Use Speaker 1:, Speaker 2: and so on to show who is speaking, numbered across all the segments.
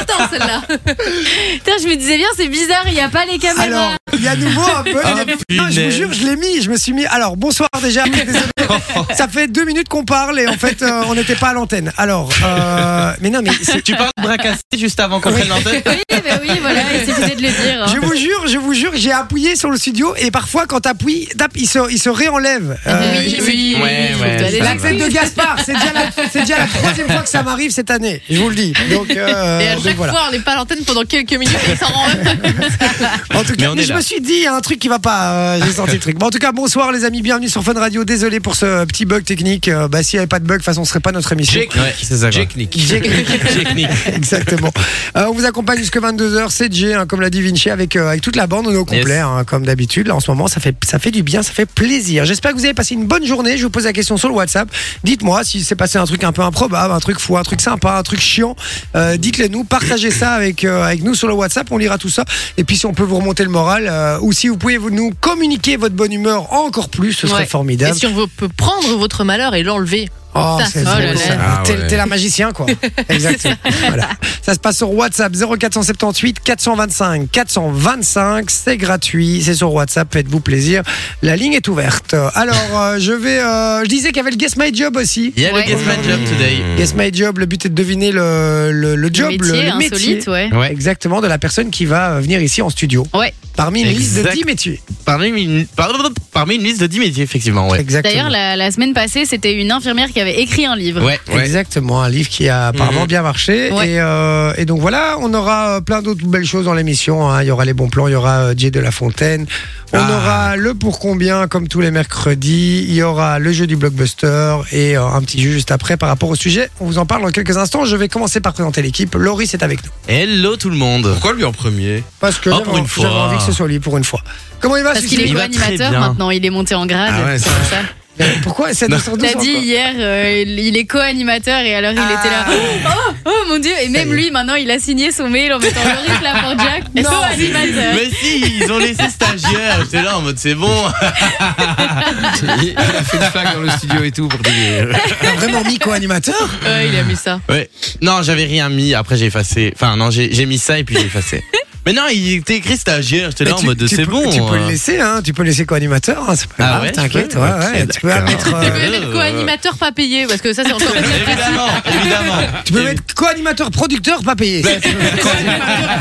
Speaker 1: important celle-là. Putain, je me disais bien, c'est bizarre, il n'y a pas les caméras.
Speaker 2: Alors, il y a nouveau un peu. il y a- Non, je vous jure, je l'ai mis, je me suis mis. Alors, bonsoir déjà. Désolé. Ça fait deux minutes qu'on parle et en fait, euh, on n'était pas à l'antenne. Alors, euh, mais non, mais c'est-
Speaker 3: Tu parles de bras cassés juste avant qu'on
Speaker 2: Oui.
Speaker 3: prenne l'antenne
Speaker 1: Oui,
Speaker 4: bah
Speaker 1: mais oui, voilà, il suffisait de le dire. hein.
Speaker 2: je vous jure, je vous jure, j'ai appuyé sur le studio et parfois, quand t'appuies, tape, il se, il se réenlève. Euh,
Speaker 1: Ah, oui,
Speaker 2: j'ai-
Speaker 1: oui,
Speaker 3: Ouais,
Speaker 1: oui, faut
Speaker 3: ouais,
Speaker 1: que t'aies
Speaker 3: c'est
Speaker 1: des
Speaker 3: pas
Speaker 1: excuses.
Speaker 2: L'accent de Gaspard, c'est déjà, la, c'est déjà la troisième fois que ça m'arrive cette année, je vous le dis. Donc, euh,
Speaker 1: Et à
Speaker 2: donc
Speaker 1: chaque
Speaker 2: voilà.
Speaker 1: fois, on n'est pas à l'antenne pendant quelques minutes et il s'en rend.
Speaker 2: En tout cas,
Speaker 3: on
Speaker 2: mais
Speaker 3: est
Speaker 2: je
Speaker 3: là.
Speaker 2: me suis dit, il y a un truc qui va pas. euh, J'ai senti le truc. Bon, en tout cas, bonsoir les amis, bienvenue sur Fun Radio. Désolé pour ce petit bug technique. Euh, bah, s'il n'y avait pas de bug, de toute façon, ce serait pas notre émission.
Speaker 3: Ouais, c'est ça. Jake Nick. Jake Nick.
Speaker 2: Exactement. Euh, on vous accompagne jusque 22h, c'est Jay, hein, comme l'a dit Vinci, avec, euh, avec toute la bande, on est au complet,
Speaker 3: Yes.
Speaker 2: hein, comme d'habitude. Là, en ce moment, ça fait, ça fait du bien, ça fait plaisir. J'espère que vous avez passé une bonne journée. Je vous pose la question sur le WhatsApp. Dites-moi si s'est passé un truc un peu improbable, un truc fou, un truc sympa, un truc chiant. Euh, Dites-le nous, partagez ça avec, euh, avec nous sur le WhatsApp, on lira tout ça. Et puis, si on peut vous remonter le moral, euh, ou si vous pouvez vous- nous communiquer votre bonne humeur encore plus, ce serait
Speaker 1: Ouais. Et
Speaker 2: formidable.
Speaker 1: si on veut- peut prendre votre malheur et l'enlever.
Speaker 2: Oh,
Speaker 1: Ça,
Speaker 2: c'est
Speaker 1: oh
Speaker 2: drôle,
Speaker 1: là là.
Speaker 2: ça.
Speaker 3: Ah
Speaker 2: T'es
Speaker 3: ouais.
Speaker 2: t'es la magicien, quoi. Exactement. Voilà. Ça se passe sur WhatsApp 0478 425 425. C'est gratuit. C'est sur WhatsApp. Faites-vous plaisir. La ligne est ouverte. Alors, euh, je vais. euh, je disais qu'il y avait le Guess My Job aussi.
Speaker 3: Il y a le
Speaker 1: Ouais.
Speaker 3: Guess My Job today.
Speaker 2: Guess My Job, le but est de deviner le, le- le job,
Speaker 1: le métier
Speaker 2: le métier.
Speaker 1: insolite, ouais.
Speaker 3: Ouais.
Speaker 2: Exactement, de la personne qui va euh, venir ici en studio.
Speaker 1: Ouais.
Speaker 2: Parmi une liste de
Speaker 3: Exact.
Speaker 2: 10 métiers.
Speaker 3: Parmi une, pardon, parmi une liste de 10 métiers, effectivement, ouais.
Speaker 2: Exactement.
Speaker 4: D'ailleurs, la, la semaine passée, c'était une infirmière qui avait écrit un livre.
Speaker 3: Ouais, ouais.
Speaker 2: Exactement, un livre qui a apparemment
Speaker 3: Mhm.
Speaker 2: bien marché.
Speaker 4: Ouais.
Speaker 2: Et, euh, et donc voilà, on aura euh, plein d'autres belles choses dans l'émission. hein. Il y aura les bons plans, il y aura euh, Jay de la Fontaine, on
Speaker 3: Ah.
Speaker 2: aura le pour combien comme tous les mercredis, il y aura le jeu du blockbuster et euh, un petit jeu juste après par rapport au sujet. On vous en parle dans quelques instants. Je vais commencer par présenter l'équipe. Laurie, c'est avec nous.
Speaker 3: Hello tout le monde.
Speaker 5: Pourquoi lui en premier
Speaker 2: Parce que
Speaker 3: Oh,
Speaker 2: j'avais
Speaker 3: pour une
Speaker 2: en- j'avais
Speaker 3: fois.
Speaker 2: envie que ce soit lui pour une fois. Comment Ah, il va
Speaker 4: Parce
Speaker 2: Suzy
Speaker 4: qu'il est
Speaker 3: Il va très
Speaker 4: co-animateur
Speaker 3: bien.
Speaker 4: maintenant, il est monté en grade.
Speaker 5: Ah ouais,
Speaker 4: c'est
Speaker 5: ça-
Speaker 4: pour ça.
Speaker 2: Pourquoi c'est
Speaker 3: Non.
Speaker 2: 212
Speaker 4: T'as dit
Speaker 2: encore
Speaker 4: hier, euh, il il est co-animateur et alors il
Speaker 2: Ah.
Speaker 4: était là. Oh, oh mon dieu! Et même
Speaker 2: y est.
Speaker 4: lui, maintenant, il a signé son mail en mettant Laurie Clapperjack
Speaker 2: Non.
Speaker 4: co-animateur.
Speaker 3: Mais si, ils ont laissé stagiaire. J'étais là en mode c'est bon.
Speaker 5: Il a fait une flag dans le studio et tout pour dire.
Speaker 2: T'as vraiment mis co-animateur
Speaker 1: Ouais, il a mis ça.
Speaker 3: Ouais. Non, j'avais rien mis. Après, j'ai effacé. Enfin, non, j'ai j'ai mis ça et puis j'ai effacé. Mais non, il était écrit stagiaire. J'étais là en
Speaker 2: Mais tu-
Speaker 3: mode
Speaker 2: tu
Speaker 3: c'est
Speaker 2: peux-
Speaker 3: bon.
Speaker 2: Tu peux le
Speaker 3: hein.
Speaker 2: laisser, hein, tu peux laisser co-animateur, hein, c'est pas
Speaker 3: Ah
Speaker 2: grave,
Speaker 3: ouais, tu
Speaker 2: t'inquiète.
Speaker 3: peux
Speaker 2: Ouais,
Speaker 3: Ok,
Speaker 2: ouais, tu peux
Speaker 3: d'accord.
Speaker 2: mettre,
Speaker 1: Tu
Speaker 2: euh,
Speaker 1: peux mettre co-animateur pas payé parce que ça, c'est encore une autre question.
Speaker 3: Évidemment, évidemment.
Speaker 2: tu peux mettre co-animateur producteur pas payé.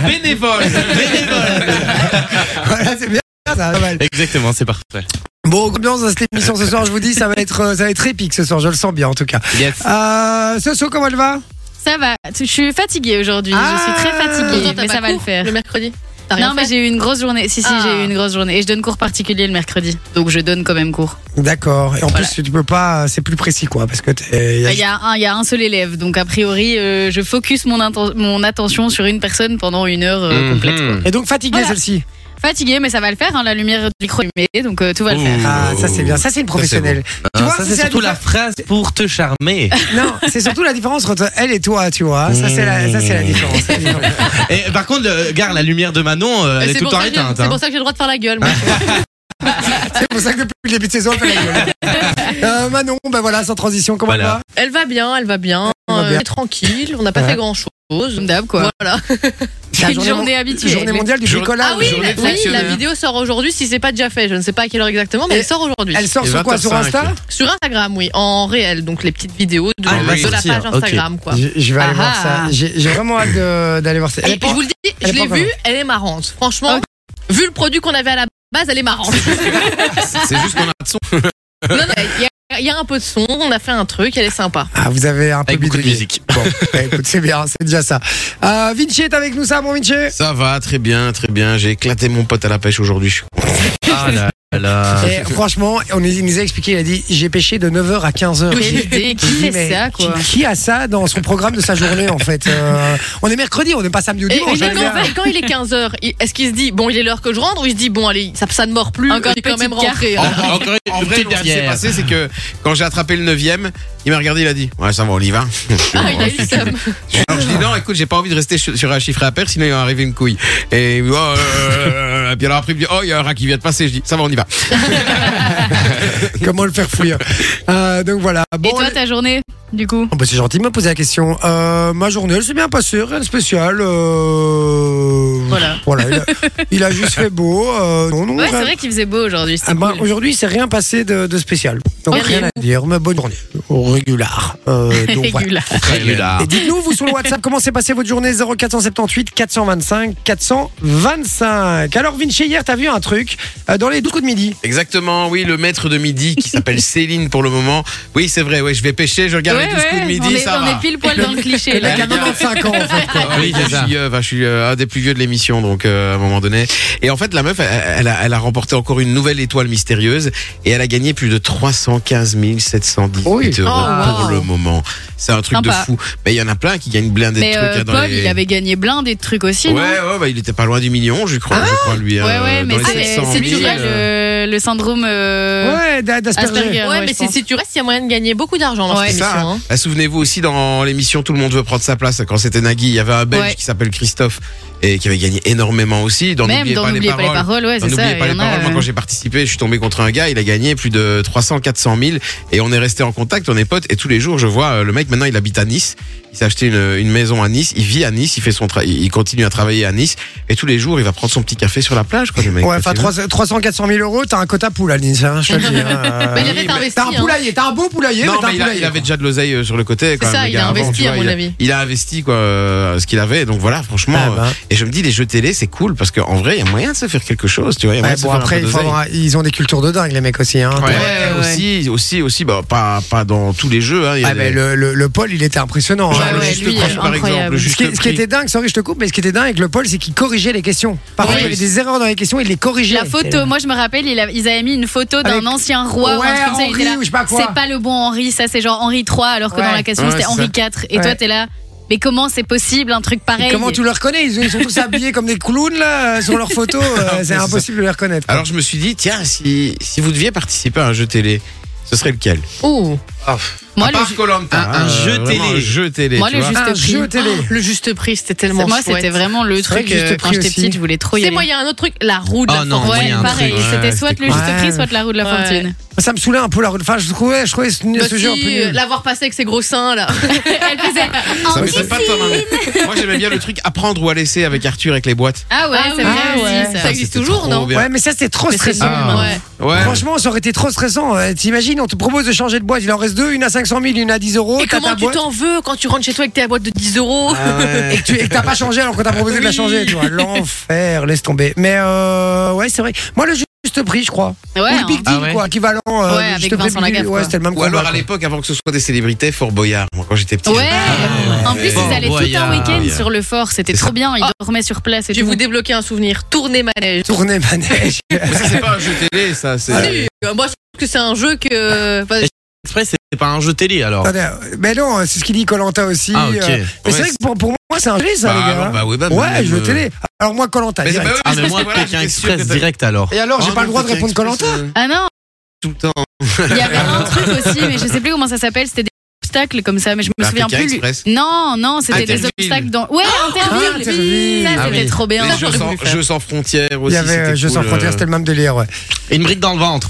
Speaker 3: bénévole, bénévole.
Speaker 2: voilà, c'est bien. ça, pas mal.
Speaker 3: Exactement, c'est parfait.
Speaker 2: Bon, ambiance dans cette émission ce soir, je vous dis, ça va être, euh, ça va être épique ce soir, je le sens bien en tout cas.
Speaker 3: Yes.
Speaker 2: Euh, Soso, comment elle va
Speaker 4: Ça va, je suis fatiguée aujourd'hui,
Speaker 2: Ah.
Speaker 4: je suis très fatiguée,
Speaker 1: Pourtant, t'as
Speaker 4: mais
Speaker 1: pas
Speaker 4: ça va le
Speaker 1: cours
Speaker 4: faire.
Speaker 1: Le mercredi. T'as rien
Speaker 4: Non, mais
Speaker 1: fait
Speaker 4: j'ai eu une grosse journée. Si, si,
Speaker 1: Ah.
Speaker 4: j'ai eu une grosse journée. Et je donne cours particulier le mercredi. Donc je donne quand même cours.
Speaker 2: D'accord. Et en
Speaker 4: Voilà.
Speaker 2: plus, tu peux pas, c'est plus précis quoi, parce que t'es- y a-
Speaker 4: Il y, a un, il y a un seul élève, donc a priori, euh, je focus mon, inten- mon attention sur une personne pendant une heure euh,
Speaker 3: Hmm.
Speaker 1: Mm-hmm.
Speaker 4: complète. quoi.
Speaker 2: Et donc fatigué
Speaker 4: Voilà.
Speaker 2: celle-ci.
Speaker 4: Fatiguée, mais ça va le faire, hein, la lumière du micro est allumée, donc euh, tout va le faire.
Speaker 3: Ouh.
Speaker 2: Ah, ça c'est bien, ça c'est une professionnelle. Tu vois,
Speaker 3: Ah, ça
Speaker 2: ça,
Speaker 3: c'est
Speaker 2: c'est
Speaker 3: surtout
Speaker 2: la-
Speaker 3: la phrase pour te charmer.
Speaker 2: Non, c'est surtout la différence entre elle et toi, tu vois. Ça c'est la, ça c'est la différence. la différence.
Speaker 3: Et par contre, le- regarde, la lumière de Manon, euh,
Speaker 1: Mais
Speaker 3: elle est
Speaker 1: c'est
Speaker 3: tout le
Speaker 1: pour
Speaker 3: temps
Speaker 1: ça que j'ai-
Speaker 3: éteinte.
Speaker 1: C'est
Speaker 3: hein. Ah.
Speaker 1: pour ça que j'ai le droit de faire la gueule. moi.
Speaker 2: C'est pour ça que depuis le début de saison, elle fait la gueule. Euh, Manon, ben voilà, sans transition, comment
Speaker 3: Voilà.
Speaker 1: Elle va bien, elle va bien.
Speaker 2: Elle va
Speaker 1: euh,
Speaker 2: bien.
Speaker 1: elle est tranquille, on n'a pas
Speaker 2: Ouais.
Speaker 1: fait grand chose.
Speaker 4: Comme d'hab, quoi.
Speaker 1: Voilà.
Speaker 2: elle va
Speaker 4: Une journée habituée.
Speaker 2: Journée mondiale du
Speaker 5: Jour-
Speaker 2: bricolage.
Speaker 1: Ah oui,
Speaker 5: journée
Speaker 1: la,
Speaker 5: de
Speaker 1: oui,
Speaker 5: fonctionnaire.
Speaker 1: la vidéo sort aujourd'hui si c'est pas déjà fait. Je ne sais pas à quelle heure exactement, mais
Speaker 2: Elle-
Speaker 1: elle, sort aujourd'hui.
Speaker 2: Elle sort
Speaker 5: Et
Speaker 2: sur quoi Sur
Speaker 5: 20h05.
Speaker 2: Insta
Speaker 1: Sur Instagram, oui, en réel, donc les petites vidéos de,
Speaker 3: Ah, elle va
Speaker 1: de la
Speaker 3: sortir,
Speaker 1: page Instagram, quoi.
Speaker 2: je, je vais aller
Speaker 1: Ah
Speaker 2: voir
Speaker 1: ah.
Speaker 2: ça. J'ai j'ai vraiment hâte de- d'aller voir ça.
Speaker 1: Et
Speaker 2: Elle est pas-
Speaker 1: je vous le dis,
Speaker 2: elle
Speaker 1: je
Speaker 2: est
Speaker 1: l'ai
Speaker 2: pas
Speaker 1: vue,
Speaker 2: vraiment.
Speaker 1: elle est marrante. Franchement,
Speaker 4: Ok.
Speaker 1: vu le produit qu'on avait à la base, elle est marrante.
Speaker 5: C'est juste qu'on a de son.
Speaker 1: non, non, il y, a- il y a un peu de son, on a fait un truc, elle est sympa.
Speaker 2: Ah, vous avez un peu
Speaker 3: Avec beaucoup de
Speaker 2: bidouillé.
Speaker 3: musique.
Speaker 2: Bon, bah, écoute, c'est bien, c'est déjà ça. Euh, Vinci est avec nous, ça, bon Vinci
Speaker 3: Ah,
Speaker 5: Ça va, très bien, très bien. J'ai éclaté mon pote à la pêche aujourd'hui. Je suis
Speaker 3: Ah là là.
Speaker 2: Et franchement, on nous- il nous a expliqué, il a dit j'ai pêché de 9h à 15h.
Speaker 4: Quelle idée, qui fait ça, quoi
Speaker 2: qui, qui a ça dans son programme de sa journée en fait Euh, On est mercredi, on n'est pas samedi ou
Speaker 1: Et,
Speaker 2: dimanche.
Speaker 1: et
Speaker 2: hein, les
Speaker 1: quand,
Speaker 2: gars.
Speaker 1: quand il est 15h, est-ce qu'il se dit, bon, il est l'heure que je rentre, ou il se dit, bon, allez, ça, ça ne mord plus,
Speaker 4: Encore
Speaker 1: je vais
Speaker 4: une
Speaker 1: quand même
Speaker 4: petite
Speaker 1: rentrer.
Speaker 5: En,
Speaker 1: hein.
Speaker 5: en-
Speaker 3: Encore une
Speaker 5: en vrai,
Speaker 3: petite
Speaker 5: donc, ce qui s'est
Speaker 3: dernière.
Speaker 5: passé, c'est que quand j'ai attrapé le 9ème, il m'a regardé, il a dit Ouais, ça va, on y va.
Speaker 1: Ah, il a eu le seum.
Speaker 5: Alors je dis Non, écoute, j'ai pas envie de rester sur sur un chiffre à paire, sinon il va arriver une couille. Et oh, euh, puis alors après, il me dit Oh, il y a un rat qui vient de passer. Je dis Ça va, on y va.
Speaker 2: Comment le faire fouiller Euh, Donc voilà. Bon,
Speaker 4: Et toi, ta journée du coup
Speaker 2: Oh, bah, c'est gentil de me poser la question. Euh, ma journée, elle s'est bien passée, rien de spécial. euh,
Speaker 4: Voilà.
Speaker 2: il, a, il a juste fait beau. euh, non, non,
Speaker 4: Ouais,
Speaker 2: rien-
Speaker 4: c'est vrai qu'il faisait beau aujourd'hui. c'était
Speaker 2: Ah bah,
Speaker 4: cool.
Speaker 2: Aujourd'hui, c'est rien passé de, de spécial. Donc,
Speaker 4: Ok.
Speaker 2: rien à dire. Mais bonne journée. Régular. Euh, donc, voilà.
Speaker 4: Régula.
Speaker 3: Régular.
Speaker 2: Et dites-nous, vous, sur le WhatsApp, comment s'est passée votre journée 0478 425 425. Alors, Vinci, hier, t'as vu un truc euh, dans les 12 coups de midi.
Speaker 5: Exactement, oui, le maître de midi qui s'appelle Céline pour le moment. Oui, c'est vrai, ouais, je vais pêcher, je regarde
Speaker 4: Ouais,
Speaker 5: les douze coups de
Speaker 4: ouais,
Speaker 5: midi,
Speaker 4: on est,
Speaker 5: ça
Speaker 4: on
Speaker 5: va.
Speaker 4: est pile poil dans le cliché.
Speaker 2: Il a
Speaker 4: là.
Speaker 2: 95 ans, en fait. quoi.
Speaker 5: Ah oui,
Speaker 3: Oui, c'est
Speaker 5: je
Speaker 3: ça.
Speaker 5: suis, euh, bah, je suis euh, un des plus vieux de l'émission, donc euh, à un moment donné. Et en fait, la meuf, elle, elle a, elle a remporté encore une nouvelle étoile mystérieuse et elle a gagné plus de 315 718
Speaker 2: Oui.
Speaker 5: euros
Speaker 4: Oh,
Speaker 5: pour
Speaker 4: wow.
Speaker 5: le moment. C'est un truc
Speaker 4: Sympa.
Speaker 5: de fou. Mais il y en a plein qui gagnent plein des
Speaker 4: Mais
Speaker 5: trucs.
Speaker 4: euh,
Speaker 5: hein, dans
Speaker 4: Paul,
Speaker 5: les-
Speaker 4: il avait gagné plein des trucs aussi,
Speaker 5: Ouais,
Speaker 4: non Ah.
Speaker 5: ouais, bah, il était pas loin du million, je crois, je crois lui. hein,
Speaker 4: Ouais, ouais,
Speaker 5: dans
Speaker 4: mais
Speaker 5: les
Speaker 4: c'est
Speaker 5: 700
Speaker 4: c'est
Speaker 5: 000,
Speaker 4: tu vois,
Speaker 5: euh,
Speaker 4: le, le syndrome euh,
Speaker 2: Ouais, d'A- d'Asperger.
Speaker 4: Asperger.
Speaker 1: Ouais, mais
Speaker 4: je
Speaker 1: Ah, c'est
Speaker 4: pense.
Speaker 1: si tu restes, il y a moyen de gagner beaucoup d'argent dans
Speaker 4: Ouais,
Speaker 1: cette
Speaker 5: c'est ça,
Speaker 1: émission,
Speaker 5: hein.
Speaker 1: hein.
Speaker 5: Ah, Souvenez-vous aussi dans l'émission Tout le monde veut prendre sa place quand c'était Nagui, il y avait un Belge
Speaker 4: Ouais.
Speaker 5: qui s'appelle Christophe et qui avait gagné énormément aussi dans
Speaker 4: Même
Speaker 5: N'oubliez
Speaker 4: dans
Speaker 5: pas,
Speaker 4: N'oubliez pas les paroles, ouais,
Speaker 5: Dans
Speaker 4: c'est ça.
Speaker 5: N'oubliez pas
Speaker 4: il y
Speaker 5: les
Speaker 4: en a,
Speaker 5: paroles. Moi,
Speaker 1: hein.
Speaker 4: euh,
Speaker 5: quand j'ai participé, je suis tombé contre un gars, il a gagné plus de 300, 400 000 et on est resté en contact, on est potes. Et tous les jours, je vois euh, le mec, maintenant, il habite à Nice. Il s'est acheté une, une maison à Nice, il vit à Nice, il fait son tra- il continue à travailler à Nice. Et tous les jours, il va prendre son petit café sur la plage, quoi, le mec.
Speaker 2: Ouais, enfin,
Speaker 5: C'est
Speaker 2: 300, 300, 400 000 euros, t'as un quota poule, Alice, hein, je te le dis. hein.
Speaker 1: Mais il
Speaker 2: Euh,
Speaker 1: avait
Speaker 5: mais
Speaker 1: investi.
Speaker 2: T'as un
Speaker 1: hein.
Speaker 2: poulailler, t'as un beau poulailler,
Speaker 5: Non,
Speaker 2: mais t'as
Speaker 5: mais
Speaker 2: un
Speaker 5: il, a- il
Speaker 2: poulailler.
Speaker 5: avait déjà de l'oseille euh, sur le côté. quand
Speaker 1: C'est
Speaker 5: même,
Speaker 1: ça,
Speaker 5: le
Speaker 1: il a
Speaker 5: gars, avant,
Speaker 1: investi,
Speaker 5: tu vois,
Speaker 1: à mon
Speaker 5: il a-
Speaker 1: avis.
Speaker 5: Il a investi quoi, euh, ce qu'il avait. Donc voilà, franchement.
Speaker 2: Ah, bah.
Speaker 5: euh, Et je me dis, les jeux télé, c'est cool parce qu'en vrai, il y a moyen de se faire quelque chose. Tu vois, il y a
Speaker 2: Ouais,
Speaker 5: moyen de se
Speaker 2: bon,
Speaker 5: faire un
Speaker 2: après,
Speaker 5: peu
Speaker 2: il faut
Speaker 5: d'oseille.
Speaker 2: avoir- ils ont des cultures de dingue, les mecs aussi. Hein.
Speaker 5: Ouais,
Speaker 4: Ouais, ouais.
Speaker 5: aussi, aussi, aussi, bah, pas, pas dans tous les jeux. Hein, il y a
Speaker 2: Ah,
Speaker 5: des-
Speaker 2: mais le, le, le Paul, il était impressionnant.
Speaker 5: Genre
Speaker 2: hein.
Speaker 5: le
Speaker 4: ouais,
Speaker 5: juste
Speaker 4: lui,
Speaker 5: prix,
Speaker 4: euh,
Speaker 5: par exemple.
Speaker 4: incroyable.
Speaker 5: le
Speaker 2: Ce qui-
Speaker 5: juste
Speaker 2: ce qui,
Speaker 5: prix.
Speaker 2: était dingue, sorry, je te coupe, mais ce qui était dingue avec le Paul, c'est qu'il corrigeait les questions. Parfois,
Speaker 5: Oui.
Speaker 2: il y avait des erreurs dans les questions, il les corrigeait.
Speaker 4: La photo, moi je me rappelle, il a- ils avaient mis une photo d'un
Speaker 2: Avec-
Speaker 4: ancien roi ou un
Speaker 2: Ouais,
Speaker 4: truc comme ça, il
Speaker 2: Henri
Speaker 4: était là,
Speaker 2: ou je sais pas quoi.
Speaker 4: C'est pas le bon Henri, ça c'est genre Henri III, alors que
Speaker 2: Ouais.
Speaker 4: dans la question
Speaker 5: Ouais,
Speaker 4: c'était
Speaker 5: c'est
Speaker 4: Henri IV. Et toi
Speaker 2: Ouais.
Speaker 4: t'es là, mais comment c'est possible un truc
Speaker 2: Et
Speaker 4: pareil
Speaker 2: Comment tu le reconnais ils, ils sont tous habillés comme des clowns là, euh, sur leurs photos. euh,
Speaker 5: Ouais,
Speaker 2: c'est
Speaker 5: c'est ça.
Speaker 2: impossible de les reconnaître. quoi.
Speaker 5: Alors je me suis dit, tiens, si, si vous deviez participer à un jeu télé, ce serait lequel
Speaker 1: Oh.
Speaker 4: Moi,
Speaker 5: À
Speaker 4: le,
Speaker 5: part
Speaker 4: ju-
Speaker 5: Koh-Lanta,
Speaker 2: Ah,
Speaker 3: Un- Euh, un
Speaker 5: hein,
Speaker 3: jeu
Speaker 5: vraiment,
Speaker 3: télé.
Speaker 5: Un jeu télé.
Speaker 4: Moi,
Speaker 5: tu
Speaker 4: le
Speaker 5: vois.
Speaker 4: juste
Speaker 2: un
Speaker 4: prix.
Speaker 2: jeu télé.
Speaker 1: Oh, Le juste prix, c'était tellement
Speaker 4: moi
Speaker 1: chouette.
Speaker 4: c'était vraiment le
Speaker 2: vrai
Speaker 4: truc
Speaker 2: que juste
Speaker 4: euh, quand
Speaker 2: prix
Speaker 4: j'étais
Speaker 2: aussi.
Speaker 4: petite, je voulais trop y
Speaker 1: C'est
Speaker 4: aller.
Speaker 1: moi, il y a un autre truc, la roue de
Speaker 3: Ah
Speaker 1: la
Speaker 3: non, moi, il y a
Speaker 4: Ouais,
Speaker 3: un
Speaker 4: pareil,
Speaker 5: truc, ouais,
Speaker 4: c'était soit
Speaker 5: c'était
Speaker 4: le juste
Speaker 2: cool.
Speaker 4: prix, soit la roue de la
Speaker 1: Ouais.
Speaker 4: fortune.
Speaker 2: Ça me saoulait un peu la. Enfin, je trouvais, je trouvais ce, ce
Speaker 1: Bah
Speaker 2: jeu un peu
Speaker 1: si, euh,
Speaker 2: nul.
Speaker 1: L'avoir passé avec ses gros seins, là.
Speaker 4: Elle faisait
Speaker 5: Ça
Speaker 4: Henri
Speaker 5: m'étonne pas de toi, maman. Moi, j'aimais bien le truc apprendre ou à laisser avec Arthur avec les boîtes.
Speaker 4: Ah ouais, c'est
Speaker 1: Ah
Speaker 4: vrai
Speaker 1: ouais.
Speaker 4: aussi,
Speaker 1: Ça
Speaker 4: ça.
Speaker 1: existe
Speaker 5: c'était
Speaker 1: toujours,
Speaker 5: trop
Speaker 1: non
Speaker 5: bien.
Speaker 2: Ouais, mais ça c'était trop
Speaker 1: Mais c'est
Speaker 2: stressant.
Speaker 5: nul,
Speaker 1: nul,
Speaker 5: Ah.
Speaker 1: ouais.
Speaker 5: Ouais.
Speaker 2: Franchement, ça aurait été trop stressant. Euh, T'imagines, on te propose de changer de boîte, il en reste deux, une à 500 000, une à 10 euros.
Speaker 1: Et
Speaker 2: t'as
Speaker 1: comment
Speaker 2: ta
Speaker 1: tu
Speaker 2: boîte,
Speaker 1: t'en veux quand tu rentres chez toi avec ta boîte de 10 euros
Speaker 5: Ah ouais.
Speaker 2: et que tu- et que t'as pas changé alors qu'on t'a proposé de la changer, tu vois. L'enfer, laisse tomber. Mais euh, ouais, c'est vrai. Moi, le juste prix, je crois. Ou le
Speaker 4: Ouais, hein.
Speaker 2: Big Deal,
Speaker 3: Ah ouais.
Speaker 2: quoi, équivalent.
Speaker 4: Ouais,
Speaker 2: euh, le
Speaker 4: avec
Speaker 2: juste prix,
Speaker 4: Vincent
Speaker 2: Big Deal.
Speaker 4: Lagaffe,
Speaker 2: Ouais,
Speaker 4: quoi.
Speaker 2: c'était le même
Speaker 5: Ou alors
Speaker 2: combat,
Speaker 5: à l'époque, avant que ce soit des célébrités, Fort Boyard. Moi, quand j'étais petit.
Speaker 4: Ouais.
Speaker 5: j'étais-
Speaker 4: En plus,
Speaker 5: Fort
Speaker 4: ils allaient tout un
Speaker 3: Boyard.
Speaker 4: week-end sur le fort, c'était
Speaker 5: C'est
Speaker 4: trop
Speaker 5: ça.
Speaker 4: bien, ils
Speaker 1: Ah.
Speaker 4: dormaient sur place et
Speaker 1: Je vais
Speaker 4: tout.
Speaker 1: vous débloquer un souvenir. Tourner manège.
Speaker 2: Tourner manège.
Speaker 5: Mais ça, c'est pas un jeu télé, ça.
Speaker 2: Ah
Speaker 5: C'est.
Speaker 1: Si, euh, Moi, je trouve que c'est un jeu que. enfin,
Speaker 3: Express, c'est pas un jeu télé alors.
Speaker 2: Attendez, euh, mais non, c'est ce qu'il dit Colanta aussi.
Speaker 3: Ah, ok.
Speaker 2: euh, mais c'est
Speaker 5: Ouais,
Speaker 2: vrai que pour, pour moi, c'est un jeu, ça,
Speaker 5: Bah,
Speaker 2: les gars.
Speaker 5: bah,
Speaker 2: hein.
Speaker 5: bah, ouais, bah,
Speaker 2: ouais,
Speaker 5: même,
Speaker 2: je veux
Speaker 5: euh,
Speaker 2: télé. Alors, moi, Colanta,
Speaker 5: Mais c'est-
Speaker 2: direct.
Speaker 5: bah, ouais,
Speaker 3: Ah,
Speaker 5: parce
Speaker 3: mais
Speaker 5: que
Speaker 3: moi,
Speaker 5: voilà,
Speaker 3: Pékin
Speaker 5: j'étais sûr que
Speaker 3: Express
Speaker 5: t'as-
Speaker 3: direct alors.
Speaker 2: Et alors, j'ai
Speaker 5: Ah,
Speaker 2: pas le
Speaker 5: non,
Speaker 2: droit de
Speaker 5: Pékin
Speaker 2: répondre
Speaker 5: Express,
Speaker 2: Colanta
Speaker 5: euh,
Speaker 4: Ah non,
Speaker 5: Tout le temps.
Speaker 4: il y avait un truc aussi, mais je sais plus comment ça s'appelle, c'était des obstacles comme ça, mais je me
Speaker 5: Bah,
Speaker 4: souviens
Speaker 5: Pékin
Speaker 4: plus.
Speaker 5: Express.
Speaker 4: Non, non, c'était des
Speaker 5: Interville.
Speaker 4: obstacles dans. Ouais,
Speaker 2: Ah,
Speaker 4: Interville
Speaker 2: Interville.
Speaker 4: Ça,
Speaker 3: Ah
Speaker 4: c'était
Speaker 3: oui.
Speaker 4: trop bien.
Speaker 5: Les jeux
Speaker 4: J'aurais
Speaker 5: sans,
Speaker 4: voulu faire.
Speaker 5: jeux sans frontières
Speaker 2: Il
Speaker 5: aussi.
Speaker 2: y avait euh,
Speaker 5: c'était
Speaker 2: Jeux sans
Speaker 5: cool,
Speaker 2: frontières,
Speaker 5: euh.
Speaker 2: c'était le même délire, ouais.
Speaker 3: Et une brique dans le ventre.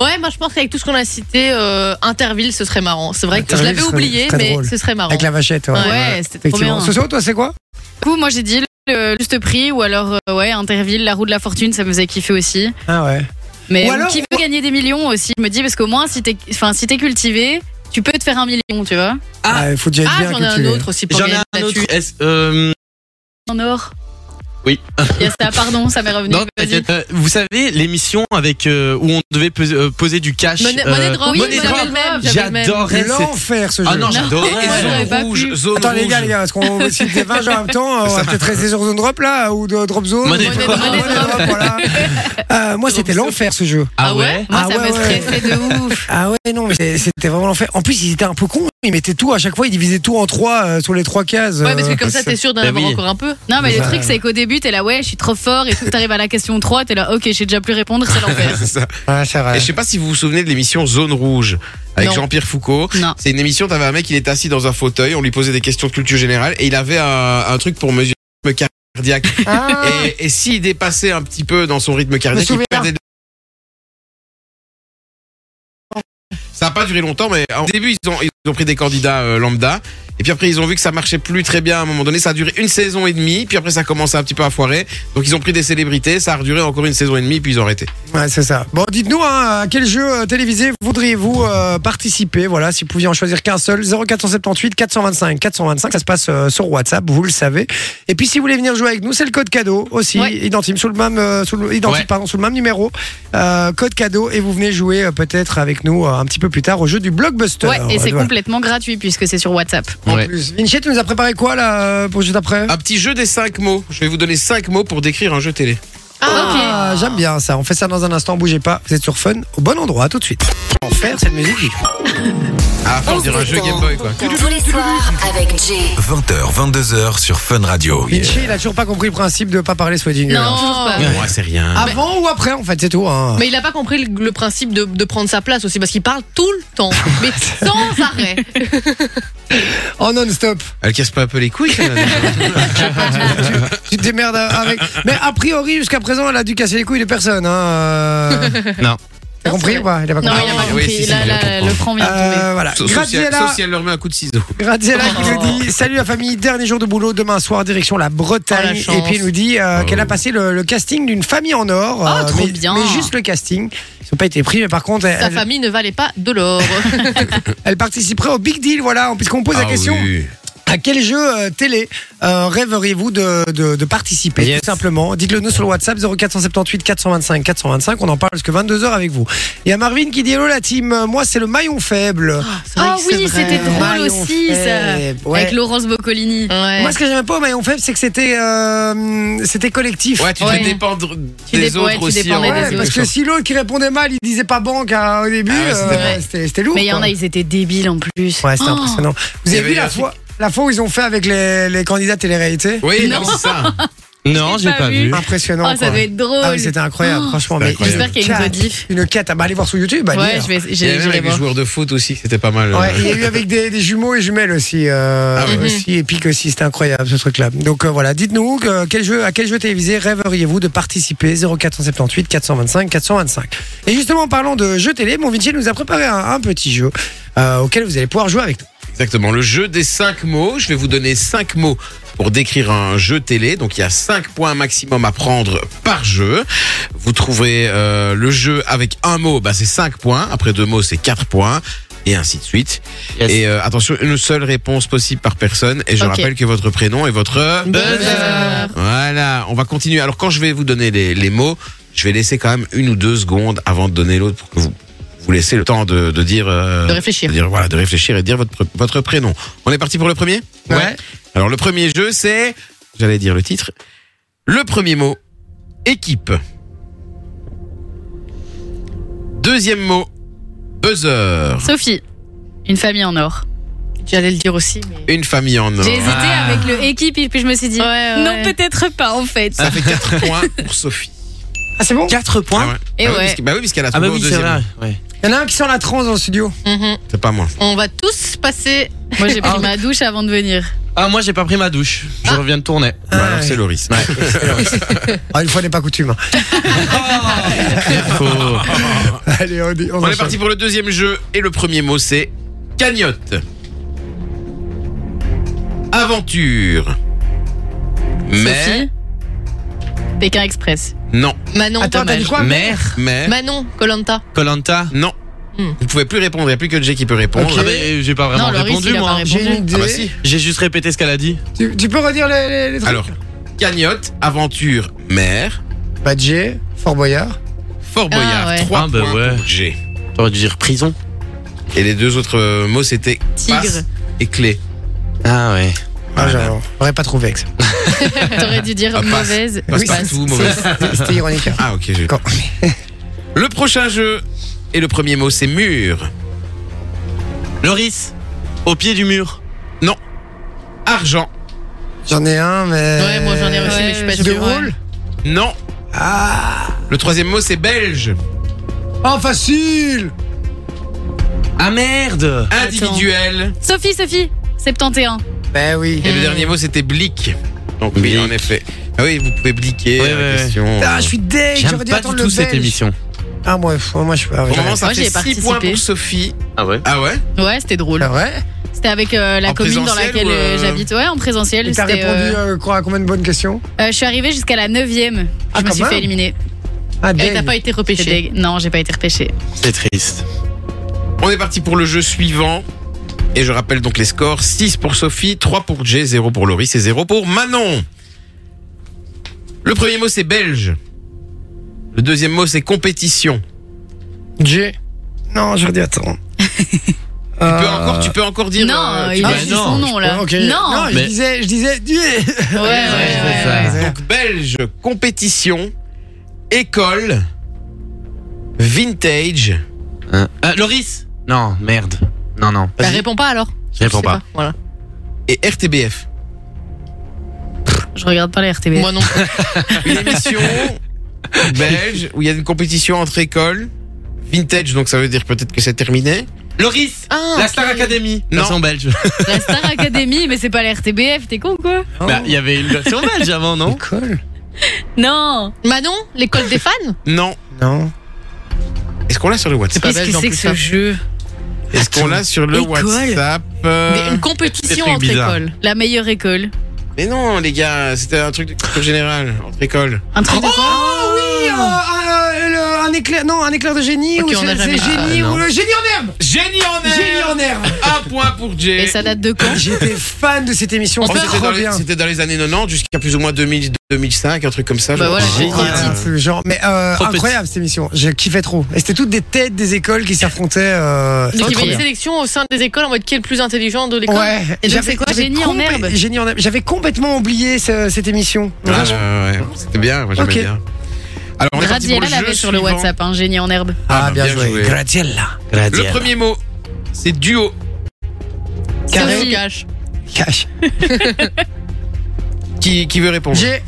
Speaker 1: Ouais, moi je pense qu'avec tout ce qu'on a cité, euh, Interville, ce serait marrant. C'est vrai que je
Speaker 2: Interville,
Speaker 1: l'avais
Speaker 2: ce serait-
Speaker 1: oublié,
Speaker 2: ce serait
Speaker 1: mais
Speaker 2: drôle.
Speaker 1: ce serait marrant.
Speaker 2: Avec la vachette, ouais.
Speaker 4: Ouais, c'était trop
Speaker 2: Effectivement.
Speaker 4: bien.
Speaker 2: Ce soir, toi, c'est quoi
Speaker 4: Du coup, moi j'ai dit le le juste prix ou alors euh, ouais Interville, la roue de la fortune, ça me faisait kiffer aussi.
Speaker 2: Ah ouais.
Speaker 4: Mais
Speaker 2: Ou alors-
Speaker 4: qui veut gagner des millions aussi, je me dis parce qu'au moins si t'es, enfin si t'es cultivé, tu peux te faire un million, tu vois.
Speaker 3: Ah.
Speaker 2: Ah, il faut déjà être
Speaker 1: Ah,
Speaker 2: bien
Speaker 1: j'en ai un
Speaker 2: cultivé.
Speaker 1: autre aussi pour
Speaker 3: J'en ai
Speaker 1: gagner
Speaker 3: un autre.
Speaker 1: là-dessus.
Speaker 3: Est-ce, euh,
Speaker 4: En or.
Speaker 3: Oui.
Speaker 4: Il y a ça, pardon, ça m'est revenu.
Speaker 3: non,
Speaker 4: vas-y.
Speaker 3: t'inquiète. Euh, vous savez l'émission avec euh, où on devait pose- euh, poser du cash.
Speaker 1: Monnaie
Speaker 3: euh,
Speaker 1: monnaie de Rome,
Speaker 4: oui,
Speaker 3: monnaie
Speaker 1: j'avais
Speaker 3: de
Speaker 4: monnaie
Speaker 1: le
Speaker 3: Rome.
Speaker 4: de
Speaker 1: même,
Speaker 4: Rome.
Speaker 1: j'avais le même.
Speaker 3: J'adorais. cette-
Speaker 2: L'enfer, ce jeu.
Speaker 3: Ah non, j'adorais.
Speaker 4: Non,
Speaker 3: cette-
Speaker 4: j'aurais
Speaker 5: Et
Speaker 4: pas
Speaker 5: zone rouge,
Speaker 4: pu.
Speaker 5: zone
Speaker 2: Attends, les
Speaker 5: rouge.
Speaker 2: gars, les gars, parce qu'on va citer 20 jeux en même temps. On va peut-être rester sur Zone Drop, là, ou de Drop Zone.
Speaker 3: Monnaie de
Speaker 2: Ouais,
Speaker 3: Rome.
Speaker 2: Monnaie de Rome, voilà. Euh, Moi, c'était l'enfer, ce jeu.
Speaker 3: Ah ouais.
Speaker 4: Moi,
Speaker 2: Ah
Speaker 4: ça
Speaker 2: ouais,
Speaker 4: me
Speaker 2: ouais.
Speaker 4: stressait de ouf.
Speaker 2: Ah ouais, non, mais c'est- c'était vraiment l'enfer. En plus, ils étaient un peu cons. Ils mettaient tout à chaque fois, ils divisaient tout en trois euh, sur les trois cases.
Speaker 1: Ouais, parce
Speaker 2: euh,
Speaker 1: que comme ça, t'es sûr d'en
Speaker 3: Bah
Speaker 1: avoir
Speaker 3: oui.
Speaker 1: encore un peu.
Speaker 4: Non, mais le
Speaker 2: Ouais.
Speaker 4: truc, c'est qu'au début, t'es là, ouais, je suis trop fort, et tout, t'arrives à la question 3, t'es là, ok, je sais déjà plus répondre, c'est l'enfer.
Speaker 5: C'est ça.
Speaker 2: Ouais, c'est vrai.
Speaker 5: Et je sais pas si vous vous souvenez de l'émission Zone Rouge avec
Speaker 1: Non.
Speaker 5: Jean-Pierre Foucault.
Speaker 4: Non.
Speaker 5: C'est une émission, t'avais un mec, il était assis dans un fauteuil, on lui posait des questions de culture générale et il avait un, un truc pour mesurer le rythme cardiaque.
Speaker 2: Ah.
Speaker 5: Et, et s'il dépassait un petit peu dans son rythme cardiaque, il
Speaker 2: souviens.
Speaker 5: perdait de... Ça n'a pas duré longtemps, mais au début, ils ont, ils ont pris des candidats euh, lambda. Et puis après, ils ont vu que ça marchait plus très bien à un moment donné. Ça a duré une saison et demie. Puis après, ça a commencé un petit peu à foirer. Donc, ils ont pris des célébrités. Ça a duré encore une saison et demie. Puis ils ont arrêté.
Speaker 2: Ouais, c'est ça. Bon, dites-nous hein, à quel jeu euh, télévisé voudriez-vous euh, participer Voilà, si vous pouviez en choisir qu'un seul, 0478 425 425, ça se passe euh, sur WhatsApp, vous le savez. Et puis si vous voulez venir jouer avec nous, c'est le code cadeau aussi,
Speaker 4: Ouais.
Speaker 2: identique sous le même euh, sous le, identique
Speaker 3: Ouais.
Speaker 2: pardon, sous le même numéro, euh, code cadeau et vous venez jouer euh, peut-être avec nous euh, un petit peu plus tard au jeu du blockbuster.
Speaker 4: Ouais, et c'est
Speaker 2: Voilà.
Speaker 4: complètement gratuit puisque c'est sur WhatsApp.
Speaker 2: En
Speaker 3: Ouais.
Speaker 2: plus, Vinci, tu nous as préparé quoi là euh, pour juste après
Speaker 5: Un petit jeu des cinq mots. Je vais vous donner cinq mots pour décrire un jeu télé.
Speaker 2: Ah, j'aime bien ça. On fait ça dans un instant, bougez pas. Vous êtes sur Fun, au bon endroit, à tout de suite. En faire cette musique.
Speaker 5: Ah,
Speaker 4: Oh,
Speaker 5: on dirait un jeu Game Boy, quoi.
Speaker 6: Tous les soirs avec Jay.
Speaker 7: 20h, 22h sur Fun Radio.
Speaker 2: Vinci, il a toujours pas compris le principe de pas parler sous les jingles.
Speaker 4: Non,
Speaker 2: Alors,
Speaker 4: toujours pas.
Speaker 3: Ouais.
Speaker 5: Moi, c'est rien.
Speaker 3: Ah,
Speaker 2: Avant ou après, en fait, c'est tout. hein.
Speaker 1: Mais il a pas compris le, le principe de, de prendre sa place aussi parce qu'il parle tout le temps, mais sans arrêt.
Speaker 2: En Oh, non-stop.
Speaker 5: Elle casse pas un peu les couilles, celle-là.
Speaker 2: Tu te démerdes avec. Mais a priori, jusqu'à présent, elle a dû casser les couilles de personne. Hein. euh.
Speaker 3: Non.
Speaker 2: T'as compris ou pas Il a pas
Speaker 4: Non,
Speaker 2: compris.
Speaker 4: il a pas
Speaker 5: oui,
Speaker 4: compris.
Speaker 5: si, si,
Speaker 4: là,
Speaker 5: il a
Speaker 4: là,
Speaker 5: compris.
Speaker 4: le franc vient de tomber.
Speaker 2: Euh, voilà.
Speaker 5: Sauf si elle-
Speaker 2: Graziella,
Speaker 5: sauf si elle leur met un coup de ciseau.
Speaker 2: Graziella qui
Speaker 1: Oh.
Speaker 2: nous dit Salut la famille, dernier jour de boulot, demain soir, direction la
Speaker 1: Oh, la
Speaker 2: Bretagne.
Speaker 1: chance.
Speaker 2: et puis elle nous dit euh,
Speaker 5: Oh.
Speaker 2: qu'elle a passé le, le casting d'une famille en or. Euh,
Speaker 4: Oh, trop
Speaker 2: mais,
Speaker 4: bien.
Speaker 2: mais juste le casting. Ils n'ont pas été pris, mais par contre,
Speaker 1: Sa
Speaker 2: elle,
Speaker 1: famille ne valait pas de l'or.
Speaker 2: elle participerait au Big Deal, voilà, puisqu'on
Speaker 5: Ah
Speaker 2: pose la
Speaker 3: Ah
Speaker 2: question. À quel jeu euh, télé euh, rêveriez-vous de, de- de participer
Speaker 3: Yes.
Speaker 2: Tout simplement, dites-le nous sur le WhatsApp 0478 425 425. On en parle jusque 22h avec vous. Il y a Marvin qui dit Hello la team, moi c'est le maillon faible.
Speaker 4: Ah oui,
Speaker 1: c'est vrai.
Speaker 4: c'était drôle
Speaker 2: Maillon
Speaker 4: aussi, ça.
Speaker 2: faible, ouais.
Speaker 4: Avec Laurence Boccolini.
Speaker 1: Ouais.
Speaker 2: Moi ce que j'aimais pas au maillon faible, c'est que c'était euh, c'était collectif.
Speaker 5: Ouais, tu
Speaker 4: Ouais.
Speaker 5: te dépendre des
Speaker 4: dépends-
Speaker 5: autres
Speaker 4: ouais, tu
Speaker 5: aussi.
Speaker 4: dépendais
Speaker 5: hein.
Speaker 2: Ouais,
Speaker 4: des
Speaker 2: parce que si l'autre qui répondait mal, il disait pas banque hein, au début,
Speaker 5: Ah ouais, c'était
Speaker 2: euh,
Speaker 4: vrai.
Speaker 2: c'était c'était lourd.
Speaker 4: Mais il y en
Speaker 2: quoi.
Speaker 4: a, ils étaient débiles en plus.
Speaker 2: Ouais, c'était
Speaker 4: Oh.
Speaker 2: impressionnant. Vous
Speaker 5: Il y
Speaker 2: avez vu
Speaker 5: avait
Speaker 2: la
Speaker 5: un
Speaker 2: fois, la fois où ils ont fait avec les, les candidats télé-réalité
Speaker 5: Oui, non, c'est ça.
Speaker 3: Non,
Speaker 4: Je l'ai
Speaker 3: j'ai
Speaker 4: pas
Speaker 3: pas
Speaker 4: vu.
Speaker 3: vu.
Speaker 2: Impressionnant.
Speaker 4: Oh, ça
Speaker 2: quoi.
Speaker 4: doit être drôle.
Speaker 2: Ah oui, c'était incroyable,
Speaker 4: Oh.
Speaker 2: franchement.
Speaker 5: C'était
Speaker 2: mais
Speaker 5: incroyable.
Speaker 4: J'espère qu'il y a une
Speaker 2: Quatre.
Speaker 4: rediff.
Speaker 2: Une quête, ah bah allez voir sur YouTube. allez,
Speaker 4: Ouais,
Speaker 2: alors.
Speaker 4: je vais,
Speaker 5: Il y a
Speaker 4: j'ai-
Speaker 5: même
Speaker 4: je vais
Speaker 5: avec les
Speaker 4: voir.
Speaker 5: joueurs de foot aussi, que c'était pas mal. euh.
Speaker 2: Ouais, il y a eu avec des, des jumeaux et jumelles aussi, euh,
Speaker 5: Ah ouais.
Speaker 2: aussi épique aussi, c'était incroyable ce truc-là. Donc euh, voilà, dites-nous que- quel jeu, à quel jeu télévisé rêveriez-vous de participer 0478 425 425. Et justement, en parlant de jeux télé, mon Vinci nous a préparé un, un petit jeu euh, auquel vous allez pouvoir jouer avec nous.
Speaker 5: Exactement, le jeu des cinq mots. Je vais vous donner cinq mots pour décrire un jeu télé. Donc il y a cinq points maximum à prendre par jeu. Vous trouverez euh, le jeu avec un mot, bah, c'est cinq points. Après deux mots, c'est quatre points. Et ainsi de suite.
Speaker 3: Yes.
Speaker 5: Et euh, attention, une seule réponse possible par personne. Et je
Speaker 4: Ok.
Speaker 5: rappelle que votre prénom et votre...
Speaker 2: Euh,
Speaker 1: Buzzer.
Speaker 5: Voilà, on va continuer. Alors quand je vais vous donner les, les mots, je vais laisser quand même une ou deux secondes avant de donner l'autre pour que vous vous laissez le temps de, de dire, euh,
Speaker 1: De réfléchir.
Speaker 5: de dire voilà, de réfléchir et de dire votre pr- votre prénom. On est parti pour le premier. Alors le premier jeu c'est, j'allais dire le titre, le premier mot équipe. Deuxième mot buzzer.
Speaker 4: Sophie, une famille en or.
Speaker 1: J'allais le dire aussi, mais.
Speaker 5: Une famille en or.
Speaker 4: J'ai hésité
Speaker 3: Ah.
Speaker 4: avec le équipe et puis je me suis dit,
Speaker 1: Ouais, ouais,
Speaker 4: non,
Speaker 1: ouais.
Speaker 4: peut-être pas en fait.
Speaker 5: Ça fait 4 points pour Sophie.
Speaker 2: Ah, c'est bon
Speaker 3: 4
Speaker 5: Ah
Speaker 3: points
Speaker 5: ouais.
Speaker 4: Hein Et
Speaker 5: Ah oui,
Speaker 4: ouais.
Speaker 5: parce que- bah oui, puisqu'elle a
Speaker 3: Ah
Speaker 5: trouvé
Speaker 3: bah
Speaker 5: au
Speaker 3: oui, c'est
Speaker 5: deuxième.
Speaker 3: vrai. ouais.
Speaker 2: Il y en a un qui sent la transe dans le studio.
Speaker 1: Mhm.
Speaker 5: C'est pas moi.
Speaker 1: On va tous passer.
Speaker 4: Moi j'ai pris ma douche avant de venir.
Speaker 3: Ah, moi j'ai pas pris ma douche. Je reviens de tourner.
Speaker 5: Bah
Speaker 2: Ah
Speaker 5: alors
Speaker 2: ouais.
Speaker 5: c'est Loris.
Speaker 2: Ah, une fois n'est pas coutume.
Speaker 3: Faut-
Speaker 2: Allez, on, dit- on
Speaker 5: On est
Speaker 2: enchaîne.
Speaker 5: parti pour le deuxième jeu et le premier mot c'est cagnotte. Aventure. Mais
Speaker 4: Sophie, Pékin Express.
Speaker 5: non,
Speaker 1: Manon,
Speaker 2: Attends, t'as dit
Speaker 1: dommage.
Speaker 2: quoi
Speaker 3: Mère,
Speaker 2: Eh.
Speaker 5: mais
Speaker 1: Manon, Colanta.
Speaker 3: Colanta.
Speaker 5: non.
Speaker 1: Hmm.
Speaker 5: Vous pouvez plus répondre, il n'y a plus que Jay qui peut répondre.
Speaker 3: Ah, mais j'ai pas vraiment
Speaker 4: Non, Loris,
Speaker 3: répondu
Speaker 4: il a pas
Speaker 3: moi.
Speaker 4: répondu.
Speaker 2: J'ai une idée.
Speaker 5: Ah bah si.
Speaker 3: J'ai juste répété ce qu'elle a dit.
Speaker 2: tu, tu peux redire les, les, les trucs
Speaker 5: Alors, cagnotte, aventure, mer,
Speaker 2: Badger, Fort Boyard.
Speaker 5: Fort
Speaker 4: Ah
Speaker 5: Boyard,
Speaker 4: ouais.
Speaker 5: 3
Speaker 3: Ah bah
Speaker 5: points
Speaker 3: ouais.
Speaker 5: pour Jay.
Speaker 3: T'aurais dû dire prison.
Speaker 5: Et les deux autres euh, mots c'était
Speaker 4: Tigre.
Speaker 5: passe et clé.
Speaker 3: Ah ouais.
Speaker 2: Ah,
Speaker 5: Voilà.
Speaker 2: j'aurais- j'aurais pas trouvé avec ça.
Speaker 4: T'aurais dû dire
Speaker 5: Ah, passe.
Speaker 4: mauvaise.
Speaker 5: Passe
Speaker 2: Oui,
Speaker 5: partout,
Speaker 2: c'est-
Speaker 5: mauvais.
Speaker 2: c'est- C'était ironique.
Speaker 5: Ah ok, j'ai-
Speaker 2: D'accord.
Speaker 5: Le prochain jeu et le premier mot c'est mur.
Speaker 3: Loris, au pied du mur.
Speaker 5: Argent.
Speaker 2: J'en ai un, mais.
Speaker 1: Ouais, moi j'en ai reçu,
Speaker 4: Ouais,
Speaker 1: mais je suis pas
Speaker 4: je
Speaker 1: sûre.
Speaker 4: vois.
Speaker 1: ouais.
Speaker 5: Non.
Speaker 2: Ah
Speaker 5: Le troisième mot c'est belge.
Speaker 2: Oh, facile
Speaker 3: Ah merde
Speaker 5: Individuel.
Speaker 4: Sophie, Sophie, 71.
Speaker 2: Ben oui.
Speaker 4: Hmm.
Speaker 5: Et le dernier mot, c'était blic. Donc oui,
Speaker 3: Blic.
Speaker 5: en effet. Ah oui, vous pouvez bliquer
Speaker 3: Ouais,
Speaker 5: euh,
Speaker 3: ouais,
Speaker 5: question.
Speaker 2: Ah, je suis deg,
Speaker 3: J'aime
Speaker 2: j'aurais dû
Speaker 3: pas du
Speaker 2: attendre
Speaker 3: tout
Speaker 2: le
Speaker 3: cette
Speaker 2: belge.
Speaker 3: émission.
Speaker 2: Ah, moi, pff, moi je suis pas.
Speaker 5: Pour le moment, ça
Speaker 4: Moi, j'ai
Speaker 5: fait 6 points
Speaker 4: participé.
Speaker 5: pour Sophie.
Speaker 3: Ah ouais
Speaker 5: Ah ouais
Speaker 4: Ouais, c'était
Speaker 2: C'est
Speaker 4: drôle.
Speaker 2: vrai
Speaker 4: C'était avec euh, la
Speaker 5: En
Speaker 4: commune dans
Speaker 5: présentiel
Speaker 4: laquelle
Speaker 5: ou,
Speaker 4: euh,
Speaker 5: euh,
Speaker 4: j'habite. Ouais, en présentiel.
Speaker 2: Et t'as
Speaker 4: c'était,
Speaker 2: répondu
Speaker 4: euh,
Speaker 2: euh, quoi, à combien de bonnes questions
Speaker 4: euh, je suis arrivée jusqu'à la 9 Je
Speaker 2: Ah,
Speaker 4: me
Speaker 2: quand
Speaker 4: suis
Speaker 2: même.
Speaker 4: fait éliminer.
Speaker 2: Ah,
Speaker 1: Et
Speaker 2: dang.
Speaker 1: t'as pas été
Speaker 4: C'est
Speaker 1: repêché.
Speaker 4: dég- Non, j'ai pas été repêchée.
Speaker 3: C'est triste.
Speaker 5: On est parti pour le jeu suivant. Et je rappelle donc les scores 6 pour Sophie, 3 pour Jay, 0 pour Loris et 0 pour Manon. Le premier mot c'est belge. Le deuxième mot c'est compétition.
Speaker 2: J. Non, je redis attends.
Speaker 5: Tu peux encore, tu peux encore dire.
Speaker 4: Euh. Ah, non,
Speaker 5: euh, tu
Speaker 4: il
Speaker 5: peux-
Speaker 4: a
Speaker 3: bah
Speaker 4: dit
Speaker 3: non,
Speaker 4: son nom là.
Speaker 2: Ok.
Speaker 4: Non,
Speaker 2: je
Speaker 3: mais-
Speaker 2: disais, je disais. Dieu.
Speaker 4: ouais, ouais,
Speaker 3: c'est
Speaker 4: ouais,
Speaker 3: ça.
Speaker 4: ouais.
Speaker 5: Donc belge, compétition, école, vintage.
Speaker 3: Hein. Euh, Loris Non, merde. Non, non.
Speaker 1: Bah,
Speaker 5: Vas-y.
Speaker 1: réponds pas alors.
Speaker 3: Je réponds
Speaker 1: sais
Speaker 3: pas.
Speaker 1: Voilà.
Speaker 5: et RTBF.
Speaker 4: Je regarde pas les RTB.
Speaker 1: Moi non. plus.
Speaker 5: Une émission belge où il y a une compétition entre écoles. Vintage, donc ça veut dire peut-être que c'est terminé.
Speaker 3: Loris
Speaker 1: Ah,
Speaker 3: La
Speaker 1: ok.
Speaker 3: Star Academy
Speaker 5: Non.
Speaker 3: Version belge.
Speaker 4: La Star Academy, mais c'est pas la RTBF, t'es con quoi
Speaker 2: Oh,
Speaker 3: Bah, il y avait une version belge avant, non
Speaker 2: École
Speaker 4: Non
Speaker 1: Manon, l'école des fans
Speaker 5: Non.
Speaker 2: Non.
Speaker 5: Est-ce qu'on l'a sur le
Speaker 1: C'est
Speaker 5: WhatsApp
Speaker 1: pas belge en plus. ça.
Speaker 4: jeu
Speaker 5: Est-ce qu'on l'a sur le
Speaker 4: École.
Speaker 5: WhatsApp
Speaker 1: Des-
Speaker 5: euh,
Speaker 2: Ah.
Speaker 1: Une compétition
Speaker 3: trucs
Speaker 1: entre
Speaker 3: bizarres.
Speaker 1: écoles.
Speaker 4: La meilleure école.
Speaker 5: Mais non, les gars, c'était un truc de culture générale entre écoles.
Speaker 4: Un truc de quoi
Speaker 2: Oh oui, euh, euh, le- un éclair, non, un éclair de génie
Speaker 1: Ok,
Speaker 2: ou
Speaker 1: on a
Speaker 2: c'est
Speaker 1: jamais-
Speaker 2: c'est génie
Speaker 3: Ah, non.
Speaker 2: ou le génie en herbe.
Speaker 5: Génie en
Speaker 2: Génie en herbe.
Speaker 5: Un point pour Jay.
Speaker 4: Et ça date de quand
Speaker 2: J'étais fan de cette émission.
Speaker 5: Oh,
Speaker 2: C'était
Speaker 5: c'était, dans
Speaker 2: trop
Speaker 5: les,
Speaker 2: bien.
Speaker 5: c'était dans les années 90 jusqu'à plus ou moins 2000, 2005, un truc comme ça.
Speaker 4: Bah
Speaker 5: je
Speaker 4: voilà,
Speaker 5: crois.
Speaker 4: j'étais
Speaker 5: Génial.
Speaker 2: Incroyable, ce genre, mais euh,
Speaker 3: Trop petit.
Speaker 2: incroyable cette émission. Je kiffais trop. Et c'était toutes des têtes des écoles qui s'affrontaient. Euh,
Speaker 1: Donc
Speaker 2: c'était
Speaker 1: il y
Speaker 2: trop
Speaker 1: avait une
Speaker 2: bien.
Speaker 1: sélection au sein des écoles en mode qui est le plus intelligent de l'école.
Speaker 2: Ouais.
Speaker 4: Et donc,
Speaker 2: J'avais-
Speaker 4: c'est quoi,
Speaker 2: j'avais
Speaker 4: Génie en
Speaker 2: complé-
Speaker 4: herbe
Speaker 2: Génie en herbe. J'avais complètement oublié ce- cette émission.
Speaker 5: Ah, ouais, ouais, C'était bien, moi j'aimais
Speaker 2: Ok.
Speaker 5: bien. Alors, on est parti pour
Speaker 4: Radiella
Speaker 5: le jeu
Speaker 4: l'avait sur le
Speaker 5: suivant.
Speaker 4: WhatsApp, un génie en herbe.
Speaker 5: Ah,
Speaker 2: Ah, bien,
Speaker 5: bien
Speaker 2: joué.
Speaker 5: joué.
Speaker 2: Graziella.
Speaker 5: Le premier mot, c'est duo.
Speaker 2: Carré.
Speaker 1: Sophie Cash.
Speaker 2: Cash.
Speaker 5: Qui, qui veut répondre
Speaker 2: J'ai.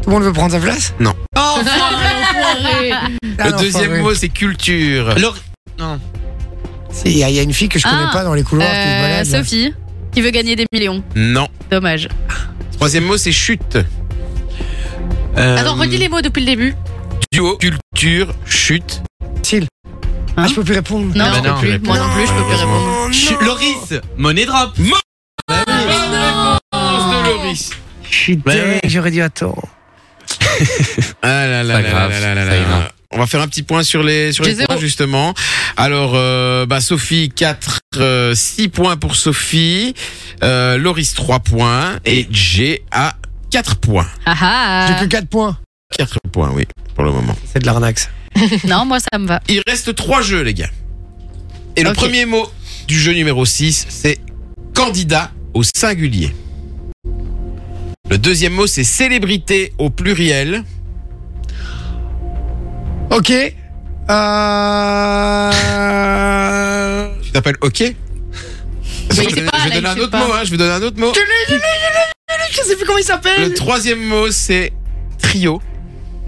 Speaker 2: Tout le monde veut prendre sa place Ah
Speaker 5: Non.
Speaker 2: Oh,
Speaker 4: Ah
Speaker 5: Le deuxième mot, c'est culture.
Speaker 3: Lor- Non.
Speaker 2: Il y, a- il y a une fille que je connais
Speaker 4: Ah,
Speaker 2: pas dans les couloirs qui se
Speaker 4: Euh,
Speaker 2: balade.
Speaker 4: Sophie, qui veut gagner des millions.
Speaker 5: Non.
Speaker 4: Dommage.
Speaker 5: Troisième mot, c'est chute.
Speaker 3: Euh,
Speaker 2: Ah
Speaker 1: Attends, redis les mots depuis le début.
Speaker 5: Duo, culture, chute.
Speaker 2: Sil.
Speaker 4: Hein
Speaker 2: ah, je peux plus répondre.
Speaker 4: Non,
Speaker 3: Bah
Speaker 4: je peux
Speaker 3: non.
Speaker 4: plus. Moi non plus, je peux plus répondre.
Speaker 2: Oh,
Speaker 3: Ch-
Speaker 2: non.
Speaker 3: Loris Money Drop
Speaker 4: Oh
Speaker 5: Réponse de Loris.
Speaker 2: Je suis
Speaker 3: Bah
Speaker 2: dingue,
Speaker 3: ouais.
Speaker 2: j'aurais dû attendre.
Speaker 5: Ah là là
Speaker 3: Pas
Speaker 5: là
Speaker 3: grave,
Speaker 5: là là
Speaker 3: ça
Speaker 5: là là.
Speaker 3: ira.
Speaker 5: On va faire un petit point sur les sur
Speaker 1: J'ai
Speaker 5: les points
Speaker 1: zéro.
Speaker 5: justement. Alors euh, bah Sophie 4 6 points pour Sophie, euh, Loris 3 points et G à 4 points.
Speaker 4: Ah
Speaker 2: J'ai
Speaker 4: ah
Speaker 2: plus 4 points.
Speaker 5: 4 points oui pour le moment.
Speaker 2: C'est de l'arnaque. ça.
Speaker 4: Non, moi ça me va.
Speaker 5: Il reste 3 jeux les gars. Et le
Speaker 4: Ok.
Speaker 5: premier mot du jeu numéro 6 c'est candidat au singulier. Le deuxième mot c'est célébrité au pluriel.
Speaker 2: Ok. Euh.
Speaker 5: Tu t'appelles OK
Speaker 1: Mais
Speaker 5: Je
Speaker 1: c'est
Speaker 5: vais
Speaker 1: pas
Speaker 5: je vais
Speaker 1: Alex,
Speaker 5: donner un
Speaker 1: c'est
Speaker 5: autre
Speaker 1: pas.
Speaker 5: mot, hein, je vais donner un autre mot.
Speaker 2: je sais plus comment il
Speaker 5: Le
Speaker 2: s'appelle.
Speaker 5: troisième mot, c'est trio.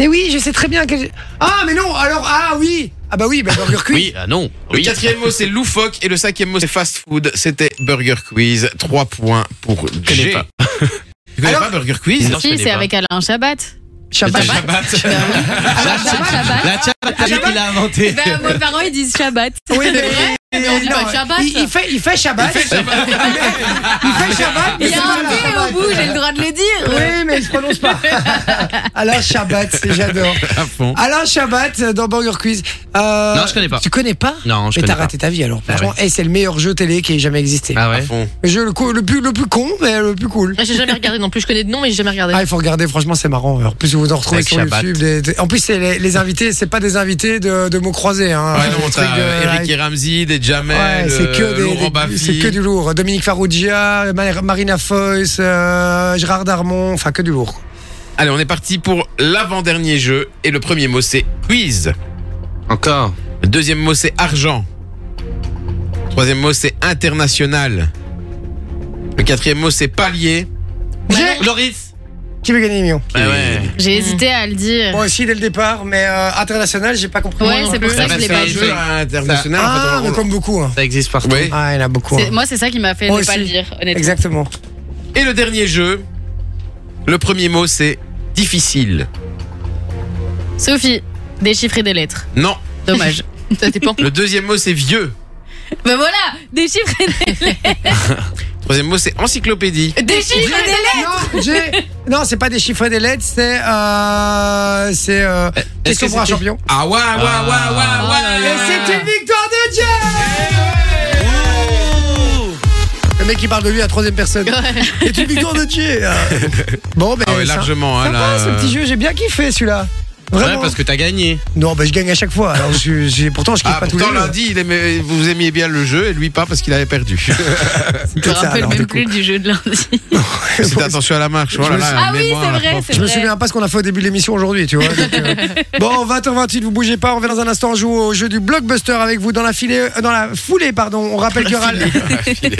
Speaker 2: Mais oui, je sais très bien quel. Ah, mais non, alors, ah oui. Ah, bah oui, bah, Burger Quiz.
Speaker 3: Oui, ah non.
Speaker 5: Le
Speaker 3: Oui.
Speaker 5: quatrième mot, c'est loufoque. Et le cinquième mot, c'est fast food. C'était Burger Quiz. Trois points pour
Speaker 3: connais
Speaker 5: G.
Speaker 3: pas.
Speaker 5: Tu connais
Speaker 2: Alors-
Speaker 5: pas Burger Quiz
Speaker 3: Non, je
Speaker 4: Si,
Speaker 3: connais
Speaker 4: c'est
Speaker 3: pas.
Speaker 4: avec Alain Chabat.
Speaker 2: Shabbat. Ah,
Speaker 3: La Chabat La Chabat, t'as vu qu'il a inventé
Speaker 4: Ben, mes parents ils disent Chabat.
Speaker 2: Oui, mais.
Speaker 1: mais on dit pas Shabbat.
Speaker 2: il, il fait, il fait Shabbat. Il fait Shabbat. il fait Shabbat. mais
Speaker 4: Il y
Speaker 2: c'est
Speaker 4: a
Speaker 2: pas
Speaker 4: un
Speaker 2: la
Speaker 4: P
Speaker 2: Shabbat.
Speaker 4: au bout, j'ai le droit de le dire.
Speaker 2: Oui, mais il se prononce pas. Alain Shabbat, c'est j'adore.
Speaker 5: à fond.
Speaker 2: Alain Shabbat euh, dans Burger Quiz. Euh,
Speaker 3: Non, je connais pas.
Speaker 2: Tu connais pas
Speaker 3: Non, je
Speaker 2: Mais
Speaker 3: connais
Speaker 2: t'as
Speaker 3: pas.
Speaker 2: raté ta vie alors.
Speaker 3: Ah
Speaker 2: Franchement, eh, c'est le meilleur jeu télé qui ait jamais existé.
Speaker 3: Ah
Speaker 5: À
Speaker 3: ouais
Speaker 5: fond.
Speaker 2: Le jeu le, cou- le plus, le plus con, mais le plus cool.
Speaker 1: Ah, J'ai jamais regardé non plus. Je connais de nom, mais j'ai jamais regardé.
Speaker 2: Ah, il faut regarder, franchement, c'est marrant. En plus, vous vous en retrouvez
Speaker 3: Avec
Speaker 2: sur
Speaker 3: Shabbat.
Speaker 2: YouTube. des- des- En plus, c'est les, les invités, c'est pas des invités de, de mots croisés. Hein,
Speaker 5: Ouais,
Speaker 2: Des
Speaker 5: non,
Speaker 2: trucs
Speaker 5: t'as
Speaker 2: de-
Speaker 5: euh, Eric et Ramsey, des Jamel,
Speaker 2: Ouais, c'est que,
Speaker 5: euh,
Speaker 2: des-
Speaker 5: Laurent
Speaker 2: des-
Speaker 5: Baffy.
Speaker 2: c'est que du lourd. Dominique Farrugia, Mar- Marina Foïs, euh, Gérard Darmon, enfin que du lourd.
Speaker 5: Allez, on est parti pour l'avant-dernier jeu. Et le premier mot, c'est quiz.
Speaker 3: Encore
Speaker 5: Le deuxième mot, c'est argent. Le troisième mot, c'est international. Le quatrième mot, c'est palier.
Speaker 2: J'ai-
Speaker 3: Loris
Speaker 2: Qui veut gagner les millions
Speaker 3: Bah ouais
Speaker 4: Bah J'ai hésité à le dire.
Speaker 2: Moi aussi, dès le départ, mais euh, international, j'ai pas compris.
Speaker 4: Ouais,
Speaker 1: non
Speaker 4: c'est
Speaker 1: plus.
Speaker 4: pour ça que je l'ai
Speaker 5: bah, C'est
Speaker 4: pas
Speaker 5: un
Speaker 4: dit.
Speaker 5: jeu international.
Speaker 2: Ah,
Speaker 5: en fait, on-
Speaker 2: mais comme beaucoup. hein.
Speaker 3: Ça existe partout.
Speaker 5: Oui.
Speaker 2: Ah, il y en a beaucoup.
Speaker 4: C'est-
Speaker 2: hein.
Speaker 4: Moi, c'est ça qui m'a fait
Speaker 2: Moi
Speaker 4: ne pas
Speaker 2: aussi.
Speaker 4: le dire, honnêtement.
Speaker 2: Exactement.
Speaker 5: Et le dernier jeu, le premier mot c'est difficile.
Speaker 4: Sophie, Des chiffres et des lettres.
Speaker 5: Non.
Speaker 4: Dommage.
Speaker 1: Ça dépend.
Speaker 5: Le deuxième mot, c'est vieux.
Speaker 4: ben voilà, des chiffres et des
Speaker 5: Troisième mot, c'est encyclopédie.
Speaker 4: lettres. Des chiffres et des lettres.
Speaker 2: Non, j'ai- non, c'est pas des chiffres et des lettres, c'est. Euh, c'est. euh, question
Speaker 5: que
Speaker 2: pour un
Speaker 5: c'était-
Speaker 2: champion.
Speaker 5: Ah ouais, ouais,
Speaker 4: Ah.
Speaker 2: Et
Speaker 5: ouais, ouais, ouais.
Speaker 4: Oh
Speaker 2: c'est une victoire de Dieu Le mec qui parle de lui à troisième personne. C'est une victoire de Dieu euh. Bon, ben.
Speaker 5: Ah ouais,
Speaker 2: ça-
Speaker 5: largement. hein,
Speaker 2: sympa,
Speaker 5: là.
Speaker 2: ce petit jeu, j'ai bien kiffé celui-là.
Speaker 3: Ouais,
Speaker 2: Vraiment.
Speaker 3: parce que t'as gagné.
Speaker 2: Non, ben je gagne à chaque fois. Alors, je- j'ai- pourtant, je kiffe
Speaker 5: Ah,
Speaker 2: pas tous les hein.
Speaker 5: pourtant,
Speaker 2: jeux.
Speaker 5: lundi, il aimait- vous aimiez bien le jeu et lui pas parce qu'il avait perdu.
Speaker 2: C'est
Speaker 4: Je me
Speaker 2: peut-être ça,
Speaker 4: rappelle
Speaker 2: alors, du
Speaker 4: même
Speaker 2: coup.
Speaker 4: plus du jeu de lundi.
Speaker 5: C'était attention à la marche. Oh là là,
Speaker 4: Ah oui,
Speaker 5: mémoire,
Speaker 4: c'est
Speaker 5: la
Speaker 4: vrai,
Speaker 5: pauvre.
Speaker 4: c'est
Speaker 2: Je me
Speaker 4: vrai.
Speaker 2: souviens pas ce qu'on a fait au début de l'émission aujourd'hui, tu vois. donc, euh, Bon, 20h28, vous bougez pas, on revient dans un instant jouer au jeu du blockbuster avec vous dans la filée, euh, dans la foulée, pardon. On rappelle qu'il y aura le,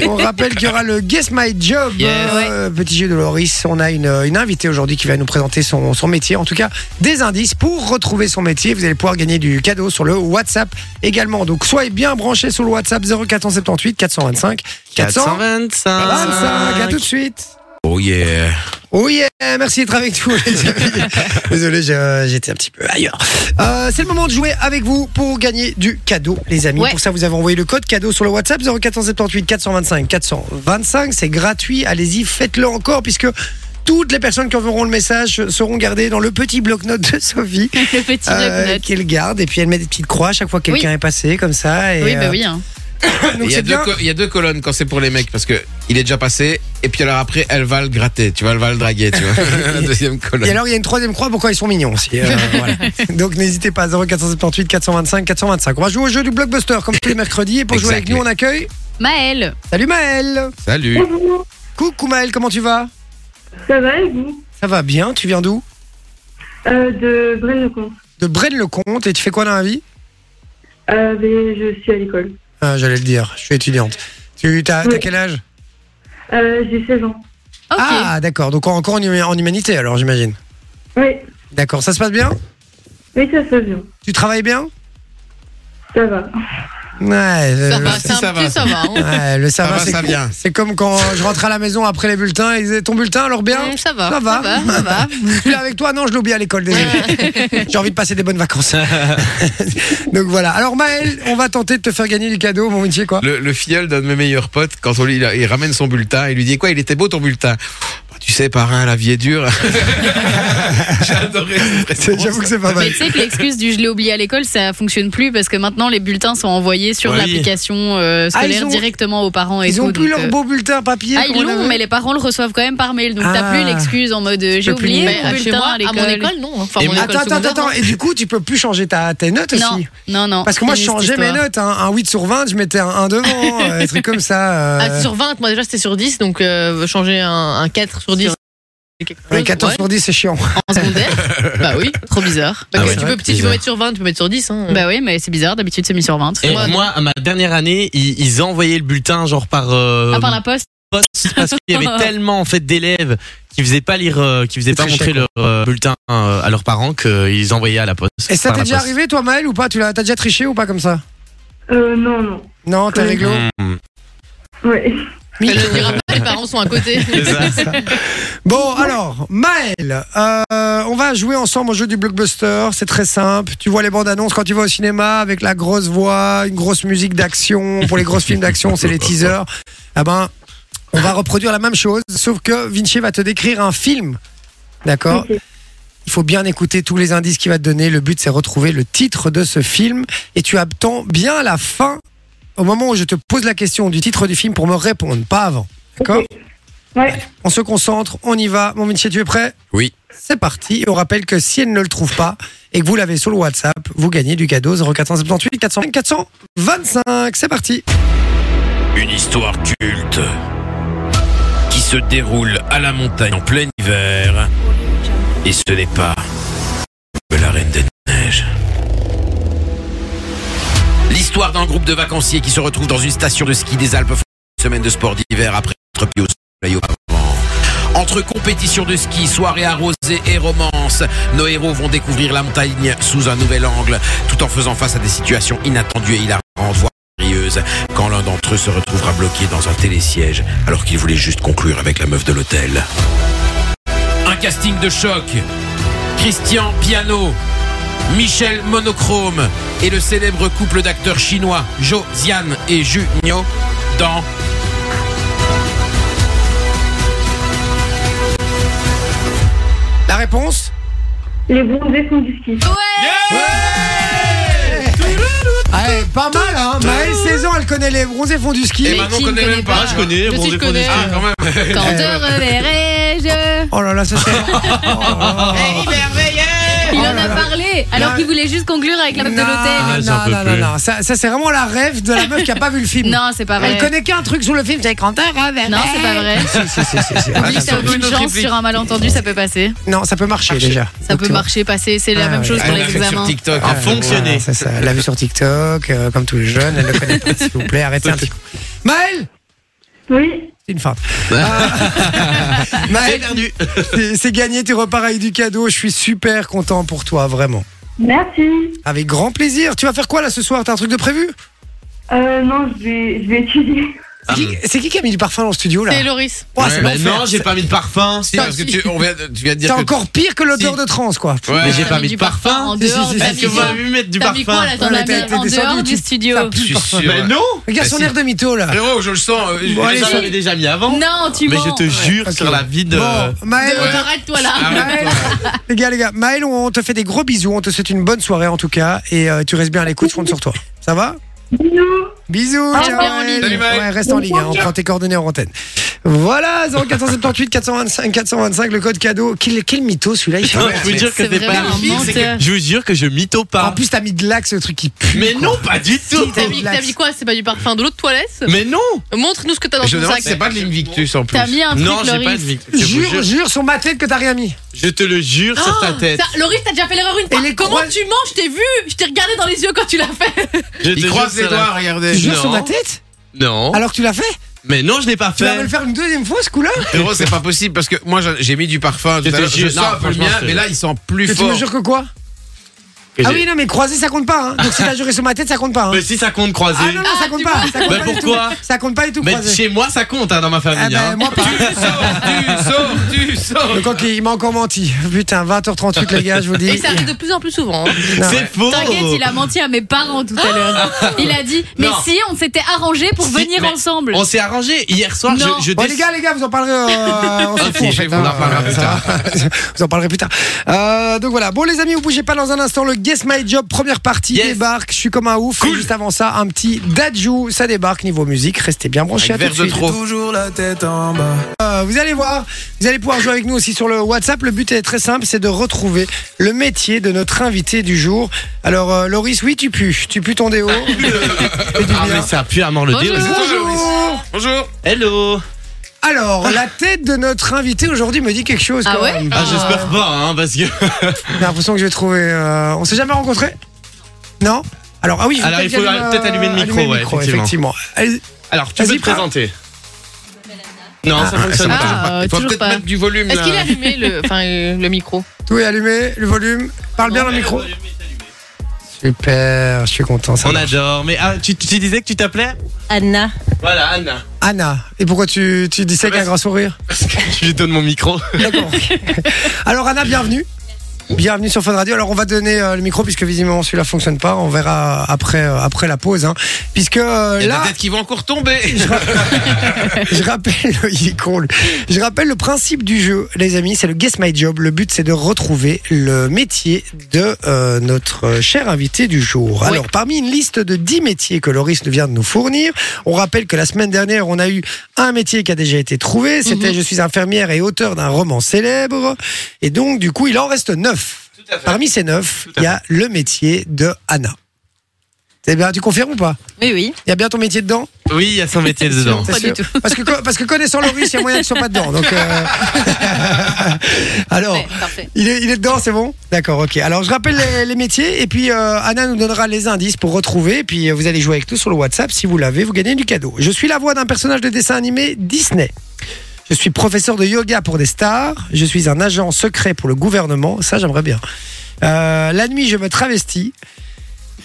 Speaker 2: on rappelle qu'il y aura le Guess My Job,
Speaker 3: Yes.
Speaker 2: euh, petit jeu de Loris. On a une, euh, une invitée aujourd'hui qui va nous présenter son, son métier, en tout cas des indices pour retrouver son métier. Vous allez pouvoir gagner du cadeau sur le WhatsApp également. Donc soyez bien branchés sur le WhatsApp 0478 425 425.
Speaker 3: 425.
Speaker 2: À tout de suite.
Speaker 5: Oh yeah.
Speaker 2: Oh yeah, merci d'être avec nous les amis. Désolé, j'ai- j'étais un petit peu ailleurs. Euh, c'est le moment de jouer avec vous pour gagner du cadeau, les amis.
Speaker 4: Ouais.
Speaker 2: Pour ça, vous avez envoyé le code cadeau sur le WhatsApp 0478 425 425. C'est gratuit, allez-y, faites-le encore puisque toutes les personnes qui enverront le message seront gardées dans le petit bloc-notes de Sophie
Speaker 4: Le petit
Speaker 2: euh,
Speaker 4: bloc-notes.
Speaker 2: qu'elle garde et puis elle met des petites croix à chaque fois que
Speaker 4: Oui.
Speaker 2: quelqu'un est passé comme ça. Et,
Speaker 4: Oui, bah
Speaker 2: euh,
Speaker 4: oui. hein.
Speaker 2: donc
Speaker 5: Il y, a
Speaker 2: c'est
Speaker 5: deux
Speaker 2: bien.
Speaker 5: co- il y a deux colonnes quand c'est pour les mecs parce que il est déjà passé et puis alors après elle va le gratter, tu vois, elle va le draguer, tu vois. La deuxième colonne.
Speaker 2: Et alors, il y a une troisième croix, pourquoi ils sont mignons aussi. euh, voilà. Donc, n'hésitez pas, 0478 425 425. On va jouer au jeu du blockbuster, comme tous les mercredis. Et pour jouer avec
Speaker 5: Exactly.
Speaker 2: nous, on accueille.
Speaker 4: Maëlle.
Speaker 2: Salut Maël
Speaker 5: Salut.
Speaker 2: Coucou Maël, comment tu vas
Speaker 8: Ça va et vous
Speaker 2: Ça va bien, tu viens d'où
Speaker 8: euh, De Braine-le-Comte.
Speaker 2: De Braine-le-Comte, et tu fais quoi dans la vie
Speaker 8: Euh, mais je suis à l'école.
Speaker 2: Ah, J'allais le dire, je suis étudiante. Tu as,
Speaker 8: Oui.
Speaker 2: quel âge
Speaker 8: Euh, J'ai 16 ans.
Speaker 4: Ok.
Speaker 2: Ah, d'accord, donc encore en, huma- en humanité alors, j'imagine.
Speaker 8: Oui,
Speaker 2: D'accord, ça se passe bien
Speaker 8: oui ça se passe bien.
Speaker 2: Tu travailles bien
Speaker 8: Ça va.
Speaker 2: Ouais, euh,
Speaker 1: Ça va,
Speaker 2: le-
Speaker 1: c'est un
Speaker 5: ça va.
Speaker 1: petit ça va. hein.
Speaker 2: ouais, le ça,
Speaker 5: Ça
Speaker 2: va,
Speaker 5: va,
Speaker 2: c'est
Speaker 5: ça
Speaker 2: cool.
Speaker 5: vient.
Speaker 2: C'est comme quand je rentrais à la maison après les bulletins, ils disaient ton bulletin alors bien
Speaker 1: Hum, Ça va.
Speaker 2: Ça va.
Speaker 1: Ça va.
Speaker 2: Tu l'as avec toi Non, je l'ai oublié à l'école, désolé. J'ai envie de passer des bonnes vacances. Donc voilà. Alors Maël, on va tenter de te faire gagner du cadeau, mon métier quoi.
Speaker 5: Le, le filleul d'un de mes meilleurs potes, quand on lui il, il ramène son bulletin, il lui dit quoi Il était beau ton bulletin. Bah, tu sais, parrain, la vie est dure. J'ai adoré cette
Speaker 2: C'est-
Speaker 5: réponse.
Speaker 2: J'avoue que c'est pas
Speaker 4: Mais
Speaker 2: mal.
Speaker 4: tu sais que l'excuse du je l'ai oublié à l'école, ça fonctionne plus parce que maintenant les bulletins sont envoyés sur
Speaker 3: Oui.
Speaker 4: l'application euh,
Speaker 2: Ah, ils
Speaker 4: scolaire
Speaker 2: ont-
Speaker 4: directement aux parents et
Speaker 2: Ils
Speaker 4: tout.
Speaker 2: ont plus
Speaker 4: donc,
Speaker 2: leur
Speaker 4: euh,
Speaker 2: beau bulletin papier.
Speaker 4: Ah,
Speaker 2: qu'on
Speaker 4: ils l'ont,
Speaker 2: avait.
Speaker 4: mais les parents le reçoivent quand même par mail. Donc t'as
Speaker 2: Ah.
Speaker 4: plus l'excuse en mode euh, j'ai
Speaker 2: peux plus
Speaker 4: oublié
Speaker 2: lire.
Speaker 4: mon
Speaker 1: Bah, chez
Speaker 4: bulletin
Speaker 1: moi,
Speaker 2: Ah,
Speaker 4: à l'école.
Speaker 1: mon école, non. Enfin,
Speaker 3: Et
Speaker 1: mon
Speaker 3: moi-
Speaker 1: école
Speaker 2: Attends, attends,
Speaker 1: secondaire,
Speaker 2: attends.
Speaker 1: non.
Speaker 2: Et du coup, tu peux plus changer ta, tes notes
Speaker 4: non,
Speaker 2: aussi.
Speaker 4: non, non.
Speaker 2: Parce que moi, je
Speaker 4: Triste
Speaker 2: changeais mes
Speaker 4: histoire.
Speaker 2: notes. hein. Un 8 sur 20, je mettais un 1 devant, euh, un truc comme ça.
Speaker 1: Ah,
Speaker 2: euh,
Speaker 1: sur 20, moi déjà c'était sur 10, donc euh, changer un, un 4 sur 10.
Speaker 2: ouais, 14
Speaker 1: Ouais,
Speaker 2: sur 10, c'est chiant.
Speaker 1: en secondaire Bah oui.
Speaker 4: Trop bizarre.
Speaker 1: Parce
Speaker 3: Ah
Speaker 1: que
Speaker 3: ouais.
Speaker 1: tu, peux, si tu peux
Speaker 3: Bizarre.
Speaker 1: mettre sur 20, tu peux mettre sur 10. Hein.
Speaker 4: Bah oui, mais c'est bizarre. D'habitude, c'est mis sur 20.
Speaker 3: Et
Speaker 1: Moi,
Speaker 3: moi, à ma dernière année, ils, ils envoyaient le bulletin genre par euh,
Speaker 4: À part Ah, la poste.
Speaker 3: poste parce qu'il y avait tellement en fait d'élèves qui faisaient pas lire, euh, qui faisaient
Speaker 2: C'est
Speaker 3: pas
Speaker 2: très
Speaker 3: montrer leur euh, bulletin euh, à leurs parents qu'ils envoyaient à la poste.
Speaker 2: Et ça
Speaker 3: par
Speaker 2: t'est
Speaker 3: la
Speaker 2: déjà
Speaker 3: poste.
Speaker 2: arrivé, toi, Maël, ou pas Tu l'as t'as déjà triché ou pas comme ça
Speaker 8: Euh, non, non.
Speaker 2: Non, t'es
Speaker 8: Oui.
Speaker 2: réglo.
Speaker 3: Mmh.
Speaker 8: Ouais.
Speaker 1: Elle ne dira pas, les parents sont à côté.
Speaker 2: Bon, alors, Maël, euh, on va jouer ensemble au jeu du blockbuster. C'est très simple. Tu vois les bandes annonces quand tu vas au cinéma avec la grosse voix, une grosse musique d'action. Pour les grosses films d'action, c'est les teasers. Ah ben, on va reproduire la même chose, sauf que Vinci va te décrire un film. D'accord
Speaker 8: Ok.
Speaker 2: il faut bien écouter tous les indices qu'il va te donner. Le but, c'est retrouver le titre de ce film. Et tu attends bien la fin, au moment où je te pose la question du titre du film, pour me répondre, pas avant. D'accord
Speaker 8: Ouais.
Speaker 2: on se concentre, on y va. Mon métier, tu es prêt
Speaker 5: Oui.
Speaker 2: C'est parti. Et on rappelle que si elle ne le trouve pas et que vous l'avez sur le WhatsApp, vous gagnez du cadeau 0478 425 425. C'est parti.
Speaker 9: Une histoire culte qui se déroule à la montagne en plein hiver. Et ce n'est pas que la Reine des Neiges.
Speaker 5: L'histoire d'un groupe de vacanciers qui se retrouve dans une station de ski des Alpes font une semaine de sport d'hiver après notre pied au soleil auparavant. Entre compétitions de ski, soirées arrosées et romances, nos héros vont découvrir la montagne sous un nouvel angle, tout en faisant face à des situations inattendues et hilarantes, voire sérieuses, quand l'un d'entre eux se retrouvera bloqué dans un télésiège, alors qu'il voulait juste conclure avec la meuf de l'hôtel. Un casting de choc. Christian Piano,
Speaker 9: Michel Monochrome et le célèbre couple d'acteurs chinois Jo Xian et Ju Nio dans
Speaker 2: La réponse
Speaker 8: Les bronzés font du ski.
Speaker 2: Ouais, Pas mal, hein Maëlle, 16 ans, elle connaît les bronzés font du ski.
Speaker 5: Et Manon
Speaker 4: qui ne
Speaker 5: Eh ben, connaît
Speaker 4: connaît
Speaker 5: même pas.
Speaker 4: pas
Speaker 3: Ah, je connais,
Speaker 1: Je
Speaker 3: bon,
Speaker 1: sais,
Speaker 3: j'ai
Speaker 1: je
Speaker 3: pas
Speaker 1: connais.
Speaker 3: dit-
Speaker 5: Ah, quand même.
Speaker 4: Quand te reverrai-je
Speaker 2: Oh là là, ça c'est. Oh.
Speaker 4: Il
Speaker 2: Oh
Speaker 4: en
Speaker 2: là
Speaker 4: a
Speaker 2: là.
Speaker 4: parlé, alors
Speaker 2: Non.
Speaker 4: qu'il voulait juste conclure avec la meuf de
Speaker 2: Non,
Speaker 4: l'hôtel. Ah,
Speaker 3: Elle, c'est un
Speaker 2: Non,
Speaker 3: peu
Speaker 2: non, non,
Speaker 3: plus.
Speaker 2: non. Ça, ça, c'est vraiment la rêve de la meuf qui a pas vu le film.
Speaker 4: Non, c'est pas
Speaker 2: Elle
Speaker 4: vrai.
Speaker 2: connaît qu'un truc sur le film, c'est quand t'as rêve.
Speaker 4: Non, c'est pas vrai.
Speaker 2: Si, si, si, si, si.
Speaker 4: Oublie, t'as
Speaker 5: surtout une
Speaker 4: aucune
Speaker 5: autre
Speaker 4: chance
Speaker 5: réplique.
Speaker 4: sur un malentendu, ça peut passer.
Speaker 2: Non, ça peut marcher déjà.
Speaker 4: Ça
Speaker 2: Donc,
Speaker 4: peut
Speaker 2: tu vois.
Speaker 4: marcher, passer, c'est
Speaker 2: Ah,
Speaker 4: la même
Speaker 2: ouais.
Speaker 4: chose
Speaker 5: Ah,
Speaker 4: pour
Speaker 5: on l'a
Speaker 4: les
Speaker 5: fait sur
Speaker 4: examens.
Speaker 5: TikTok.
Speaker 3: Ah, fonctionner.
Speaker 2: Euh, Voilà, c'est ça. Elle l'a vu sur TikTok, euh, comme tous les jeunes, elle le connaît pas, s'il vous plaît, arrêtez un petit coup. Maëlle
Speaker 8: Oui,
Speaker 2: C'est une feinte. Euh, Maëlle,
Speaker 3: perdu.
Speaker 2: c'est- c'est gagné, tu repars avec du cadeau, je suis super content pour toi, vraiment.
Speaker 8: merci.
Speaker 2: Avec grand plaisir. Tu vas faire quoi là ce soir T'as un truc de prévu
Speaker 8: Euh, non, je vais, je vais étudier.
Speaker 2: C'est qui-
Speaker 5: Ah.
Speaker 2: C'est qui qui a mis du parfum dans le studio là
Speaker 1: C'est Loris.
Speaker 2: Oh, c'est
Speaker 3: Ouais, bah
Speaker 2: l'enfer.
Speaker 3: non, j'ai pas mis de parfum.
Speaker 5: Si, parce que tu, on vient, de- tu viens de
Speaker 2: C'est
Speaker 5: dire que.
Speaker 2: encore pire que l'odeur
Speaker 3: Si.
Speaker 2: de trans, quoi.
Speaker 5: Ouais.
Speaker 3: Mais j'ai pas
Speaker 4: mis
Speaker 3: mis
Speaker 4: du
Speaker 3: de
Speaker 4: parfum en
Speaker 3: parfum.
Speaker 2: Si, si,
Speaker 4: dehors,
Speaker 2: si,
Speaker 4: t'as
Speaker 2: si,
Speaker 3: Est-ce que
Speaker 2: si.
Speaker 3: vous
Speaker 4: mis-
Speaker 3: avez vu mettre du
Speaker 4: t'as mis quoi
Speaker 3: parfum
Speaker 4: là T'en
Speaker 2: Ouais,
Speaker 4: as
Speaker 2: t'es-
Speaker 4: mis
Speaker 2: t'es
Speaker 4: en
Speaker 2: descendu,
Speaker 4: dehors
Speaker 2: tu-
Speaker 4: du
Speaker 2: ça
Speaker 4: studio.
Speaker 2: pue le
Speaker 5: Je suis
Speaker 2: parfum.
Speaker 5: sûr.
Speaker 3: Mais non
Speaker 2: Regarde son
Speaker 5: Bah, si.
Speaker 2: air de mytho là.
Speaker 5: Frérot, je le sens. euh, je-
Speaker 2: Bon, allez,
Speaker 5: je-
Speaker 3: Mais j'en
Speaker 2: si.
Speaker 3: avais déjà mis avant.
Speaker 4: Non, tu
Speaker 3: Mais
Speaker 4: mens.
Speaker 3: je te jure
Speaker 2: ok.
Speaker 3: sur la vie de.
Speaker 2: Bon, Maël,
Speaker 4: De- Arrête-toi là.
Speaker 2: Maël, les gars, les gars, Maël, on te fait des gros bisous, on te souhaite une bonne soirée en tout cas, et euh, tu restes bien à l'écoute, je compte sur toi. Ça va
Speaker 8: Bisous.
Speaker 2: Bisous,
Speaker 4: Reste
Speaker 2: ciao,
Speaker 4: bien en
Speaker 2: Maël.
Speaker 4: ligne.
Speaker 5: Salut, Maël.
Speaker 2: Ouais, reste en ligne, hein, on prend tes coordonnées en antenne. Voilà, 0478 425 425, le code cadeau. Quel, quel mytho celui-là il fait
Speaker 3: Non,
Speaker 2: mal.
Speaker 3: je vous jure que
Speaker 4: C'est
Speaker 3: c'est pas
Speaker 4: vraiment un
Speaker 3: c'est que-
Speaker 4: menteur.
Speaker 3: Je vous jure que je mytho
Speaker 2: En
Speaker 3: pas.
Speaker 2: plus, t'as mis de l'axe, le truc qui pue.
Speaker 3: Mais
Speaker 2: quoi.
Speaker 3: non, pas du tout.
Speaker 2: t'as
Speaker 1: T'as
Speaker 2: mis-
Speaker 1: mis, quoi C'est pas du parfum de l'eau de toilette
Speaker 3: Mais non.
Speaker 1: Montre-nous ce que t'as dans
Speaker 5: Je me
Speaker 1: ton
Speaker 5: demande
Speaker 1: sac.
Speaker 5: si c'est pas de l'Invictus en plus.
Speaker 4: T'as mis un truc,
Speaker 3: Non, j'ai pas de
Speaker 4: Loris.
Speaker 3: vie. Je vous
Speaker 2: Jure,
Speaker 3: jure,
Speaker 2: jure sur ma tête que t'as rien mis.
Speaker 3: je te le jure sur ta tête.
Speaker 1: Ça, Loris, t'as déjà fait l'erreur une
Speaker 2: Et
Speaker 1: fois.
Speaker 2: les
Speaker 1: Comment
Speaker 2: croix-
Speaker 1: tu mens Je t'ai vu, je t'ai regardé dans les yeux quand tu l'as fait.
Speaker 3: Je te
Speaker 5: Il
Speaker 3: jure
Speaker 5: croise les
Speaker 3: sur la-
Speaker 5: doigts, regardez.
Speaker 2: Tu jures
Speaker 3: non.
Speaker 2: sur ma tête
Speaker 5: Ah,
Speaker 3: Non.
Speaker 2: Alors que tu l'as fait
Speaker 3: Mais non, je l'ai pas
Speaker 2: Tu vas me
Speaker 3: fait.
Speaker 2: le faire une deuxième fois ce coup-là
Speaker 5: Frérot, c'est pas possible parce que moi j'ai- j'ai mis du parfum. tout
Speaker 3: Je
Speaker 5: à
Speaker 3: te
Speaker 5: l'heure. Je
Speaker 3: jure,
Speaker 5: sens
Speaker 3: non,
Speaker 5: un peu le
Speaker 3: franchement,
Speaker 5: mien,
Speaker 3: c'est-
Speaker 5: mais là il sent plus
Speaker 2: Et tu me
Speaker 5: fort.
Speaker 2: jures que quoi
Speaker 3: Que
Speaker 2: Ah
Speaker 3: j'ai-
Speaker 2: oui, non, mais croisé, ça compte pas. Hein. Donc si t'as juré sur ma tête, ça compte pas. Hein.
Speaker 3: Mais si ça compte croisé.
Speaker 2: Ah non, non, ça compte
Speaker 4: tu
Speaker 2: pas.
Speaker 4: vois.
Speaker 2: Ça compte
Speaker 3: Bah,
Speaker 2: pas du
Speaker 3: pourquoi
Speaker 2: tout. Ça compte pas du tout
Speaker 3: Mais
Speaker 2: croisé.
Speaker 3: chez moi, ça compte hein, dans ma
Speaker 2: Ah
Speaker 3: famille.
Speaker 2: bah,
Speaker 3: hein.
Speaker 2: moi pas.
Speaker 5: Tu sors, tu sors.
Speaker 2: Le coq, il m'a encore menti. Putain, 20h38, les gars, je vous dis.
Speaker 1: Et ça arrive de plus en plus souvent. hein.
Speaker 2: Non.
Speaker 3: C'est faux.
Speaker 4: T'inquiète, il a menti à mes parents tout à l'heure. Il a dit, mais
Speaker 3: Non.
Speaker 4: si, on s'était arrangé pour
Speaker 3: Si,
Speaker 4: venir
Speaker 3: mais
Speaker 4: ensemble.
Speaker 3: On s'est arrangé hier soir.
Speaker 4: Non.
Speaker 3: Je, je
Speaker 2: Bon,
Speaker 3: déc-
Speaker 2: Oh, les gars, les gars, vous en parlerez. euh, on s'en
Speaker 3: Ok,
Speaker 2: fout, en fait,
Speaker 5: Ah, vous en reparlera plus
Speaker 2: ça va. vous en parlerez plus tard. Euh, donc voilà. Bon, les amis, vous bougez pas dans un instant. Le Guess My Job, première partie,
Speaker 3: Yes.
Speaker 2: débarque. Je suis comme un ouf. Et juste avant ça, un petit Dajou. Ça débarque niveau musique. Restez bien branchés.
Speaker 5: Avec
Speaker 2: à tout
Speaker 5: verre de
Speaker 2: suite.
Speaker 5: trop.
Speaker 2: Euh, vous allez voir, vous allez pouvoir jouer avec nous aussi sur le WhatsApp. Le but est très simple, c'est de retrouver le métier de notre invité du jour. Alors, euh, Loris, oui, tu pues. Tu pues ton déo. Fais du
Speaker 3: Ah,
Speaker 2: bien.
Speaker 3: mais ça pue à mort le
Speaker 4: Bonjour.
Speaker 3: déo.
Speaker 2: Bonjour.
Speaker 5: Bonjour.
Speaker 3: Hello.
Speaker 2: Alors, la tête de notre invité aujourd'hui me dit quelque chose.
Speaker 4: Ah
Speaker 2: quand
Speaker 4: ouais
Speaker 2: même.
Speaker 3: Ah, j'espère pas, hein, parce que.
Speaker 2: J'ai l'impression que je vais trouver. euh, On s'est jamais rencontrés Non Alors, ah oui,
Speaker 3: Alors, il faut
Speaker 2: allumer,
Speaker 3: peut-être allumer le micro, ouais,
Speaker 2: effectivement.
Speaker 3: effectivement.
Speaker 2: Allez-
Speaker 3: Alors, tu
Speaker 2: Vas-y,
Speaker 3: peux te
Speaker 2: pas.
Speaker 3: présenter Non, ça fonctionne
Speaker 4: Ah,
Speaker 3: pas.
Speaker 4: euh,
Speaker 5: Il faut
Speaker 4: toujours
Speaker 5: peut-être
Speaker 4: pas.
Speaker 5: mettre du volume
Speaker 1: Est-ce
Speaker 5: là.
Speaker 1: qu'il a allumé le, enfin, euh, le micro
Speaker 2: Tout est allumé, le volume. Parle bien dans le micro. Super, je suis content. Ça
Speaker 3: On
Speaker 2: va.
Speaker 3: adore. Mais ah, tu, tu disais que tu t'appelais
Speaker 10: Anna.
Speaker 3: Voilà, Anna.
Speaker 2: Anna, et pourquoi tu, tu dis ça avec un grand sourire
Speaker 3: Parce que je lui donne mon micro.
Speaker 2: D'accord. Alors Anna, bienvenue. Bienvenue sur Fun Radio. Alors on va donner euh, le micro puisque visiblement celui-là fonctionne pas. On verra après euh, après la pause, hein. puisque euh,
Speaker 3: Eh ben,
Speaker 5: Il y a
Speaker 2: là
Speaker 5: des têtes qui vont encore tomber.
Speaker 2: je rappelle il est con, lui. Je rappelle le principe du jeu, les amis, c'est le Guess My Job. Le but c'est de retrouver le métier de euh, notre cher invité du jour. Alors parmi une liste de 10 métiers que Loris vient de nous fournir, on rappelle que la semaine dernière on a eu un métier qui a déjà été trouvé. C'était je suis infirmière et auteur d'un roman célèbre. Et donc du coup il en reste 9. Parmi ces 9, il y a le métier de Anna. C'est bien, tu confirmes ou pas
Speaker 10: Oui, oui.
Speaker 2: Il y a bien ton métier dedans
Speaker 3: Oui, il y a son métier dedans.
Speaker 2: T'es
Speaker 4: Pas
Speaker 2: sûr
Speaker 4: du
Speaker 2: Parce que, parce que connaissant Loris, il y a moyen qu'il soit pas dedans. Donc euh, Alors, Oh.
Speaker 4: Ouais, parfait.
Speaker 2: il est, il est dedans, c'est bon D'accord, ok. Alors, je rappelle les, les métiers et puis euh, Anna nous donnera les indices pour retrouver. Et puis, euh, vous allez jouer avec nous sur le WhatsApp. Si vous l'avez, vous gagnez du cadeau. Je suis la voix d'un personnage de dessin animé Disney. Je suis professeur de yoga pour des stars. Je suis un agent secret pour le gouvernement. Ça, j'aimerais bien. Euh, la nuit, je me travestis.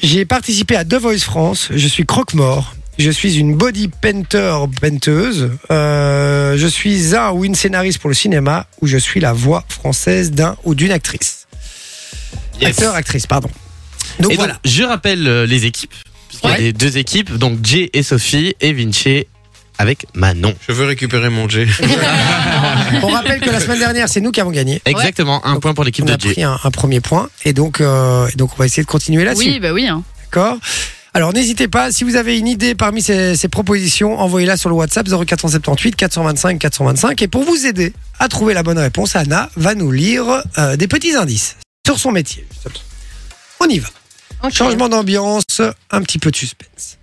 Speaker 2: J'ai participé à The Voice France. Je suis croque-mort. Je suis une body painter penteuse. Euh, je suis un ou une scénariste pour le cinéma ou je suis la voix française d'un ou d'une actrice.
Speaker 3: Yes.
Speaker 2: Acteur, actrice, pardon. Donc
Speaker 3: Et donc,
Speaker 2: voilà.
Speaker 3: je rappelle euh, les équipes. Il y a
Speaker 4: Ouais.
Speaker 3: les deux équipes, donc Jay et Sophie et Vinci avec Manon.
Speaker 5: Je veux récupérer mon J.
Speaker 2: On rappelle que la semaine dernière, c'est nous qui avons gagné.
Speaker 3: Exactement, un
Speaker 2: Donc,
Speaker 3: point pour l'équipe
Speaker 2: On a
Speaker 3: de Jay.
Speaker 2: pris un, un premier point. Et donc, euh, et donc, on va essayer de continuer là-dessus.
Speaker 4: Oui, bah oui. hein.
Speaker 2: D'accord alors n'hésitez pas, si vous avez une idée parmi ces, ces propositions, envoyez-la sur le WhatsApp 0478 425 425. Et pour vous aider à trouver la bonne réponse, Anna va nous lire euh, des petits indices sur son métier. On y va.
Speaker 1: Ok.
Speaker 2: Changement d'ambiance, un petit peu de suspense.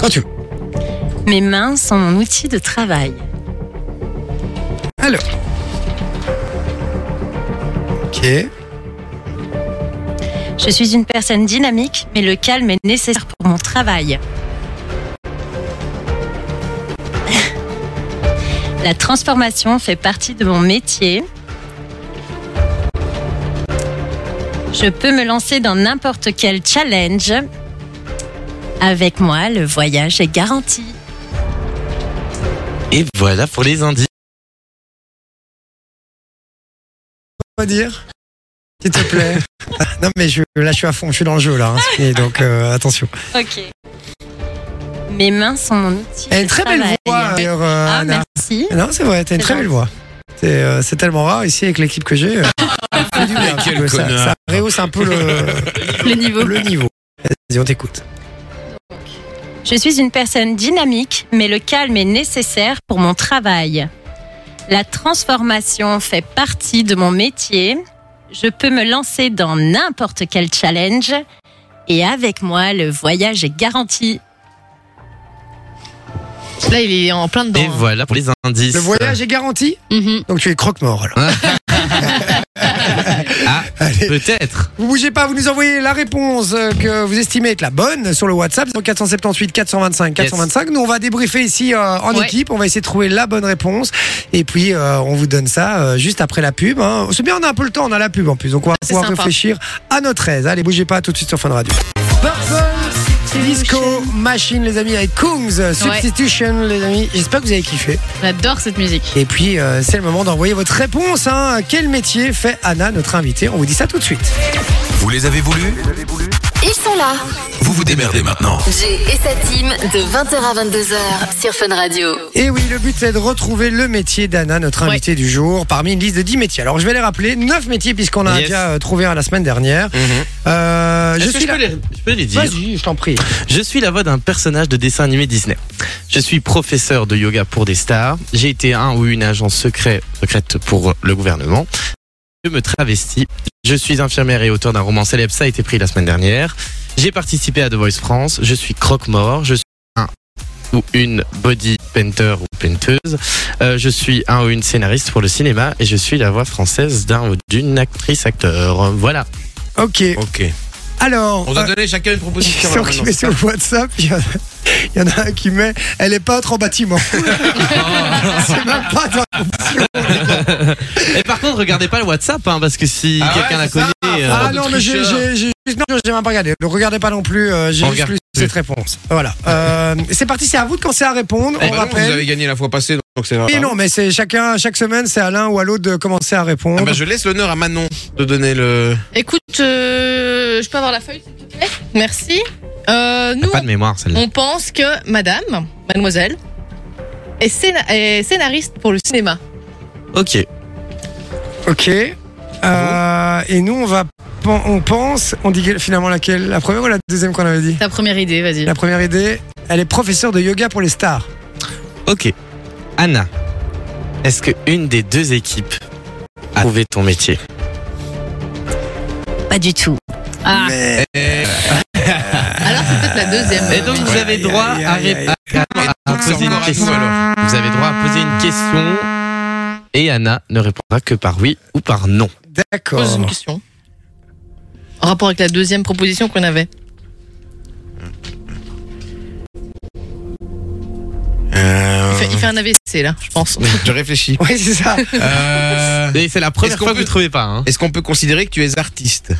Speaker 2: Quand tu veux.
Speaker 10: Mes mains sont mon outil de travail.
Speaker 2: Alors. Ok.
Speaker 10: Je suis une personne dynamique, mais le calme est nécessaire pour mon travail. La transformation fait partie de mon métier. Je peux me lancer dans n'importe quel challenge. Avec moi, le voyage est garanti.
Speaker 3: Et voilà pour les indices.
Speaker 2: va dire S'il te plaît. non, mais je, là, je suis à fond, je suis dans le jeu, là. hein. Et donc, euh, attention.
Speaker 10: Ok. Mes mains sont mon outil.
Speaker 2: Elle a une
Speaker 10: de
Speaker 2: très belle
Speaker 10: travail.
Speaker 2: voix, d'ailleurs, euh,
Speaker 10: Ah,
Speaker 2: Anna.
Speaker 10: merci.
Speaker 2: Non, c'est vrai, t'as une
Speaker 10: C'est
Speaker 2: très belle voix. C'est euh, c'est tellement rare ici avec l'équipe que j'ai. euh, ça fait du bien, un petit
Speaker 9: quel
Speaker 2: peu, ça,
Speaker 9: connard.
Speaker 2: ça rehausse un peu le,
Speaker 4: Le niveau.
Speaker 2: le niveau. Vas-y, on t'écoute.
Speaker 10: Je suis une personne dynamique, mais le calme est nécessaire pour mon travail. La transformation fait partie de mon métier. Je peux me lancer dans n'importe quel challenge. Et avec moi, le voyage est garanti.
Speaker 1: Là, il est en plein dedans.
Speaker 3: Et
Speaker 1: hein.
Speaker 3: voilà pour les indices.
Speaker 2: Le voyage est garanti,
Speaker 4: Mhm.
Speaker 2: donc tu es croque-mort, alors.
Speaker 3: Ah,
Speaker 2: Allez.
Speaker 3: peut-être.
Speaker 2: Vous bougez pas, vous nous envoyez la réponse euh, que vous estimez être la bonne sur le WhatsApp 478 425 425. Nous on va débriefer ici euh, en
Speaker 1: Ouais.
Speaker 2: équipe, on va essayer de trouver la bonne réponse et puis euh, on vous donne ça euh, juste après la pub. hein. C'est bien, on a un peu le temps, on a la pub en plus, donc on va
Speaker 1: C'est
Speaker 2: pouvoir
Speaker 1: sympa.
Speaker 2: réfléchir à notre aise. Allez, bougez pas tout de suite sur Fun Radio. Purple Disco Machine les amis avec Kungs Substitution les amis. J'espère que vous avez kiffé.
Speaker 4: J'adore cette musique.
Speaker 2: Et puis euh, c'est le moment d'envoyer votre réponse. hein. Quel métier fait Anna notre invitée On vous dit ça tout de suite.
Speaker 7: Vous les avez voulu
Speaker 6: Ils sont là.
Speaker 7: Vous vous démerdez maintenant.
Speaker 6: Jay et sa team de 20h à 22h sur Fun Radio.
Speaker 2: Et oui, le but c'est de retrouver le métier d'Anna, notre
Speaker 1: Ouais.
Speaker 2: invitée du jour, parmi une liste de 10 métiers. Alors je vais les rappeler, 9 métiers puisqu'on a
Speaker 3: Yes. Mhm.
Speaker 2: déjà euh, trouvé un la semaine dernière. Euh, je
Speaker 3: Est-ce que
Speaker 2: suis
Speaker 3: je,
Speaker 2: là.
Speaker 3: peux les, je peux les dire.
Speaker 2: Vas-y, je t'en prie.
Speaker 3: Je suis la voix d'un personnage de dessin animé Disney. Je suis professeur de yoga pour des stars. J'ai été un ou une agent secret, secrète pour le gouvernement. Je me travestis. Je suis infirmière et auteur d'un roman célèbre. Ça a été pris la semaine dernière. J'ai participé à The Voice France. Je suis croque-mort. Je suis un ou une body painter ou painteuse. Euh, je suis un ou une scénariste pour le cinéma et je suis la voix française d'un ou d'une actrice acteur. Voilà.
Speaker 2: Ok.
Speaker 5: Ok. Ah.
Speaker 2: Alors,
Speaker 5: On doit
Speaker 2: euh,
Speaker 5: donner chacun une proposition.
Speaker 2: question qui met sur le WhatsApp, il y, en a, il y en a un qui met Elle est peintre en bâtiment. c'est même pas toi.
Speaker 3: Et par contre, regardez pas le WhatsApp hein, parce que si
Speaker 5: Ah ouais,
Speaker 3: quelqu'un la
Speaker 5: c'est ça.
Speaker 3: connaît. euh,
Speaker 2: Ah
Speaker 5: de
Speaker 2: non, mais j'ai
Speaker 5: tricheur.
Speaker 2: j'ai- j'ai- non, j'ai même pas regardé. Ne regardez pas non plus, euh, j'ai
Speaker 3: On
Speaker 2: juste
Speaker 3: regarde
Speaker 2: lu
Speaker 3: plus.
Speaker 2: cette réponse. Voilà. Euh, c'est parti, c'est à vous de commencer à répondre. On
Speaker 5: Eh ben non, vous
Speaker 2: rappelle.
Speaker 5: avez gagné la fois passée, donc c'est
Speaker 2: Oui, non, mais c'est chacun, chaque semaine, c'est à l'un ou à l'autre de commencer à répondre.
Speaker 5: Ah ben, je laisse l'honneur à Manon de donner le.
Speaker 1: Écoute, euh, je peux avoir la feuille, s'il te plaît Merci. Euh, nous,
Speaker 3: Pas de mémoire, celle-là.
Speaker 1: on pense que madame, mademoiselle, est, scéna- est scénariste pour le cinéma.
Speaker 3: Ok.
Speaker 2: Ok. Euh, et nous, on va, pen- on pense, on dit quelle- finalement laquelle La première ou la deuxième qu'on avait dit
Speaker 4: Ta première idée, vas-y.
Speaker 2: La première idée, elle est professeure de yoga pour les stars.
Speaker 3: Ok. Anna, est-ce que une des deux équipes a trouvé ton métier
Speaker 10: Pas du tout.
Speaker 4: Ah,
Speaker 2: Mais
Speaker 1: Alors, c'est peut-être la deuxième.
Speaker 3: Et donc vous avez droit
Speaker 2: aïe,
Speaker 3: à,
Speaker 2: aïe,
Speaker 3: ré- à- à- à
Speaker 5: C'est
Speaker 3: poser
Speaker 5: encore
Speaker 3: une
Speaker 5: à
Speaker 3: question.
Speaker 5: nous, alors.
Speaker 3: Vous avez droit à poser une question et Anna ne répondra que par oui ou par non.
Speaker 1: Je pose une
Speaker 2: d'accord.
Speaker 1: question. En rapport avec la deuxième proposition qu'on avait. Il fait, il fait un AVC là, je pense.
Speaker 5: Je réfléchis.
Speaker 2: Oui, c'est ça.
Speaker 5: Euh,
Speaker 3: Et c'est la première
Speaker 5: Est-ce qu'on
Speaker 3: fois que
Speaker 5: peut-
Speaker 3: vous trouvez pas. Hein.
Speaker 5: Est-ce qu'on peut considérer que tu es artiste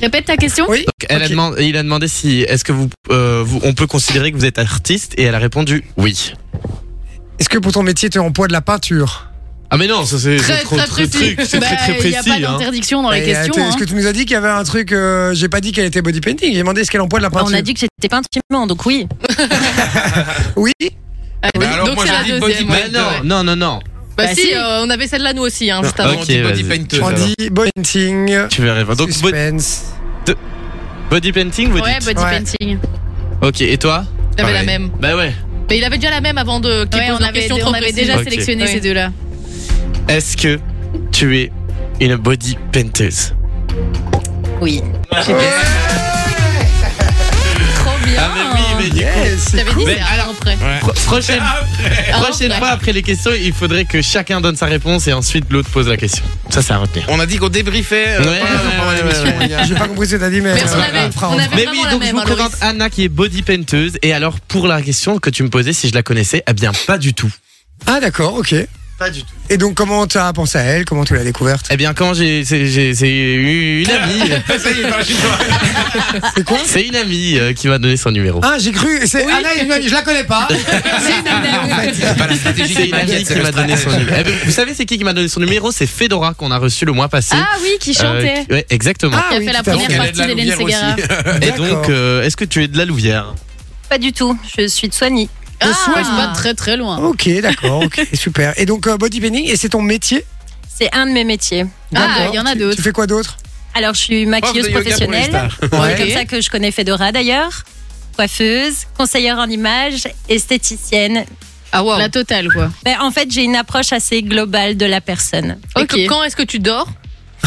Speaker 4: répète ta question.
Speaker 2: Oui.
Speaker 3: Donc elle a
Speaker 2: Ok.
Speaker 3: demandé- il a demandé si est-ce que vous, euh, vous- on peut considérer que vous êtes artiste et elle a répondu oui.
Speaker 2: Est-ce que pour ton métier, tu es en poids de la peinture
Speaker 3: Ah mais non, ça c'est
Speaker 4: Très,
Speaker 3: trop-
Speaker 4: très
Speaker 3: trop de
Speaker 4: précis.
Speaker 3: trucs, c'est
Speaker 4: Bah,
Speaker 3: très très
Speaker 4: Il n'y a
Speaker 3: précis.
Speaker 4: pas
Speaker 3: hein.
Speaker 4: d'interdiction dans les
Speaker 2: Et, euh,
Speaker 4: questions.
Speaker 2: t'es- Est-ce
Speaker 4: hein.
Speaker 2: que tu nous as dit qu'il y avait un truc euh, J'ai pas dit qu'elle était body painting. J'ai demandé est-ce qu'elle est en poids de la
Speaker 10: Bah,
Speaker 2: peinture.
Speaker 10: on a dit que j'étais pas intimement, donc oui.
Speaker 2: Oui.
Speaker 1: Ah,
Speaker 5: Bah alors,
Speaker 1: donc
Speaker 5: moi,
Speaker 1: c'est
Speaker 5: j'ai
Speaker 1: la
Speaker 5: dit body
Speaker 1: deuxième.
Speaker 3: Mais
Speaker 1: ouais.
Speaker 3: non,
Speaker 1: Ouais.
Speaker 3: non, non, non.
Speaker 1: Bah,
Speaker 10: Bah,
Speaker 1: si,
Speaker 10: si.
Speaker 1: euh, on avait celle-là nous aussi, hein,
Speaker 3: Ah,
Speaker 1: juste avant.
Speaker 5: on dit body
Speaker 3: vas-y.
Speaker 5: painter.
Speaker 2: On dit body painting.
Speaker 3: Tu verras. Donc bo-
Speaker 2: suspense.
Speaker 3: body painting, vous
Speaker 4: Ouais,
Speaker 3: dites
Speaker 4: body
Speaker 2: Ouais.
Speaker 4: painting.
Speaker 3: Ok, et toi
Speaker 1: J'avais la
Speaker 5: pareil.
Speaker 1: même.
Speaker 3: Bah ouais.
Speaker 1: Mais il avait déjà la même avant de qu'il
Speaker 4: Ouais,
Speaker 1: pose
Speaker 4: on
Speaker 1: la
Speaker 4: avait,
Speaker 1: question
Speaker 4: on
Speaker 1: trop
Speaker 4: avait
Speaker 1: précise.
Speaker 4: déjà
Speaker 3: Ok.
Speaker 4: sélectionné
Speaker 1: Oui.
Speaker 4: ces deux-là.
Speaker 3: Est-ce que tu es une body painteuse
Speaker 10: Oui.
Speaker 4: Trop bien.
Speaker 3: Ah mais oui, mais du coup,
Speaker 2: Yes.
Speaker 1: J'avais dit
Speaker 3: Mais
Speaker 1: c'est à l'an près.
Speaker 3: pro- prochaine,
Speaker 1: À l'an
Speaker 3: prochaine
Speaker 1: près.
Speaker 3: fois après les questions, il faudrait que chacun donne sa réponse et ensuite l'autre pose la question. Ça, c'est à retenir.
Speaker 5: On a dit qu'on débriefait. euh,
Speaker 3: Ouais,
Speaker 5: pas-
Speaker 3: ouais,
Speaker 5: pendant
Speaker 3: ouais,
Speaker 5: l'émission,
Speaker 3: ouais, ouais.
Speaker 5: les gars.
Speaker 2: J'ai pas compris ce que t'as dit, mais.
Speaker 1: Mais
Speaker 2: euh,
Speaker 1: on avait,
Speaker 2: on fera,
Speaker 1: on
Speaker 2: on
Speaker 1: avait
Speaker 3: Mais oui,
Speaker 1: vraiment la
Speaker 3: donc je
Speaker 1: même.
Speaker 3: vous
Speaker 1: hein, Loris.
Speaker 3: présente Anna qui est body painteuse. Et alors, pour la question que tu me posais, si je la connaissais, eh bien, pas du tout.
Speaker 2: Ah, d'accord, ok.
Speaker 3: Pas du tout.
Speaker 2: Et donc, comment tu as pensé à elle Comment tu l'as découverte
Speaker 3: Eh bien, quand j'ai c'est- j'ai- c'est eu une amie,
Speaker 5: Ça y est, bah, je suis pas-
Speaker 2: C'est quoi
Speaker 3: c'est une amie euh, qui m'a donné son numéro.
Speaker 2: Ah, j'ai cru. C'est Anna, une- je la connais pas.
Speaker 5: C'est pas la stratégie
Speaker 3: C'est
Speaker 5: des
Speaker 3: une amie
Speaker 5: maquettes,
Speaker 3: qui
Speaker 5: c'est le
Speaker 3: m'a donné son
Speaker 5: stratège.
Speaker 3: numéro. Eh bien, vous savez, c'est qui qui m'a donné son numéro C'est Fedora qu'on a reçu le mois passé.
Speaker 4: Ah oui, qui chantait.
Speaker 3: Euh, ouais, exactement.
Speaker 2: Ah
Speaker 4: qui a
Speaker 2: oui,
Speaker 4: fait la
Speaker 2: tout à fait.
Speaker 4: première
Speaker 5: Donc, elle
Speaker 4: partie
Speaker 5: est de la
Speaker 4: d'Hélène
Speaker 5: Louvière
Speaker 4: Ségara.
Speaker 5: aussi.
Speaker 1: Ah.
Speaker 3: Et
Speaker 2: D'accord.
Speaker 3: donc, euh, est-ce que tu es de la Louvière
Speaker 10: Pas du tout. Je suis de Soigny.
Speaker 4: Ah,
Speaker 2: soir.
Speaker 4: je suis pas très très loin.
Speaker 2: Ok, d'accord, ok, super. Et donc, euh, body painting, et c'est ton métier
Speaker 10: C'est un de mes métiers.
Speaker 4: Ah,
Speaker 2: D'accord.
Speaker 4: il y en a
Speaker 2: Tu-
Speaker 4: d'autres.
Speaker 2: Tu fais quoi d'autre
Speaker 10: Alors, je
Speaker 5: Prof
Speaker 10: suis
Speaker 5: de
Speaker 10: maquilleuse
Speaker 5: yoga pour les
Speaker 10: professionnelle.
Speaker 5: stars.
Speaker 10: C'est
Speaker 2: Ouais.
Speaker 10: comme ça que je connais Fedora d'ailleurs. Coiffeuse, conseillère en images, esthéticienne.
Speaker 1: Ah wow.
Speaker 4: La totale, quoi.
Speaker 10: Ben, en fait, j'ai une approche assez globale de la personne.
Speaker 1: Et
Speaker 4: Ok.
Speaker 1: que- Quand est-ce que tu dors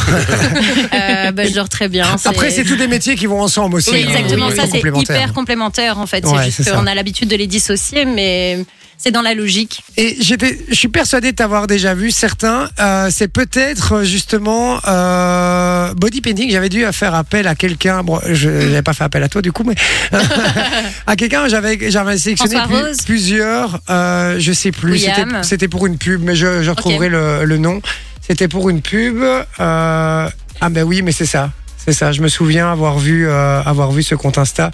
Speaker 10: Euh, ben, je dors très bien.
Speaker 2: Après, c'est tous des métiers qui vont ensemble aussi.
Speaker 10: Oui,
Speaker 2: hein,
Speaker 10: exactement.
Speaker 2: oui,
Speaker 10: ça,
Speaker 2: oui,
Speaker 10: c'est
Speaker 2: complémentaires.
Speaker 10: hyper complémentaire en fait. C'est
Speaker 2: Ouais,
Speaker 10: juste
Speaker 2: c'est ça.
Speaker 10: qu'on a l'habitude de les dissocier, mais c'est dans la logique.
Speaker 2: Et j'étais, je suis persuadé de t'avoir déjà vu certains. Euh, c'est peut-être euh, justement euh, body painting. J'avais dû faire appel à quelqu'un. Bon, je n'avais pas fait appel à toi du coup, mais à quelqu'un. J'avais, j'avais sélectionné
Speaker 10: François
Speaker 2: plus-
Speaker 10: Rose
Speaker 2: plusieurs. Euh, je sais plus.
Speaker 10: William.
Speaker 2: C'était, c'était pour une pub, mais je, je retrouverai le, le nom. C'était pour une pub. euh, ah ben oui, mais c'est ça. C'est ça. Je me souviens avoir vu, euh, avoir vu ce compte Insta.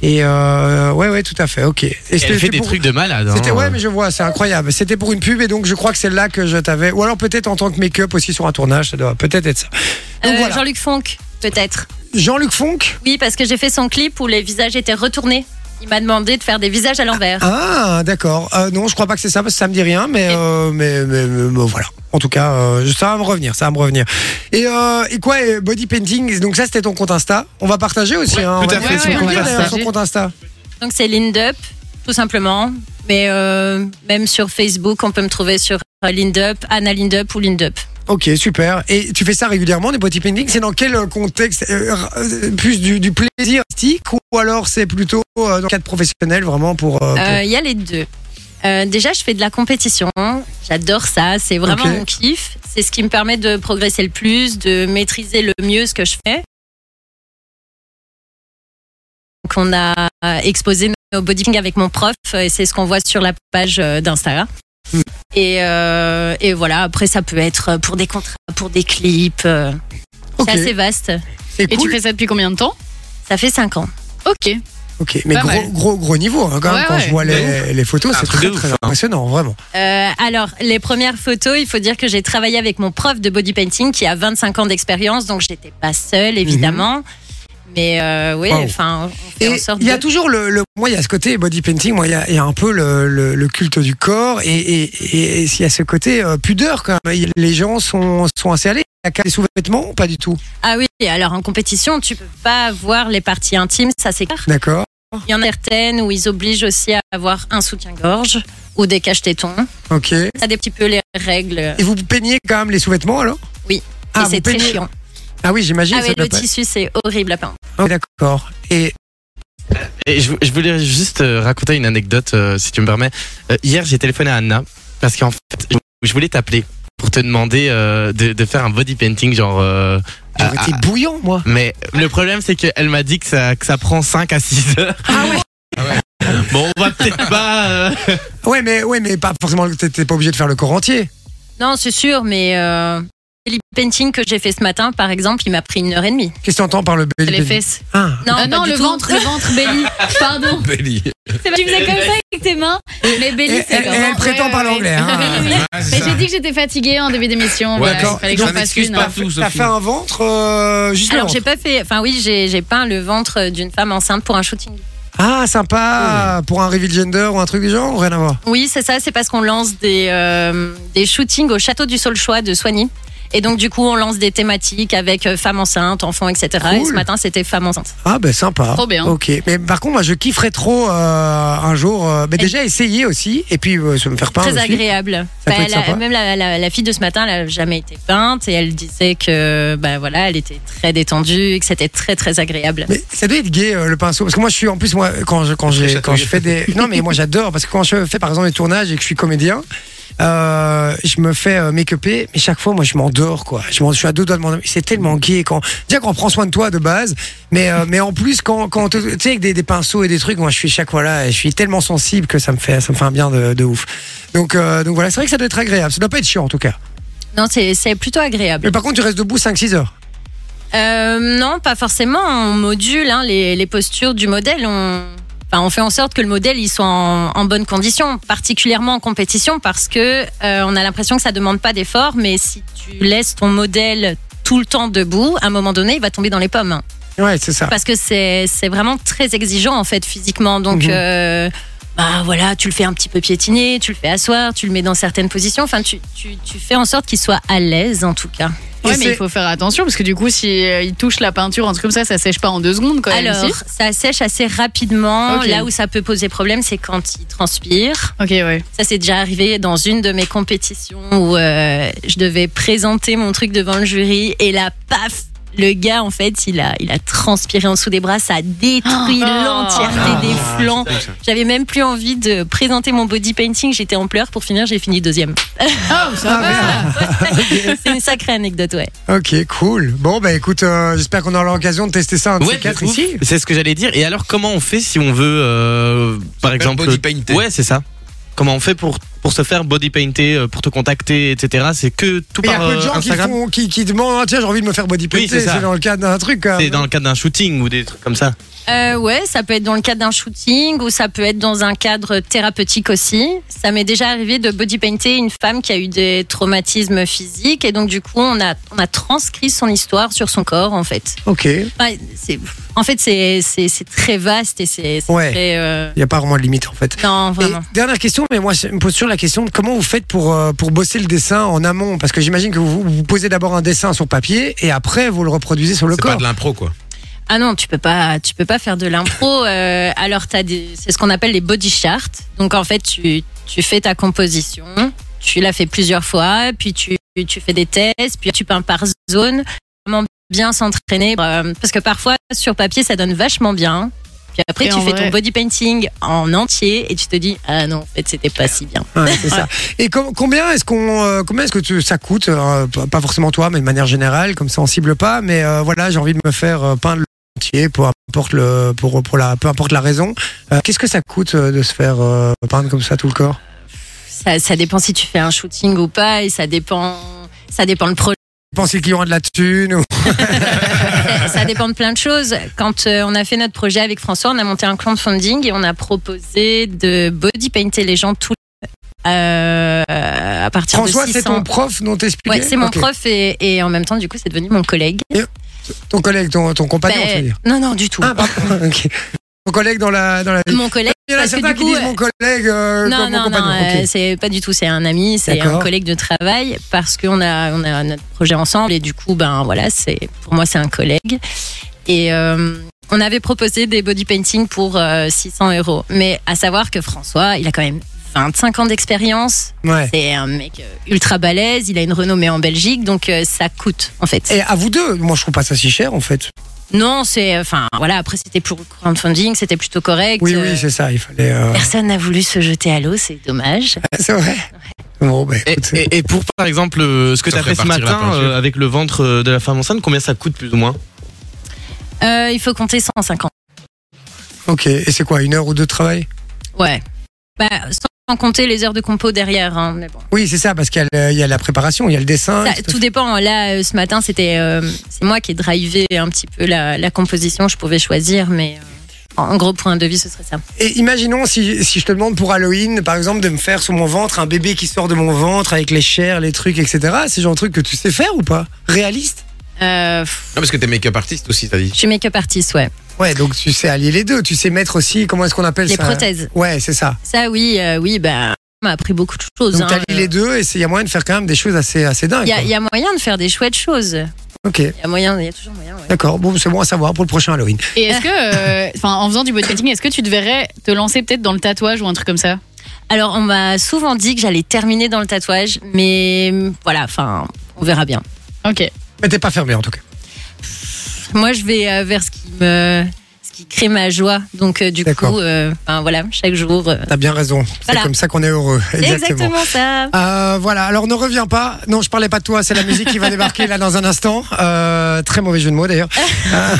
Speaker 2: Et euh, ouais, ouais, tout à fait. Ok. Et
Speaker 3: Elle fait des
Speaker 2: pour-
Speaker 3: trucs de malade. hein.
Speaker 2: c'était ouais, mais je vois, c'est incroyable. C'était pour une pub et donc je crois que c'est là que je t'avais. Ou alors peut-être en tant que make-up aussi sur un tournage, ça doit peut-être être ça. Donc
Speaker 10: Euh,
Speaker 2: voilà.
Speaker 10: Jean-Luc Fonck, peut-être.
Speaker 2: Jean-Luc Fonck.
Speaker 10: Oui, parce que j'ai fait son clip où les visages étaient retournés. Il m'a demandé de faire des visages à l'envers.
Speaker 2: Ah, d'accord. Euh, non, je crois pas que c'est ça parce que ça me dit rien, mais euh, mais, mais, mais- mais voilà. En tout cas, euh, ça va me revenir, ça va me revenir. Et, euh, et quoi, et body painting. Donc ça, c'était ton compte Insta. On va partager aussi. hein,
Speaker 5: tout
Speaker 2: on va
Speaker 5: à fait,
Speaker 2: mettre
Speaker 5: son compte
Speaker 2: public,
Speaker 1: Insta.
Speaker 2: d'ailleurs, son compte Insta.
Speaker 10: Donc c'est Lindup, tout simplement. Mais euh, même sur Facebook, on peut me trouver sur euh, Lindup, Anna Lindup ou Lindup.
Speaker 2: Ok, super. Et tu fais ça régulièrement, des body painting C'est dans quel euh, contexte Euh, euh, Plus du, du plaisir artistique ou alors c'est plutôt euh, dans le cadre professionnel vraiment pour... euh, pour-
Speaker 10: Euh, Il y a les deux. Euh, déjà, je fais de la compétition. J'adore ça. C'est vraiment
Speaker 2: Ok.
Speaker 10: mon kiff. C'est ce qui me permet de progresser le plus, de maîtriser le mieux ce que je fais. Donc, on a exposé nos bodybuilding avec mon prof et c'est ce qu'on voit sur la page euh, d'Instagram.
Speaker 2: Hmm.
Speaker 10: Et, euh, et voilà, après, ça peut être pour des contrats, pour des clips. euh,
Speaker 2: Ok.
Speaker 10: C'est assez vaste.
Speaker 2: C'est
Speaker 4: Et
Speaker 2: cool.
Speaker 4: tu fais ça depuis combien de temps
Speaker 10: Ça fait 5 ans.
Speaker 4: Ok.
Speaker 2: Ok, mais
Speaker 4: Pas
Speaker 2: gros,
Speaker 4: mal.
Speaker 2: gros, gros niveau hein, quand même.
Speaker 4: Ouais,
Speaker 2: Quand
Speaker 4: ouais.
Speaker 2: je vois les, les photos,
Speaker 3: Un
Speaker 2: c'est
Speaker 3: truc
Speaker 2: très,
Speaker 3: de
Speaker 2: très
Speaker 3: ouf, hein.
Speaker 2: impressionnant, vraiment.
Speaker 10: Euh, alors, les premières photos, il faut dire que j'ai travaillé avec mon prof de body painting qui a 25 ans d'expérience, donc j'étais pas seule, évidemment. Mais euh, oui,
Speaker 2: Mhm. Wow.
Speaker 10: enfin, on fait
Speaker 2: Et
Speaker 10: en sorte
Speaker 2: il y a
Speaker 10: de-
Speaker 2: toujours le, le- Moi, il y a ce côté body painting, moi, il y a, il y a un peu le, le- le culte du corps et et- et- et il y a ce côté euh, pudeur quand même. Les gens sont, sont assez allés. Il y a qu'à des sous-vêtements ou pas du tout
Speaker 10: Ah oui, alors en compétition, tu peux pas voir les parties intimes, ça c'est clair.
Speaker 2: D'accord
Speaker 10: Il y en a certaines où ils obligent aussi à avoir un soutien-gorge ou des caches-tétons.
Speaker 2: Ok. Et
Speaker 10: Ça des petit peu les règles.
Speaker 2: vous peignez quand même les sous-vêtements alors
Speaker 10: Oui.
Speaker 2: Ah,
Speaker 10: et c'est
Speaker 2: vous
Speaker 10: très
Speaker 2: peignez-
Speaker 10: chiant.
Speaker 2: Ah oui, j'imagine.
Speaker 10: Ah
Speaker 2: ça
Speaker 10: oui,
Speaker 2: doit
Speaker 10: le
Speaker 2: pas-
Speaker 10: tissu, c'est horrible à peindre.
Speaker 2: Ok, D'accord. Et
Speaker 3: Et je, je voulais juste euh, raconter une anecdote, euh, si tu me permets. Euh, hier, j'ai téléphoné à Anna parce qu'en fait, je, je voulais t'appeler pour te demander euh, de, de faire un body painting, genre. euh,
Speaker 2: j'aurais
Speaker 3: à-
Speaker 2: été
Speaker 3: à-
Speaker 2: bouillant, moi.
Speaker 3: mais le problème, c'est qu'elle m'a dit que ça, que ça prend 5 à 6 heures.
Speaker 2: Ah ouais
Speaker 3: Bon, on va peut-être pas. euh,
Speaker 2: Ouais, mais, ouais, mais pas forcément, t'es t'es pas obligé de faire le corps entier.
Speaker 10: Non, c'est sûr, mais euh, belly painting que j'ai fait ce matin, par exemple, il m'a pris une heure et demie.
Speaker 2: Qu'est-ce que t'entends par le belly
Speaker 10: Les
Speaker 2: belly
Speaker 10: fesses.
Speaker 2: Ah,
Speaker 10: Non,
Speaker 4: Ah
Speaker 10: pas
Speaker 4: non,
Speaker 10: du
Speaker 4: le
Speaker 10: tout.
Speaker 4: ventre, le ventre, Belly. Pardon.
Speaker 5: Belly.
Speaker 4: C'est pas- Tu faisais comme ça avec tes mains, mais
Speaker 2: Et-
Speaker 4: Belly,
Speaker 2: et-
Speaker 4: c'est
Speaker 2: et elle prétend parler anglais, hein.
Speaker 5: Ah, c'est
Speaker 4: Mais
Speaker 5: ça.
Speaker 4: j'ai dit que j'étais fatiguée en début d'émission. voilà,
Speaker 5: d'accord.
Speaker 4: il fallait que
Speaker 5: Ça
Speaker 4: j'en fasse
Speaker 5: n'excuse
Speaker 4: une.
Speaker 5: pas
Speaker 4: hein.
Speaker 5: tout,
Speaker 2: T'as
Speaker 5: Sophie.
Speaker 2: fait un ventre euh, juste le
Speaker 10: Alors,
Speaker 2: ventre.
Speaker 10: j'ai pas fait. Enfin, oui, j'ai j'ai peint le ventre d'une femme enceinte pour un shooting.
Speaker 2: Ah, sympa Pour un reveal gender ou un truc du genre ou rien à voir
Speaker 10: Oui, c'est ça, c'est parce qu'on lance des, euh, des shootings au château du Saulchois de Soigny. Et donc, du coup, on lance des thématiques avec euh, femmes enceintes, enfants, etc. Et ce
Speaker 2: Cool.
Speaker 10: matin, c'était femmes enceintes.
Speaker 2: Ah, ben sympa.
Speaker 4: Trop bien.
Speaker 2: Ok. Mais par contre, moi, je kifferais trop euh, un jour. euh, mais déjà, essayer aussi. Et puis, euh, se me faire peindre.
Speaker 10: Très
Speaker 2: aussi.
Speaker 10: agréable.
Speaker 2: Ça peut être
Speaker 10: la-
Speaker 2: sympa.
Speaker 10: même la, la- la fille de ce matin, elle n'a jamais été peinte et elle disait que bah, voilà, elle était très détendue et que c'était très, très agréable.
Speaker 2: Mais ça doit être gay euh, le pinceau parce que moi je suis en plus moi quand je quand j'ai quand je fais des non mais moi j'adore parce que quand je fais par exemple des tournages et que je suis comédien euh, je me fais euh, make-upper mais chaque fois moi je m'endors quoi je, m'en- je suis à deux doigts de m'endormir c'est tellement gay quand déjà qu'on prend soin de toi de base mais euh, mais en plus quand quand on te- tu sais avec des, des pinceaux et des trucs moi je suis chaque fois là et je suis tellement sensible que ça me fait ça me fait un bien de, de ouf donc euh, donc voilà c'est vrai que ça doit être agréable ça doit pas être chiant en tout cas
Speaker 10: Non, c'est c'est plutôt agréable.
Speaker 2: mais par contre tu restes debout 5-6 heures
Speaker 10: Euh, non, pas forcément. On module hein, les, les postures du modèle. On, enfin, on fait en sorte que le modèle il soit en, en bonne condition, particulièrement en compétition, parce que euh, on a l'impression que ça demande pas d'effort, mais si tu laisses ton modèle tout le temps debout, à un moment donné, il va tomber dans les pommes. hein.
Speaker 2: ouais c'est ça
Speaker 10: Parce que c'est c'est vraiment très exigeant en fait physiquement. Donc
Speaker 2: Mhm.
Speaker 10: euh, bah voilà, tu le fais un petit peu piétiner, tu le fais asseoir, tu le mets dans certaines positions. Enfin, tu, tu, tu fais en sorte qu'il soit à l'aise en tout cas.
Speaker 4: Ouais,
Speaker 2: Et
Speaker 4: mais
Speaker 2: c'est-
Speaker 4: il faut faire attention parce que du coup, si euh, il touche la peinture, un truc comme ça, ça sèche pas en deux secondes quand même.
Speaker 10: Alors,
Speaker 4: si
Speaker 10: ça sèche assez rapidement.
Speaker 4: Ok.
Speaker 10: Là où ça peut poser problème, c'est quand il transpire.
Speaker 4: ok, ouais.
Speaker 10: Ça, c'est déjà arrivé dans une de mes compétitions où euh, je devais présenter mon truc devant le jury et là, paf le gars, en fait, il a, il a transpiré en dessous des bras, ça a détruit
Speaker 4: Oh.
Speaker 10: l'entièreté
Speaker 5: Ah,
Speaker 10: des
Speaker 5: c'est
Speaker 10: flancs.
Speaker 5: terrible, ça.
Speaker 10: J'avais même plus envie de présenter mon body painting, j'étais en pleurs. Pour finir, j'ai fini deuxième.
Speaker 4: Oh, ça va.
Speaker 10: c'est une sacrée anecdote, ouais.
Speaker 2: Ok, cool. Bon, bah écoute, euh, j'espère qu'on aura l'occasion de tester ça un de
Speaker 3: Ouais,
Speaker 2: ces quatre
Speaker 3: de ouf.
Speaker 2: ici.
Speaker 3: C'est ce que j'allais dire. Et alors, comment on fait si on veut, euh, par exemple,
Speaker 5: body painter.
Speaker 3: ouais, c'est ça. Comment on fait pour pour se faire body painter, euh, pour te contacter, etc. C'est que tout
Speaker 2: Il y a
Speaker 3: par
Speaker 2: peu de
Speaker 3: euh,
Speaker 2: gens qui,
Speaker 3: Instagram.
Speaker 2: font, qui, qui demandent Ah, Tiens, j'ai envie de me faire body painter.
Speaker 3: c'est ça.
Speaker 2: c'est dans le cadre d'un truc. quoi.
Speaker 3: C'est dans le cadre d'un shooting ou des trucs comme ça.
Speaker 10: Euh, ouais, ça peut être dans le cadre d'un shooting ou ça peut être dans un cadre thérapeutique aussi. Ça m'est déjà arrivé de body painter une femme qui a eu des traumatismes physiques et donc du coup on a on a transcrit son histoire sur son corps en fait.
Speaker 2: Ok.
Speaker 10: Enfin, c'est en fait c'est c'est c'est très vaste et c'est c'est
Speaker 2: Ouais.
Speaker 10: très, euh,
Speaker 2: Il n'y a pas vraiment de limite en fait.
Speaker 10: non
Speaker 2: Et
Speaker 10: vraiment.
Speaker 2: dernière question, mais moi je me pose toujours la question de comment vous faites pour, euh, pour bosser le dessin en amont Parce que j'imagine que vous, vous posez d'abord un dessin sur papier et après vous le reproduisez sur le
Speaker 5: C'est pas
Speaker 2: corps.
Speaker 5: de l'impro, quoi.
Speaker 10: Ah non, tu peux pas, tu peux pas faire de l'impro. euh, alors t'as des, c'est ce qu'on appelle les body charts. Donc en fait, tu, tu fais ta composition, tu la fais plusieurs fois, puis tu, tu fais des tests, puis tu peins par zone. Vraiment bien s'entraîner euh, parce que parfois sur papier ça donne vachement bien. Puis après
Speaker 4: Et
Speaker 10: tu
Speaker 4: en
Speaker 10: fais
Speaker 4: vrai-
Speaker 10: ton body painting en entier et tu te dis ah non en fait c'était pas si bien.
Speaker 2: Ouais, c'est ça. Et com- combien est-ce qu'on, euh, combien est-ce que tu- ça coûte euh, p- Pas forcément toi, mais de manière générale, comme ça on cible pas. Mais euh, voilà, j'ai envie de me faire euh, peindre le entier, peu importe le, pour, pour la, peu importe la raison. Euh, Qu'est-ce que ça coûte euh, de se faire euh, peindre comme ça tout le corps
Speaker 10: Ça, ça dépend si tu fais un shooting ou pas et ça dépend, ça dépend le projet.
Speaker 2: Je pense que le client a de la thune. ou-
Speaker 10: ça, ça dépend de plein de choses. Quand euh, on a fait notre projet avec François, on a monté un crowdfunding et on a proposé de body painter les gens tous euh, à partir
Speaker 2: François,
Speaker 10: de
Speaker 2: c'est
Speaker 10: 600.
Speaker 2: ton prof dont t'expliquais
Speaker 10: Ouais, c'est mon
Speaker 2: Ok.
Speaker 10: prof et, et en même temps, du coup, c'est devenu mon collègue.
Speaker 2: Ton collègue, ton, ton compagnon,
Speaker 10: Ben,
Speaker 2: tu veux dire.
Speaker 10: non, non, du tout.
Speaker 2: Ah, bah, pardon. ok. Ton collègue dans la, dans la vie.
Speaker 10: Mon collègue.
Speaker 2: Il y en a
Speaker 10: parce que
Speaker 2: certains
Speaker 10: du
Speaker 2: qui
Speaker 10: coup,
Speaker 2: disent mon collègue euh,
Speaker 10: non,
Speaker 2: comme mon
Speaker 10: non, non,
Speaker 2: compagnon.
Speaker 10: euh,
Speaker 2: Ok.
Speaker 10: c'est pas du tout. C'est un ami, c'est un
Speaker 2: D'accord.
Speaker 10: collègue de travail parce qu'on a, on a notre projet ensemble et du coup, ben voilà, c'est pour moi c'est un collègue. Et euh, on avait proposé des body painting pour euh, 600 euros, mais à savoir que François, il a quand même 25 ans d'expérience.
Speaker 2: Ouais.
Speaker 10: C'est un mec euh, ultra balèze. Il a une renommée en Belgique, donc euh, ça coûte en fait.
Speaker 2: Et à vous deux, moi je trouve pas ça si cher en fait.
Speaker 10: Non, c'est enfin voilà. Après, c'était pour le crowdfunding, c'était plutôt correct.
Speaker 2: Oui,
Speaker 10: Euh,
Speaker 2: oui, c'est ça, il fallait. euh,
Speaker 10: Personne n'a voulu se jeter à l'eau, c'est dommage.
Speaker 2: C'est vrai. Bon, ben
Speaker 3: Et,
Speaker 2: écoute.
Speaker 3: et- et pour par exemple euh, ce que
Speaker 5: Ça
Speaker 3: tu as
Speaker 5: ferait
Speaker 3: fait ce
Speaker 5: partir la
Speaker 3: matin
Speaker 5: peinture.
Speaker 3: euh, avec le ventre euh, de la femme enceinte, combien ça coûte plus ou moins
Speaker 10: Euh, il faut compter 150.
Speaker 2: Ok, et c'est quoi, une heure ou deux de travail
Speaker 10: Ouais. Bah, sans compter les heures de compo derrière. hein, mais bon.
Speaker 2: Oui, c'est ça, parce qu'il y a le- il y a la préparation, il y a le dessin.
Speaker 10: Ça,
Speaker 2: et
Speaker 10: tout dépend. Là, euh, ce matin, c'était euh, c'est moi qui ai drivé un petit peu la, la composition. Je pouvais choisir, mais euh, en en gros, pour un devis, ce serait ça.
Speaker 2: Et imaginons si, si je te demande pour Halloween, par exemple, de me faire sur mon ventre un bébé qui sort de mon ventre avec les chairs, les trucs, etc. C'est genre un truc que tu sais faire ou pas Réaliste
Speaker 10: Euh, pff,
Speaker 5: Non, parce que t'es make-up artiste aussi, t'as dit.
Speaker 10: je suis make-up artist, ouais.
Speaker 2: Ouais, donc tu sais allier les deux. Tu sais mettre aussi, comment est-ce qu'on appelle
Speaker 10: Les
Speaker 2: ça
Speaker 10: prothèses.
Speaker 2: Ouais, c'est ça.
Speaker 10: Ça, oui, euh, oui, bah, on m'a appris beaucoup de choses.
Speaker 2: Donc
Speaker 10: hein.
Speaker 2: t'allies les deux et c'est- il y a moyen de faire quand même des choses assez, assez dingues.
Speaker 10: Il y, a-
Speaker 2: quoi.
Speaker 10: il y a moyen de faire des chouettes choses.
Speaker 2: Ok,
Speaker 10: Il y a moyen, il y a toujours moyen. ouais.
Speaker 2: d'accord. Bon, c'est bon à savoir pour le prochain Halloween.
Speaker 4: Et est-ce que, euh, enfin, en faisant du bodybuilding, est-ce que tu te verrais te lancer peut-être dans le tatouage ou un truc comme ça
Speaker 10: Alors, on m'a souvent dit que j'allais terminer dans le tatouage, mais hum, voilà, enfin, on verra bien.
Speaker 4: Ok.
Speaker 2: Mais t'es pas fermé en tout cas.
Speaker 10: Moi, je vais euh, vers ce qui me, ce qui crée ma joie. Donc, euh, du
Speaker 2: D'accord.
Speaker 10: coup, euh, enfin, voilà, chaque jour. euh,
Speaker 2: T'as bien raison. C'est
Speaker 10: Voilà.
Speaker 2: comme ça qu'on est heureux.
Speaker 10: c'est exactement ça.
Speaker 2: Euh, voilà, alors ne reviens pas. Non, je parlais pas de toi, c'est la musique qui va débarquer là dans un instant. Euh, très mauvais jeu de mots d'ailleurs. Euh,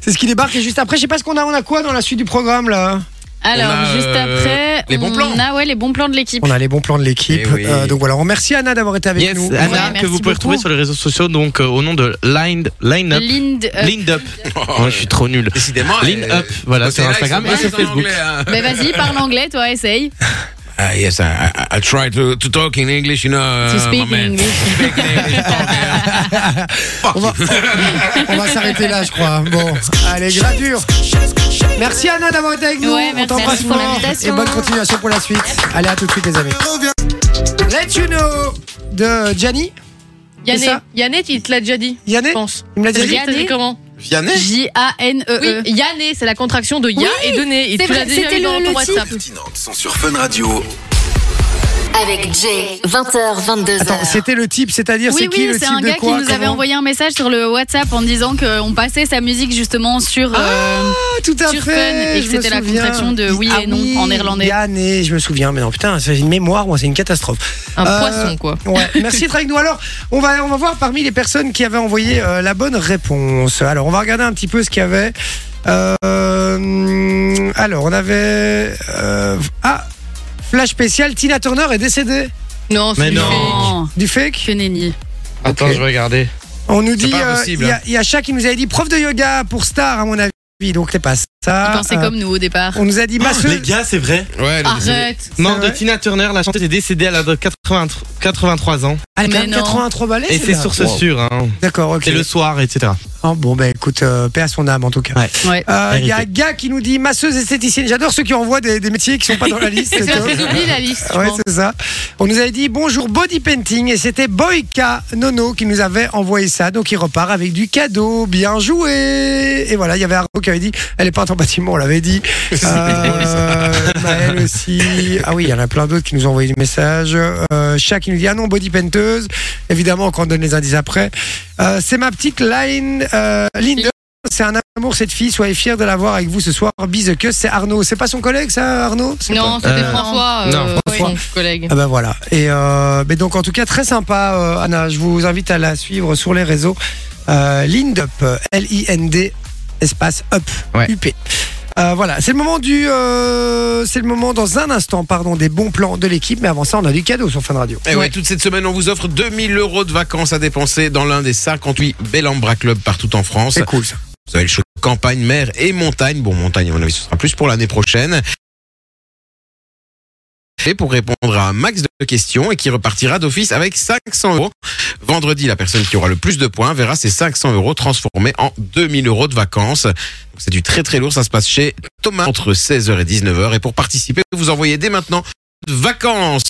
Speaker 2: c'est ce qui débarque et juste après. Je sais pas ce qu'on a, on a quoi dans la suite du programme là
Speaker 4: Alors,
Speaker 5: On a,
Speaker 4: juste
Speaker 5: euh,
Speaker 4: après,
Speaker 5: les bons
Speaker 4: on
Speaker 5: plans.
Speaker 4: a ouais, les bons plans de l'équipe.
Speaker 2: On a les bons plans de l'équipe.
Speaker 5: Eh oui.
Speaker 2: Euh, donc voilà, on remercie Anna d'avoir été avec
Speaker 3: Yes,
Speaker 2: nous.
Speaker 4: Ouais,
Speaker 3: Anna, que
Speaker 4: merci
Speaker 3: vous pouvez retrouver
Speaker 4: beaucoup.
Speaker 3: sur les réseaux sociaux, donc euh, au nom de Lined, Line Up.
Speaker 4: Lind euh, Up.
Speaker 3: Lined Up. Oh, je suis trop nul.
Speaker 5: Décidément.
Speaker 3: Lean
Speaker 5: euh,
Speaker 3: Up, voilà,
Speaker 5: côté
Speaker 3: sur
Speaker 5: là,
Speaker 3: Instagram
Speaker 5: ils sont
Speaker 3: et sur
Speaker 5: bons en
Speaker 3: Facebook.
Speaker 5: anglais, hein.
Speaker 4: Ben vas-y, parle anglais, toi, essaye.
Speaker 9: Ah, yes, I, I, I try to, to talk in English, you know, uh,
Speaker 4: to
Speaker 9: my
Speaker 4: speak in
Speaker 9: man.
Speaker 4: English.
Speaker 2: On va, on va s'arrêter là, je crois. Bon, allez, gradure. Merci Anna d'avoir été avec nous.
Speaker 4: Ouais,
Speaker 2: on
Speaker 4: merci
Speaker 2: t'embrasse
Speaker 4: pour
Speaker 2: fort et
Speaker 4: l'invitation.
Speaker 2: bonne continuation pour la suite. Allez, à tout de suite, les amis. Let you know de Gianni. C'est
Speaker 1: Yannet,
Speaker 2: ça
Speaker 1: Yannet, il te l'a déjà dit,
Speaker 2: Yanné,
Speaker 1: je pense.
Speaker 2: il me l'a
Speaker 1: T'as dit,
Speaker 2: dit.
Speaker 1: t'as dit
Speaker 4: Yanné
Speaker 1: comment
Speaker 5: Vianney
Speaker 4: J-A-N-E-E.
Speaker 1: Oui, Yanné, c'est la contraction de Ya et de Né. Il
Speaker 4: E c'est
Speaker 1: te l'a
Speaker 4: vrai,
Speaker 1: déjà
Speaker 4: c'était
Speaker 1: mis dans
Speaker 4: le-
Speaker 1: ton
Speaker 4: le
Speaker 1: WhatsApp.
Speaker 7: Pertinentes sont sur Fun Radio.
Speaker 6: Avec Jay, 20h, 22h.
Speaker 2: Attends, c'était le type, c'est-à-dire
Speaker 4: Oui,
Speaker 2: c'est qui
Speaker 4: oui,
Speaker 2: le
Speaker 4: c'est
Speaker 2: type
Speaker 4: un
Speaker 2: de
Speaker 4: gars
Speaker 2: quoi
Speaker 4: qui nous avait
Speaker 2: comment
Speaker 4: envoyé un message sur le WhatsApp en disant qu'on passait sa musique justement sur. euh,
Speaker 2: Ah, tout à
Speaker 4: sur
Speaker 2: fait.
Speaker 4: Fun, et
Speaker 2: je
Speaker 4: que
Speaker 2: me
Speaker 4: c'était la
Speaker 2: souviens.
Speaker 4: contraction de oui
Speaker 2: Ah
Speaker 4: et non en néerlandais.
Speaker 2: Yann et je me souviens, mais non, putain, c'est une mémoire, moi, c'est une catastrophe.
Speaker 1: Un
Speaker 2: Euh,
Speaker 1: poisson, quoi.
Speaker 2: Ouais, merci d'être avec nous. Alors, on va, on va voir parmi les personnes qui avaient envoyé euh, la bonne réponse. Alors, on va regarder un petit peu ce qu'il y avait. Euh, alors, on avait. euh, ah, flash spécial Tina Turner est décédée.
Speaker 1: Non,
Speaker 3: Mais
Speaker 1: c'est du
Speaker 3: non.
Speaker 1: fake.
Speaker 4: Non,
Speaker 2: Du fake
Speaker 4: que nenni.
Speaker 3: Attends, je vais regarder.
Speaker 2: On nous dit.
Speaker 5: pas
Speaker 2: euh, Il
Speaker 5: impossible,
Speaker 2: y a-
Speaker 5: hein.
Speaker 2: il y, a Chat qui nous avait dit prof de yoga pour star, à mon avis. Donc, c'est pas ça. Euh,
Speaker 4: Il pensait
Speaker 2: ah.
Speaker 4: comme nous au départ.
Speaker 2: On nous a dit masseuse.
Speaker 3: Ah, les gars, c'est vrai.
Speaker 5: Ouais, elle est décédée.
Speaker 4: Arrête.
Speaker 3: Mort de
Speaker 2: Ah, vrai
Speaker 3: Tina Turner, la chanteuse est décédée à l'âge de 80 83 ans.
Speaker 2: Elle a quand
Speaker 4: Ah, Mais
Speaker 2: même
Speaker 4: non.
Speaker 2: 83 balais.
Speaker 3: Et c'est
Speaker 2: celle-là.
Speaker 3: source
Speaker 2: Wow.
Speaker 3: sûre. Hein.
Speaker 2: D'accord, ok.
Speaker 3: C'est le soir, etc.
Speaker 2: Ah, bon, ben écoute, euh, paix à son âme en tout cas.
Speaker 3: Ouais.
Speaker 4: Ouais.
Speaker 2: Euh, Il y a un
Speaker 3: Arrêtez.
Speaker 2: gars qui nous dit masseuse esthéticienne. J'adore ceux qui envoient des, des métiers qui sont pas dans la liste.
Speaker 1: C'est
Speaker 2: c'est top.
Speaker 1: assez oublie la liste, je
Speaker 2: Ouais,
Speaker 1: pense.
Speaker 2: c'est ça. On nous avait dit bonjour body painting et c'était Boyka Nono qui nous avait envoyé ça. Donc il repart avec du cadeau. Bien joué. Et voilà, il y avait Arnaud qui avait dit elle est pas en bâtiment, on l'avait dit. Euh, Maëlle aussi. Ah oui, il y en a plein d'autres qui nous ont envoyé des messages. Euh, Chat qui nous dit ah non, body painteuse. Évidemment, quand on donne les indices après. Euh, c'est ma petite line. Euh, Linde. C'est un amour cette fille, soyez fiers de l'avoir avec vous ce soir. Bise que c'est Arnaud. C'est pas son collègue ça Arnaud C'est
Speaker 1: Non, c'était
Speaker 3: Euh,
Speaker 1: François,
Speaker 3: non,
Speaker 1: euh,
Speaker 2: François.
Speaker 1: oui, son collègue.
Speaker 2: ah ben voilà. Et euh, mais donc en tout cas très sympa euh, Anna. Je vous invite à la suivre sur les réseaux. Euh, Lindup, euh, L-I-N-D espace up,
Speaker 3: Ouais.
Speaker 2: UP. Euh, voilà, c'est le moment du, euh, c'est le moment dans un instant, pardon, des bons plans de l'équipe. Mais avant ça, on a du cadeau sur Fun Radio.
Speaker 5: Et Eh ouais, toute cette semaine, on vous offre 2000 euros de vacances à dépenser dans l'un des 58 Bellambra Club partout en France.
Speaker 2: C'est cool ça.
Speaker 5: Vous avez le choix de campagne, mer et montagne. Bon, montagne, à mon avis, ce sera plus pour l'année prochaine. Et pour répondre à un max de questions et qui repartira d'office avec 500 euros. Vendredi, la personne qui aura le plus de points verra ses 500 euros transformés en 2000 euros de vacances. Donc, C'est du très très lourd, ça se passe chez Thomas entre 16h et 19h. Et pour participer, vous envoyez dès maintenant vacances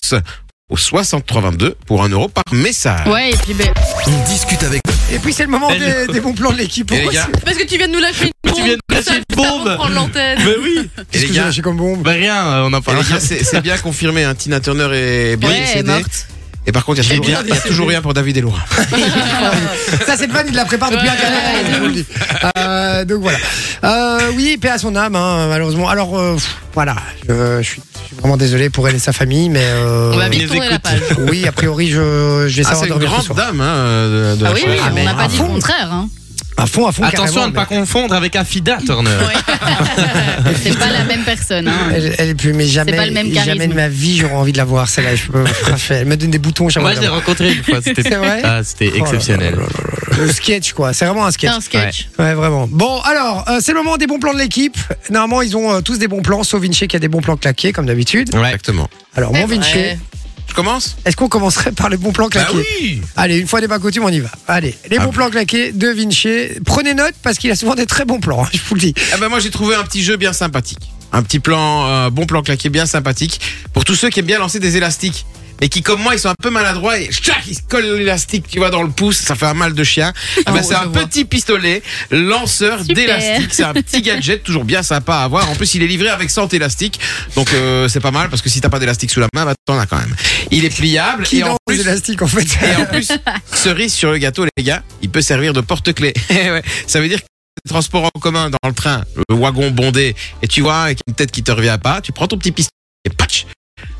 Speaker 5: au 6322 pour 1 euro par message.
Speaker 4: Ouais, et puis ben.
Speaker 7: On discute avec
Speaker 2: Et puis c'est le moment des,
Speaker 3: Hello.
Speaker 2: des bons plans de l'équipe.
Speaker 5: Et les
Speaker 2: Pourquoi
Speaker 5: gars,
Speaker 2: c'est-
Speaker 1: Parce que tu viens de nous lâcher une bombe.
Speaker 3: Tu viens de
Speaker 1: comme
Speaker 3: lâcher
Speaker 1: ça,
Speaker 3: une
Speaker 1: juste avant de
Speaker 3: bombe.
Speaker 1: prendre l'antenne.
Speaker 3: Mais oui
Speaker 5: et les
Speaker 2: qu'est-ce que
Speaker 5: gars,
Speaker 2: j'ai lâché comme bombe
Speaker 3: Bah rien, euh, on en
Speaker 5: Et les
Speaker 3: parle.
Speaker 5: gars, c'est c'est bien confirmé, hein, Tina Turner est bien
Speaker 4: Ouais, elle est
Speaker 5: décédée.
Speaker 4: morte.
Speaker 5: Et par contre, il y a toujours,
Speaker 3: bien
Speaker 5: rien, il y a toujours rien pour David et Laura.
Speaker 2: Ça, cette vanne, il la prépare depuis
Speaker 1: Ouais,
Speaker 2: un quart d'heure, je vous le dis. Euh, donc voilà. Euh, oui, paix à son âme, hein, malheureusement. Alors, euh, pff, voilà, je, je suis je suis vraiment désolé pour elle et sa famille, mais. euh,
Speaker 1: On va
Speaker 3: Ils
Speaker 1: vite
Speaker 3: nous
Speaker 1: tourner la
Speaker 3: écoutent.
Speaker 1: page.
Speaker 2: oui, a priori, je, je vais
Speaker 5: Ah,
Speaker 2: savoir
Speaker 5: c'est une
Speaker 2: dormir ce
Speaker 5: grande
Speaker 2: soir.
Speaker 5: dame hein, de, de
Speaker 4: Ah
Speaker 5: la
Speaker 4: oui,
Speaker 5: chanson.
Speaker 4: oui,
Speaker 2: Ah,
Speaker 4: on
Speaker 2: mais
Speaker 4: n'a
Speaker 2: à
Speaker 4: pas dit le
Speaker 2: fond.
Speaker 4: contraire. hein.
Speaker 2: À fond, à fond.
Speaker 3: Attention
Speaker 2: carrément,
Speaker 3: à ne pas
Speaker 2: mais-
Speaker 3: confondre avec Afida Turner.
Speaker 4: C'est pas la même personne. hein.
Speaker 2: Elle, elle est plus, mais jamais,
Speaker 4: pas le même charisme.
Speaker 2: jamais de ma vie j'aurais envie de la voir celle-là. Je peux- elle me donne des boutons chaque
Speaker 3: Moi,
Speaker 2: fois.
Speaker 3: je l'ai rencontré une fois. C'était
Speaker 2: C'est vrai
Speaker 3: Ah, c'était
Speaker 2: là
Speaker 3: exceptionnel.
Speaker 2: Le sketch quoi, c'est vraiment un
Speaker 4: C'est
Speaker 2: sketch.
Speaker 4: un sketch.
Speaker 2: Ouais, vraiment. Bon, alors, euh, c'est le moment des bons plans de l'équipe. Normalement, ils ont euh, tous des bons plans, sauf Vinci qui a des bons plans claqués, comme d'habitude.
Speaker 3: Ouais.
Speaker 5: Exactement.
Speaker 2: Alors, mon
Speaker 1: C'est
Speaker 2: Vinci,
Speaker 1: vrai.
Speaker 5: Je commence
Speaker 2: est-ce qu'on commencerait par les bons plans
Speaker 3: Bah
Speaker 2: claqués
Speaker 5: Bah oui Ah
Speaker 2: Allez, une fois n'est pas coutume, on y va. Allez, les bons plans claqués de Vinci. Prenez note parce qu'il a souvent des très bons plans, hein, je vous le dis.
Speaker 5: Ah ben moi j'ai trouvé un petit jeu bien sympathique. Un petit plan, euh, bon plan claqué bien sympathique. Pour tous ceux qui aiment bien lancer des élastiques. Mais qui comme moi ils sont un peu maladroits et tchac, ils se collent l'élastique tu vois dans le pouce, ça fait un mal de chien. Ah ben,
Speaker 1: Oh,
Speaker 5: c'est
Speaker 1: je
Speaker 5: un
Speaker 1: vois.
Speaker 5: petit pistolet lanceur
Speaker 4: Super.
Speaker 5: d'élastique, c'est un petit gadget toujours bien sympa à avoir. En plus il est livré avec 100 élastiques, donc euh, c'est pas mal parce que si t'as pas d'élastique sous la main, bah t'en as quand même. Il est pliable
Speaker 2: Qui
Speaker 5: et en
Speaker 2: lance
Speaker 5: plus
Speaker 2: les élastiques en fait
Speaker 5: et en plus, cerise sur le gâteau, les gars, il peut servir de porte-clés. Eh ouais, Ça veut dire que les transports en commun dans le train, le wagon bondé, et tu vois, avec une tête qui te revient pas, tu prends ton petit pistolet et patch,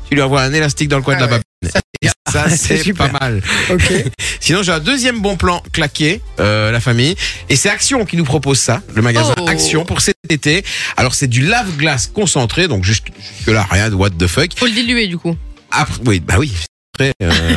Speaker 5: tu lui envoies un élastique dans le coin
Speaker 2: Ah
Speaker 5: de la
Speaker 2: ouais,
Speaker 5: babine. Et ça,
Speaker 2: c'est
Speaker 5: c'est pas
Speaker 2: super.
Speaker 5: mal.
Speaker 2: Ok.
Speaker 5: Sinon, j'ai un deuxième bon plan claqué, euh, la famille. Et c'est Action qui nous propose ça, le magasin
Speaker 1: Oh.
Speaker 5: Action pour cet été. Alors, c'est du lave-glace concentré, donc jusque- jusque-là, rien de what the fuck.
Speaker 1: Faut le diluer du coup.
Speaker 5: Après, oui, bah oui. Après, euh,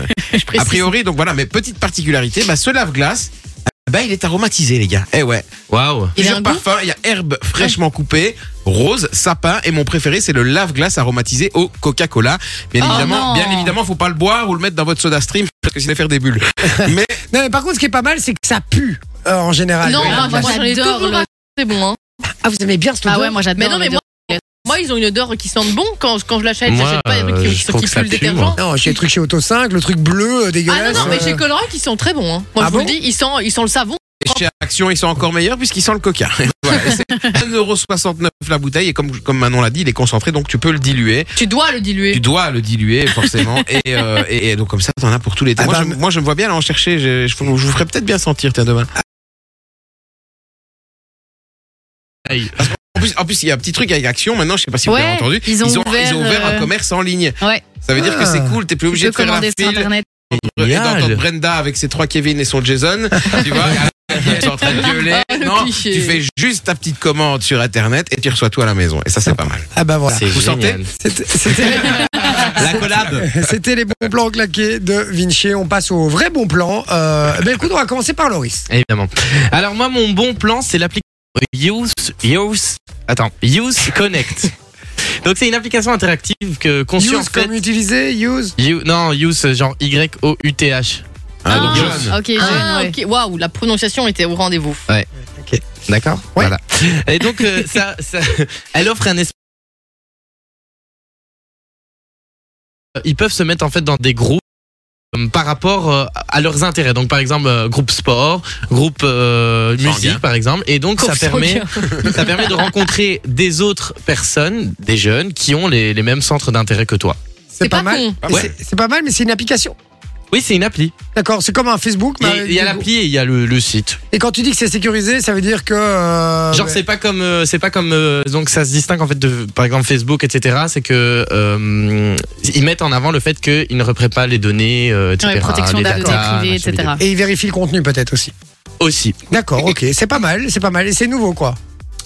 Speaker 5: a priori, donc voilà, mais petite particularité, bah, ce lave-glace, ah bah, il est aromatisé, les gars. Eh ouais.
Speaker 3: Waouh.
Speaker 1: Il a
Speaker 5: Plusieurs
Speaker 1: un goût
Speaker 5: parfums, il y a herbe fraîchement coupée, rose, sapin, et mon préféré, c'est le lave-glace aromatisé au Coca-Cola. Bien
Speaker 4: Oh
Speaker 5: évidemment,
Speaker 4: non.
Speaker 5: bien évidemment, faut pas le boire ou le mettre dans votre soda stream, parce que c'est faire des bulles. mais
Speaker 2: Non, mais par contre, ce qui est pas mal, c'est que ça pue euh, en général.
Speaker 1: non,
Speaker 2: Le
Speaker 1: moi,
Speaker 2: lave-glace.
Speaker 1: moi j'en ai
Speaker 4: j'adore
Speaker 1: toujours
Speaker 4: le-
Speaker 1: raconté, C'est bon, hein.
Speaker 2: Ah, vous aimez bien ce
Speaker 4: Ah ouais, moi j'adore.
Speaker 1: Mais non, mais moi, moi, ils ont une odeur qui sent bon quand, quand je l'achète.
Speaker 3: Moi,
Speaker 1: J'achète pas des trucs
Speaker 3: euh,
Speaker 1: qui,
Speaker 3: je
Speaker 1: qui
Speaker 3: trouve que ça
Speaker 1: puent
Speaker 3: pue,
Speaker 1: le détergent.
Speaker 3: moi.
Speaker 2: Non, j'ai le truc chez Auto 5, le truc bleu euh,
Speaker 1: Ah
Speaker 2: dégueulasse.
Speaker 1: non, non, mais
Speaker 2: euh,
Speaker 1: chez Colorant, ils sont très bons. Hein. Moi,
Speaker 2: Ah
Speaker 1: je vous
Speaker 2: bon
Speaker 1: le dis, ils sentent, ils sentent le savon.
Speaker 5: chez Action, ils sont encore meilleurs puisqu'ils sentent le Coca. voilà, et c'est 1,69€ la bouteille, et comme, comme Manon l'a dit, il est concentré, donc tu peux le diluer.
Speaker 1: Tu dois le diluer.
Speaker 5: Tu dois le diluer forcément et, euh, et, et donc comme ça t'en as pour tous les temps.
Speaker 2: Ah
Speaker 5: moi,
Speaker 2: bah,
Speaker 5: je, moi je me vois bien aller en chercher. Je, je, je vous ferai peut-être bien sentir tiens demain.
Speaker 3: Aïe.
Speaker 5: En plus, en plus, il y a un petit truc avec Action. Maintenant, je sais pas si vous
Speaker 4: Ouais,
Speaker 5: l'avez entendu.
Speaker 4: ils ont ouvert,
Speaker 5: ils ont ouvert un
Speaker 4: euh,
Speaker 5: commerce en ligne.
Speaker 4: ouais.
Speaker 5: Ça veut dire
Speaker 2: Ah.
Speaker 5: que c'est cool. T'es plus
Speaker 4: Tu
Speaker 5: obligé
Speaker 4: peux
Speaker 5: de faire la
Speaker 4: commander sur
Speaker 5: file
Speaker 4: internet.
Speaker 5: et d'entendre
Speaker 3: Génial.
Speaker 5: Brenda avec ses trois Kevin et son Jason. tu vois. Ils sont en train de gueuler.
Speaker 1: Ah, le
Speaker 5: non,
Speaker 1: cliché.
Speaker 5: tu fais juste ta petite commande sur internet et tu reçois tout à la maison. Et ça, c'est pas mal. Hein,
Speaker 2: Ah bah voilà.
Speaker 3: C'est
Speaker 5: Vous
Speaker 3: génial.
Speaker 2: C'était- C'était
Speaker 5: La collab.
Speaker 2: c'était les bons plans claqués de Vinci. On passe au vrai bon plan. Euh, ben écoute, on va commencer par Loris.
Speaker 3: Évidemment. Alors moi, mon bon plan, c'est l'application Use, Use, attends, Use Connect. Donc c'est une application interactive que conçue en
Speaker 2: Use
Speaker 3: fait.
Speaker 2: comme utiliser, use.
Speaker 3: You- non, Use genre Y O U T H.
Speaker 5: Ah, donc,
Speaker 4: Ah,
Speaker 5: John.
Speaker 4: Ok, John,
Speaker 1: Ah,
Speaker 4: ouais.
Speaker 1: ok. Waouh, la prononciation était au rendez-vous.
Speaker 3: D'accord.
Speaker 2: Ouais.
Speaker 3: Voilà. Et donc euh, ça, ça- elle offre un espace. Euh, Ils peuvent se mettre en fait dans des groupes euh, par rapport euh, à leurs intérêts. Donc par exemple euh, groupe sport, groupe euh,
Speaker 5: Sanguin.
Speaker 3: musique par exemple. Et donc ça permet, ça permet de rencontrer des autres personnes, des jeunes qui ont les, les mêmes centres d'intérêt que toi.
Speaker 2: C'est pas, mal.
Speaker 1: con.
Speaker 5: Pas
Speaker 2: Mais
Speaker 5: mal.
Speaker 2: c'est- C'est pas mal, mais c'est une application.
Speaker 3: Oui, c'est une appli. Bah,
Speaker 2: D'accord, c'est comme un Facebook.
Speaker 3: Il y
Speaker 2: mais
Speaker 3: a- il y a
Speaker 2: avec-
Speaker 3: l'appli et il y a le, le site.
Speaker 2: Et quand tu dis que c'est sécurisé, ça veut dire que. euh,
Speaker 3: Genre
Speaker 2: ben,
Speaker 3: c'est pas comme euh, c'est pas comme euh, donc ça se distingue en fait de par exemple Facebook etc c'est que euh, ils mettent en avant le fait qu'ils ne reprient pas les données euh, etc
Speaker 4: Ouais, protection
Speaker 2: Ah,
Speaker 3: les
Speaker 4: data,
Speaker 3: datas,
Speaker 4: privée, etc.
Speaker 3: machin, bidule.
Speaker 2: Et il vérifie le contenu peut-être aussi.
Speaker 3: aussi
Speaker 2: D'accord, ok, c'est pas mal, c'est pas mal et c'est nouveau quoi.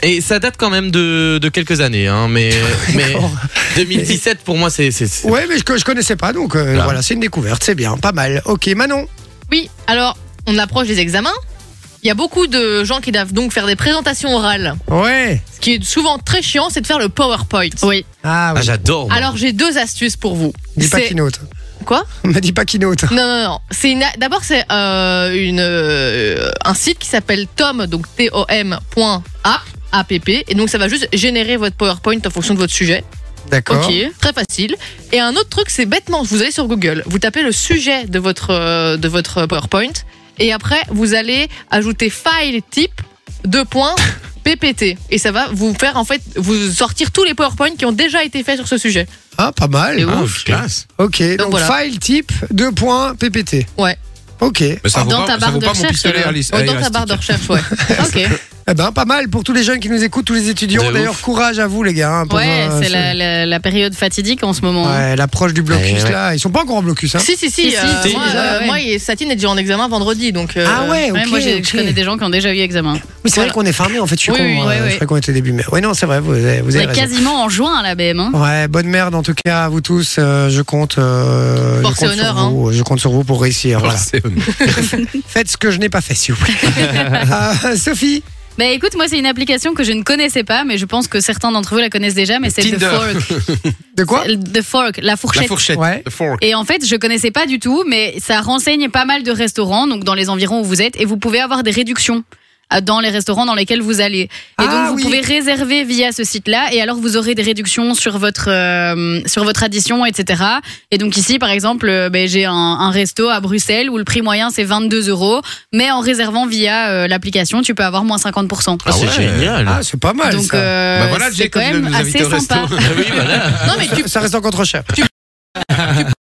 Speaker 3: et ça date quand même de, de quelques années hein, mais mais
Speaker 2: D'accord.
Speaker 3: 2017 pour moi c'est c'est- c'est-
Speaker 2: Ouais, mais je, je connaissais pas donc euh,
Speaker 3: Voilà.
Speaker 2: voilà, c'est une découverte, c'est bien, pas mal. Ok, Manon.
Speaker 1: Oui, alors, on approche des examens. Il y a beaucoup de gens qui doivent donc faire des présentations orales.
Speaker 2: Ouais.
Speaker 1: Ce qui est souvent très chiant, c'est de faire le PowerPoint.
Speaker 4: Oui.
Speaker 2: Ah,
Speaker 3: ah,
Speaker 2: oui.
Speaker 3: j'adore moi.
Speaker 1: Alors, j'ai deux astuces pour vous.
Speaker 2: dis pas
Speaker 1: C'est-
Speaker 2: Keynote.
Speaker 1: Quoi
Speaker 2: Mais dis pas Keynote.
Speaker 1: Non, non, non. C'est une- D'abord, c'est euh, une, euh, un site qui s'appelle Tom, donc T-O-M.app, app, et donc ça va juste générer votre PowerPoint en fonction de votre sujet.
Speaker 2: D'accord.
Speaker 1: Ok, très facile. Et un autre truc, c'est bêtement, vous allez sur Google, vous tapez le sujet de votre, euh, de votre PowerPoint, et après, vous allez ajouter file type, deux points, PPT, et ça va vous faire, en fait, vous sortir tous les PowerPoints qui ont déjà été faits sur ce sujet.
Speaker 2: Ah, pas
Speaker 1: Et
Speaker 2: mal.
Speaker 1: où
Speaker 5: Ah,
Speaker 1: Ouf.
Speaker 5: classe.
Speaker 2: Ok, donc,
Speaker 1: voilà.
Speaker 2: file type 2. PPT.
Speaker 1: Ouais.
Speaker 2: Ok.
Speaker 5: Mais ça vaut
Speaker 4: Dans
Speaker 5: pas,
Speaker 4: ta
Speaker 5: ça
Speaker 4: barre
Speaker 5: vaut
Speaker 2: Eh
Speaker 4: de
Speaker 5: pas mon
Speaker 4: recherche. euh,
Speaker 5: pistolet
Speaker 4: alors.
Speaker 5: à l'is-
Speaker 1: Oh,
Speaker 5: à
Speaker 1: dans ta barre de
Speaker 5: l'élastique.
Speaker 1: recherche, ouais. ok.
Speaker 2: Eh ben, pas mal pour tous les jeunes qui nous écoutent, tous les étudiants.
Speaker 3: De
Speaker 2: D'ailleurs, courage à vous, les gars. hein, pour,
Speaker 4: Ouais,
Speaker 2: euh,
Speaker 4: c'est
Speaker 2: ce-
Speaker 4: la, la- la période fatidique en ce moment. hein.
Speaker 2: Ouais, l'approche du blocus,
Speaker 3: Eh ouais.
Speaker 2: là. Ils sont pas encore en blocus, hein.
Speaker 1: Si, si, si.
Speaker 4: Si, si,
Speaker 1: euh,
Speaker 4: si.
Speaker 1: moi,
Speaker 4: Déjà,
Speaker 1: euh,
Speaker 4: ouais.
Speaker 1: moi, et Satine est déjà en examen vendredi. Donc, euh,
Speaker 2: Ah ouais, ok.
Speaker 4: Ouais, moi, j'ai-
Speaker 2: ok.
Speaker 4: je connais des gens qui ont déjà eu examen.
Speaker 2: Oui, c'est vrai
Speaker 4: Voilà.
Speaker 2: qu'on est fermé, en fait. Je suis
Speaker 4: Oui,
Speaker 2: con.
Speaker 4: oui,
Speaker 2: hein.
Speaker 4: ouais,
Speaker 2: Je
Speaker 4: ouais.
Speaker 2: croyais qu'on était début mai. Oui, non, c'est vrai, vous avez, vous
Speaker 4: On
Speaker 2: avez
Speaker 4: est
Speaker 2: raison.
Speaker 4: quasiment en juin à la BM. hein.
Speaker 2: Ouais, bonne merde en tout cas à vous tous. Euh, je compte, euh, je
Speaker 1: Force et
Speaker 2: compte sur
Speaker 1: honneur, hein.
Speaker 2: vous. Je compte sur vous pour réussir. Voilà.
Speaker 5: C'est-
Speaker 2: Faites ce que je n'ai pas fait, s'il vous plaît. Euh, Sophie,
Speaker 4: Bah écoute, moi, c'est une application que je ne connaissais pas, mais je pense que certains d'entre vous la connaissent déjà, mais c'est The
Speaker 5: Tinder.
Speaker 4: Fork.
Speaker 2: de quoi
Speaker 4: The Fork, la fourchette.
Speaker 5: La fourchette.
Speaker 2: Ouais.
Speaker 5: The fork.
Speaker 4: Et en fait, je connaissais pas du tout, mais ça renseigne pas mal de restaurants, donc dans les environs où vous êtes, et vous pouvez avoir des réductions euh, dans les restaurants dans lesquels vous allez. Et
Speaker 2: Ah
Speaker 4: donc vous
Speaker 2: oui.
Speaker 4: pouvez réserver via ce site-là, et alors vous aurez des réductions sur votre euh, sur votre addition, etc. Et donc ici, par exemple, euh, ben, j'ai un, un resto à Bruxelles où le prix moyen c'est 22 euros, mais en réservant via euh, l'application, tu peux avoir moins 50%.
Speaker 3: Ah, c'est
Speaker 5: ouais.
Speaker 3: génial.
Speaker 2: Ah, c'est pas mal.
Speaker 4: donc
Speaker 2: ça.
Speaker 4: euh,
Speaker 5: Bah voilà,
Speaker 4: c'est
Speaker 5: Jay,
Speaker 4: quand
Speaker 5: quand il
Speaker 4: même
Speaker 5: nous invite
Speaker 4: assez
Speaker 5: au resto.
Speaker 4: sympa.
Speaker 3: Ah oui, voilà.
Speaker 1: Non, mais tu
Speaker 2: Ça reste encore trop cher.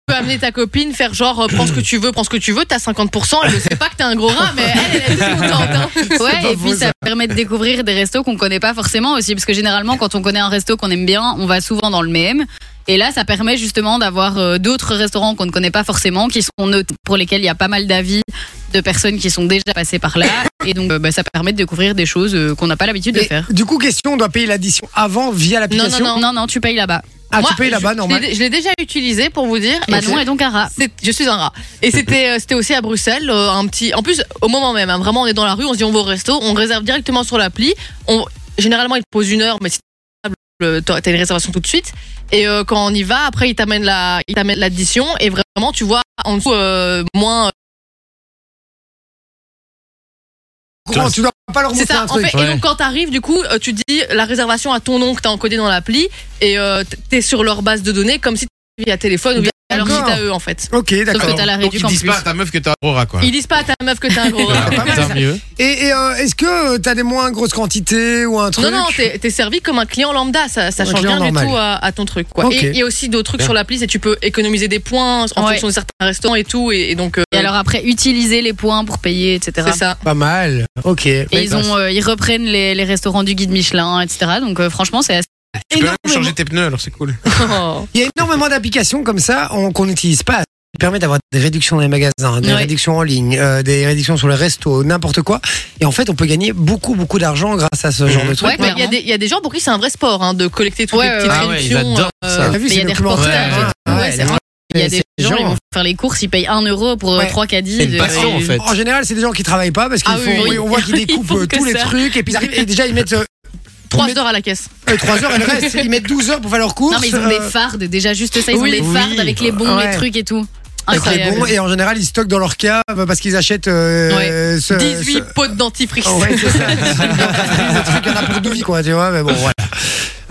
Speaker 1: peux amener ta copine, faire genre, euh, prends ce que tu veux, prends ce que tu veux, t'as 50%, elle ne sait pas que t'es un gros rat, mais elle, elle est contente. hein.
Speaker 2: pas
Speaker 4: Ouais, et puis
Speaker 2: faux,
Speaker 4: ça,
Speaker 2: ça.
Speaker 4: permet de découvrir des restos qu'on connaît pas forcément aussi, parce que généralement, quand on connaît un resto qu'on aime bien, on va souvent dans le même. Et là, ça permet justement d'avoir euh, d'autres restaurants qu'on ne connaît pas forcément, qui sont notés- pour lesquels il y a pas mal d'avis de personnes qui sont déjà passées par là. Et donc, euh, bah, ça permet de découvrir des choses euh, qu'on n'a pas l'habitude de
Speaker 2: Mais,
Speaker 4: faire.
Speaker 2: du coup, question, on doit payer l'addition avant via l'application.
Speaker 4: non, non, tu payes là-bas.
Speaker 2: Ah,
Speaker 1: Moi,
Speaker 2: tu payes là-bas,
Speaker 1: je-
Speaker 2: normal.
Speaker 1: je l'ai- Je l'ai déjà utilisé pour vous dire. et
Speaker 4: Manon est donc un rat.
Speaker 1: c'est- Je suis un rat. Et c'était euh, c'était aussi à Bruxelles, euh, un petit. En plus, au moment même, hein, vraiment, on est dans la rue, on se dit on va au resto, on réserve directement sur l'appli. On... Généralement, ils te posent une heure, mais si t'es table, t'as t'as une réservation tout de suite. Et euh, quand on y va, après, ils t'amènent la, ils t'amènent l'addition et vraiment, tu vois en dessous euh, moins. euh,
Speaker 2: Comment, tu dois pas leur
Speaker 1: C'est
Speaker 2: montrer
Speaker 1: ça.
Speaker 2: un
Speaker 1: En
Speaker 2: truc.
Speaker 1: fait, et donc quand t'arrives, du coup, euh, tu dis la réservation à ton nom que t'as encodé dans l'appli et euh, t'es sur leur base de données comme si t'étais via téléphone ou via leur
Speaker 2: D'accord.
Speaker 1: site à eux en fait.
Speaker 2: Ok,
Speaker 4: Sauf que
Speaker 2: d'accord.
Speaker 4: t'as la
Speaker 5: Donc ils
Speaker 4: réduction en
Speaker 5: disent
Speaker 4: plus.
Speaker 5: pas à ta meuf que t'as un gros rat, quoi.
Speaker 1: Ils disent pas à ta meuf que t'es un gros rat.
Speaker 2: pas mal,
Speaker 3: Tant mieux.
Speaker 2: Et, et, euh, est-ce que euh, t'as des moins grosses quantités ou un truc
Speaker 1: Non, non, t'es t'es servi comme un client lambda, ça, ça
Speaker 2: Un
Speaker 1: change
Speaker 2: client
Speaker 1: rien
Speaker 2: normal.
Speaker 1: du tout à, à ton truc. Quoi.
Speaker 2: Ok.
Speaker 1: Et il y a aussi d'autres trucs sur l'appli, c'est tu peux économiser des points en
Speaker 4: Ouais.
Speaker 1: fonction de certains restaurants et tout, et, et donc euh,
Speaker 4: Et alors après, utiliser les points pour payer, etc.
Speaker 1: c'est ça.
Speaker 2: Pas mal. Ok.
Speaker 4: Et ils, ont, euh, ils reprennent les, les restaurants du guide Michelin, etc. Donc euh, franchement, c'est assez...
Speaker 5: Tu peux même
Speaker 2: énormément-
Speaker 5: changer tes pneus, alors c'est cool.
Speaker 4: Oh,
Speaker 2: Il y a énormément d'applications comme ça on- qu'on n'utilise pas. qui permettent d'avoir des réductions dans les magasins, des
Speaker 4: Ouais.
Speaker 2: réductions en ligne, euh, des réductions sur les restos, n'importe quoi. Et en fait, on peut gagner beaucoup, beaucoup d'argent grâce à ce genre
Speaker 4: Mhm.
Speaker 2: de truc.
Speaker 1: Ouais, mais il y, a des- il y a des gens pour qui c'est un vrai sport hein, de collecter toutes
Speaker 4: hein. Ouais, ouais,
Speaker 1: les petites
Speaker 4: ouais.
Speaker 3: Ah ouais, ils
Speaker 1: réductions,
Speaker 3: adorent
Speaker 1: euh,
Speaker 3: ça.
Speaker 2: T'as vu
Speaker 4: mais
Speaker 2: ces
Speaker 4: il y a des
Speaker 2: documentaires,
Speaker 4: reportages.
Speaker 2: hein
Speaker 4: Ouais,
Speaker 2: Ouais,
Speaker 4: c'est
Speaker 2: les
Speaker 4: vrai. Il y a
Speaker 2: c'est
Speaker 4: des gens,
Speaker 2: genre.
Speaker 4: ils vont faire les courses, ils payent 1 euro pour
Speaker 2: Ouais.
Speaker 4: 3 caddies. euh,
Speaker 3: C'est une
Speaker 4: de-
Speaker 3: passion, en fait.
Speaker 2: En général, c'est des gens qui travaillent pas parce qu'ils
Speaker 1: Ah
Speaker 2: font.
Speaker 1: oui, oui.
Speaker 2: on voit qu'ils
Speaker 1: Ils
Speaker 2: découpent
Speaker 1: font
Speaker 2: euh,
Speaker 1: que
Speaker 2: tous les
Speaker 1: ça.
Speaker 2: trucs et puis ils arrivent et déjà ils mettent
Speaker 1: 3 heures à la caisse.
Speaker 2: 3 heures et le reste, ils mettent 12 heures pour faire leurs courses.
Speaker 4: Non, mais ils ont
Speaker 2: euh,
Speaker 4: des fardes, déjà juste ça, ils
Speaker 1: oui.
Speaker 4: ont des fardes
Speaker 2: Oui.
Speaker 4: avec les bons,
Speaker 2: Ouais.
Speaker 4: les trucs et tout.
Speaker 2: avec les
Speaker 4: Incroyable.
Speaker 2: bons, et en général, ils stockent dans leur cave parce qu'ils achètent euh, ce-
Speaker 1: 18
Speaker 2: ce-
Speaker 1: pots de dentifrice.
Speaker 2: Oh, ouais, c'est ça. Le truc, il y en a pour deux vies, quoi, tu vois, mais bon, voilà.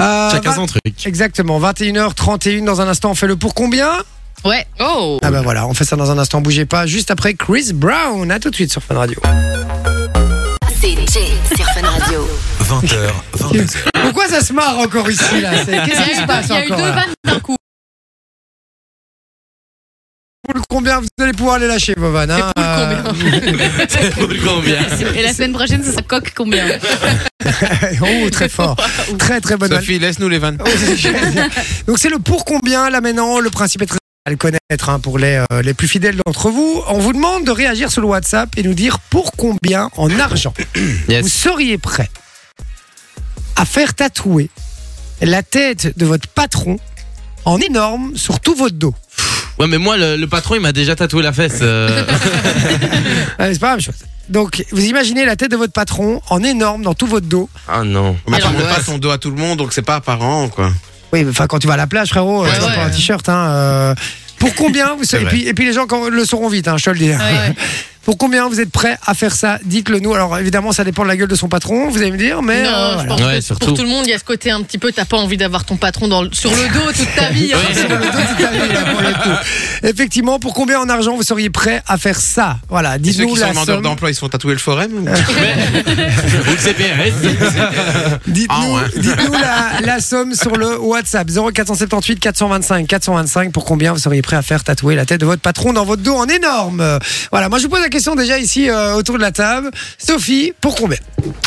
Speaker 2: Euh,
Speaker 4: Ah,
Speaker 3: Chacun
Speaker 2: vingt-
Speaker 4: bah.
Speaker 3: son truc.
Speaker 2: Exactement, 21h31 dans un instant, on fait le pour combien
Speaker 4: Ouais.
Speaker 1: Oh
Speaker 2: Ah bah voilà, on fait ça dans un instant, bougez pas, juste après Chris Brown, à tout de suite sur Fun Radio.
Speaker 6: C'est Jay sur Fun Radio.
Speaker 7: 20h, 22h.
Speaker 2: Pourquoi ça se marre encore ici là C'est- Qu'est-ce qui se passe
Speaker 1: Il y a eu deux
Speaker 2: encore là
Speaker 1: vannes d'un coup.
Speaker 2: Pour le combien vous allez pouvoir les lâcher vos vannes hein,
Speaker 1: pour le
Speaker 3: C'est pour le combien
Speaker 4: Et la semaine prochaine, ce sera coque combien
Speaker 2: euh, Oh, très fort, très très bonne vanne.
Speaker 5: Sophie, laisse-nous les vannes.
Speaker 2: Oh, c'est génial. Donc c'est le pour combien là maintenant. Le principe est très à le connaître hein, pour les, euh, les plus fidèles d'entre vous. On vous demande de réagir sur le WhatsApp et nous dire pour combien en argent
Speaker 3: Yes.
Speaker 2: vous seriez prêt à faire tatouer la tête de votre patron en énorme sur tout votre dos.
Speaker 3: Ouais, mais moi, le, le patron, il m'a déjà tatoué la fesse. euh.
Speaker 2: Ah, c'est pas la même chose. Donc vous imaginez la tête de votre patron en énorme dans tout votre dos.
Speaker 3: Ah non.
Speaker 5: Mais tu
Speaker 4: Alors,
Speaker 5: montes
Speaker 4: ouais.
Speaker 5: pas ton dos à tout le monde, donc c'est pas apparent, quoi.
Speaker 2: Oui, mais enfin quand tu vas à la plage frérot, euh,
Speaker 1: Ouais,
Speaker 2: tu vas
Speaker 1: ouais.
Speaker 2: pas un t-shirt. hein, euh, pour combien vous
Speaker 5: C'est
Speaker 2: et
Speaker 5: vrai.
Speaker 2: puis, et puis les gens quand- le sauront vite, hein, je te le dis.
Speaker 4: Ouais.
Speaker 2: Pour combien vous êtes prêts à faire ça Dites-le nous. Alors évidemment, ça dépend de la gueule de son patron, vous allez me dire, mais.
Speaker 1: non,
Speaker 2: euh,
Speaker 1: je
Speaker 2: voilà.
Speaker 1: pense
Speaker 3: Ouais,
Speaker 1: que
Speaker 3: surtout.
Speaker 1: pour tout le monde, il y a ce côté un petit peu, t'as pas envie d'avoir ton patron dans le- sur le dos toute ta vie. hein.
Speaker 3: Ouais.
Speaker 2: Sur le dos de ta vie, là, pour le coup. Effectivement, pour combien en argent vous seriez prêt à faire ça Voilà,
Speaker 5: Et ceux
Speaker 2: dites-nous
Speaker 5: qui
Speaker 2: la
Speaker 5: sont vendeurs
Speaker 2: somme.
Speaker 5: d'emploi, ils se font tatouer le forum ou-
Speaker 3: Ou le CPRS.
Speaker 2: Dites-nous
Speaker 5: Ah ouais.
Speaker 2: dites-nous la, la somme sur le WhatsApp 0478 425 425. Pour combien vous seriez prêt à faire tatouer la tête de votre patron dans votre dos en énorme Voilà, moi je vous pose la questions déjà ici euh, autour de la table. Sophie, pour combien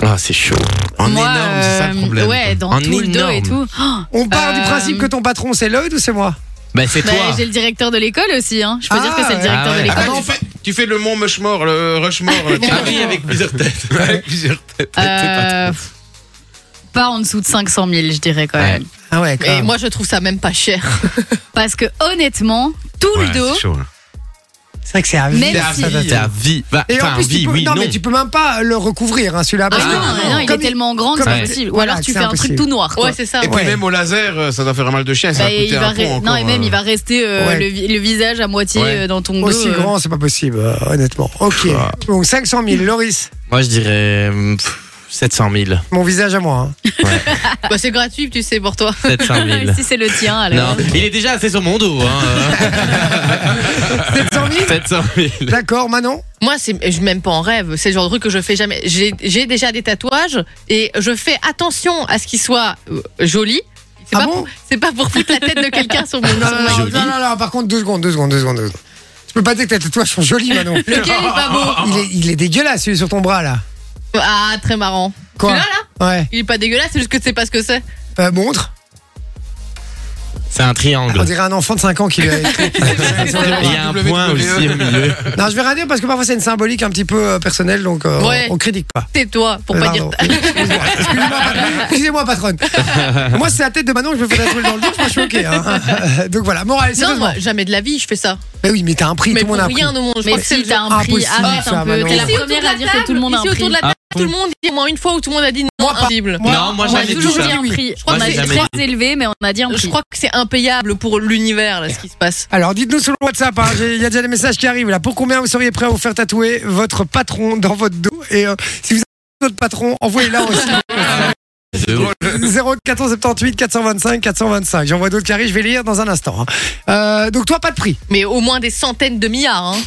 Speaker 3: Ah, c'est chaud.
Speaker 5: En
Speaker 4: Moi,
Speaker 5: énorme, c'est ça le
Speaker 4: euh,
Speaker 5: problème.
Speaker 4: Ouais, dans
Speaker 3: En
Speaker 4: tout le dos et
Speaker 3: énorme.
Speaker 4: tout. Oh,
Speaker 2: On part du
Speaker 4: Euh,
Speaker 2: principe que ton patron c'est Lloyd ou c'est moi
Speaker 3: Bah, c'est
Speaker 4: bah,
Speaker 3: toi.
Speaker 4: j'ai le directeur de l'école aussi. Hein. Je peux
Speaker 2: Ah,
Speaker 4: dire que c'est le directeur
Speaker 3: ah ouais.
Speaker 4: de
Speaker 5: Ah,
Speaker 4: l'école.
Speaker 5: bah, tu, fais, tu fais le mont Mushmore, le Rushmore. le-
Speaker 3: Ah oui, avec plusieurs têtes.
Speaker 5: Avec plusieurs têtes.
Speaker 4: Euh, pff, pas en dessous de 500 000, je dirais quand
Speaker 3: Ouais.
Speaker 4: même.
Speaker 2: Ah ouais, quand
Speaker 1: Et
Speaker 2: même.
Speaker 1: moi, je trouve ça même pas cher.
Speaker 4: Parce que honnêtement, tout le
Speaker 5: Ouais,
Speaker 4: dos,
Speaker 5: c'est chaud, hein.
Speaker 2: c'est vrai que c'est à
Speaker 4: Même
Speaker 2: vie.
Speaker 4: si-
Speaker 2: ça doit être-
Speaker 3: C'est à vie. Bah,
Speaker 2: Et en
Speaker 3: enfin,
Speaker 2: plus, tu
Speaker 3: vie,
Speaker 2: peux,
Speaker 3: oui,
Speaker 2: non,
Speaker 3: non.
Speaker 2: mais tu peux même pas le recouvrir hein,
Speaker 4: Ah
Speaker 2: celui-là. parce
Speaker 4: non,
Speaker 2: que-
Speaker 4: non, non, il est
Speaker 2: comme
Speaker 4: tellement grand que c'est
Speaker 2: comme-
Speaker 4: pas possible. Ou
Speaker 2: voilà,
Speaker 4: alors tu
Speaker 2: c'est
Speaker 4: fais un
Speaker 2: impossible.
Speaker 4: truc tout noir. Quoi.
Speaker 1: Ouais, c'est ça.
Speaker 5: Et puis
Speaker 2: Ouais.
Speaker 5: même au laser, euh, ça doit faire un mal de chien. Ça
Speaker 4: Bah,
Speaker 5: va
Speaker 4: et
Speaker 5: coûter
Speaker 4: il va
Speaker 5: un
Speaker 4: re-
Speaker 5: pont
Speaker 4: non,
Speaker 5: encore,
Speaker 4: et même
Speaker 5: euh.
Speaker 4: il va rester euh,
Speaker 2: Ouais.
Speaker 4: le, vi- le visage à moitié
Speaker 5: Ouais.
Speaker 4: euh, dans ton dos.
Speaker 2: Aussi
Speaker 4: euh.
Speaker 2: grand, c'est pas possible, euh, honnêtement. Ok.
Speaker 5: Ah.
Speaker 2: Donc 500 000, Loris,
Speaker 3: Moi, je dirais hum, pff, 700 000.
Speaker 2: mon visage à moi. hein.
Speaker 1: Bah, c'est gratuit, tu sais, pour toi.
Speaker 3: 700 000.
Speaker 4: si c'est le tien, alors.
Speaker 3: Non, il est déjà assez sur mon dos.
Speaker 2: 700
Speaker 3: Hein.
Speaker 2: 000
Speaker 3: 700 000.
Speaker 2: D'accord, Manon
Speaker 1: Moi, c'est, je m'aime pas en rêve. C'est le genre de truc que je fais jamais. J'ai, j'ai déjà des tatouages et je fais attention à ce qu'ils soient euh, jolis. C'est,
Speaker 2: Ah
Speaker 1: pas
Speaker 2: bon
Speaker 1: pour, c'est pas pour foutre la tête de quelqu'un sur mon sur
Speaker 2: non non
Speaker 1: ma-
Speaker 2: non, non, non, non, par contre, deux secondes, deux secondes, deux secondes, deux secondes. Tu peux pas dire que tes tatouages sont jolis, Manon.
Speaker 1: Lequel est pas beau
Speaker 2: Il est, il est dégueulasse, celui sur ton bras, là.
Speaker 1: Ah, très marrant.
Speaker 2: Quoi
Speaker 1: Celui-là,
Speaker 2: Ouais.
Speaker 1: Il est pas dégueulasse, c'est juste que tu sais pas ce que c'est.
Speaker 2: Euh, montre.
Speaker 3: C'est un
Speaker 2: On
Speaker 3: triangle.
Speaker 2: dirait un enfant de 5 ans qui l'a écrit.
Speaker 3: Il y a un
Speaker 5: WWE.
Speaker 3: point aussi au milieu.
Speaker 2: Non, je vais rien dire parce que parfois c'est une symbolique un petit peu euh, personnelle, donc euh,
Speaker 1: Ouais.
Speaker 2: on, on critique pas.
Speaker 1: Tais-toi pour pas dire.
Speaker 2: Pardon. Excusez-moi, excusez-moi, excusez-moi, patronne. Moi, c'est la tête de Manon que je me fais tatouer dans le dos, je suis choqué. hein. Donc voilà, morale,
Speaker 1: Non,
Speaker 2: sérieusement.
Speaker 1: moi, jamais de la vie, je fais ça.
Speaker 2: Mais oui, mais t'as un prix,
Speaker 1: Mais
Speaker 2: tout le
Speaker 1: pour
Speaker 2: monde a un prix.
Speaker 1: rien au monde. Je crois
Speaker 4: Mais
Speaker 1: que c'est
Speaker 4: si
Speaker 1: le
Speaker 4: t'as
Speaker 1: genre-
Speaker 4: un prix,
Speaker 2: Impossible,
Speaker 4: arrête
Speaker 2: ça,
Speaker 4: un peu.
Speaker 2: Manon.
Speaker 4: T'es la
Speaker 1: Ici, autour de
Speaker 4: première à dire que tout le monde a un
Speaker 1: ici,
Speaker 4: prix.
Speaker 1: autour de la table,
Speaker 3: Ah,
Speaker 1: tout le monde dit au moins une fois où tout le monde a dit non, impossible.
Speaker 2: Moi,
Speaker 3: non, moi
Speaker 4: On a
Speaker 3: jamais dit
Speaker 4: toujours
Speaker 3: ça.
Speaker 4: dit un prix.
Speaker 1: Je
Speaker 3: crois
Speaker 4: On
Speaker 3: que
Speaker 4: a
Speaker 3: j'ai jamais
Speaker 4: très élevé, mais on a dit un
Speaker 1: Je
Speaker 4: prix.
Speaker 1: crois que c'est impayable pour l'univers, là, ce qui se passe.
Speaker 2: Alors dites-nous sur le WhatsApp, hein, j'ai- il y a déjà des messages qui arrivent là. Pour combien vous seriez prêt à vous faire tatouer votre patron dans votre dos Et euh, si vous avez votre patron, envoyez-la aussi.
Speaker 3: De ouf.
Speaker 2: 0478 425 425. J'envoie d'autres qui arrivent, je vais lire dans un instant. hein. Euh, donc toi, pas de prix. Euh,
Speaker 1: Mais au moins des centaines de milliards. Hein.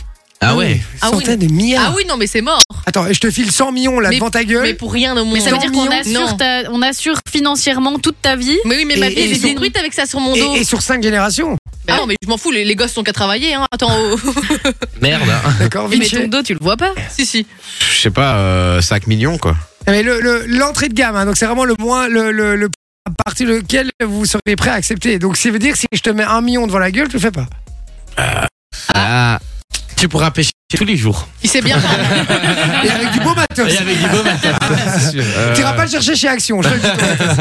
Speaker 3: Ah ouais.
Speaker 1: Ah oui.
Speaker 2: Centaines de milliards.
Speaker 1: Ah oui, non, mais c'est mort.
Speaker 2: Attends, je te file 100 millions là
Speaker 1: Mais-
Speaker 2: devant ta
Speaker 1: Mais
Speaker 2: gueule.
Speaker 1: pour rien au monde.
Speaker 4: Mais ça veut dire qu'on assure,
Speaker 1: Non.
Speaker 4: ta- on assure financièrement toute ta vie.
Speaker 1: Mais oui, mais ma
Speaker 2: Et-
Speaker 1: vie,
Speaker 2: et
Speaker 1: elle est
Speaker 2: sur-
Speaker 1: détruite avec ça sur mon dos.
Speaker 2: Et, et sur 5 générations.
Speaker 1: Ah non, mais je m'en fous, les, les gosses sont qu'à travailler. Hein. Attends, oh,
Speaker 3: Merde. hein.
Speaker 2: D'accord,
Speaker 4: Ah Mais
Speaker 2: Vinci.
Speaker 4: ton dos, tu le vois pas.
Speaker 1: si, si.
Speaker 5: Je sais pas, euh, 5 millions quoi.
Speaker 2: Mais le- le- l'entrée de gamme, hein, donc c'est vraiment le moins, le, le, le à partir lequel vous serez prêt à accepter. Donc ça veut dire que si je te mets un million devant la gueule, tu le fais pas.
Speaker 3: Ah. Tu pourras pêcher tous les jours.
Speaker 1: Il sait bien. faire.
Speaker 2: Et avec du beau matos.
Speaker 3: Et avec du beau matin.
Speaker 5: Euh,
Speaker 2: Tu iras pas le chercher chez Action, je te le dis.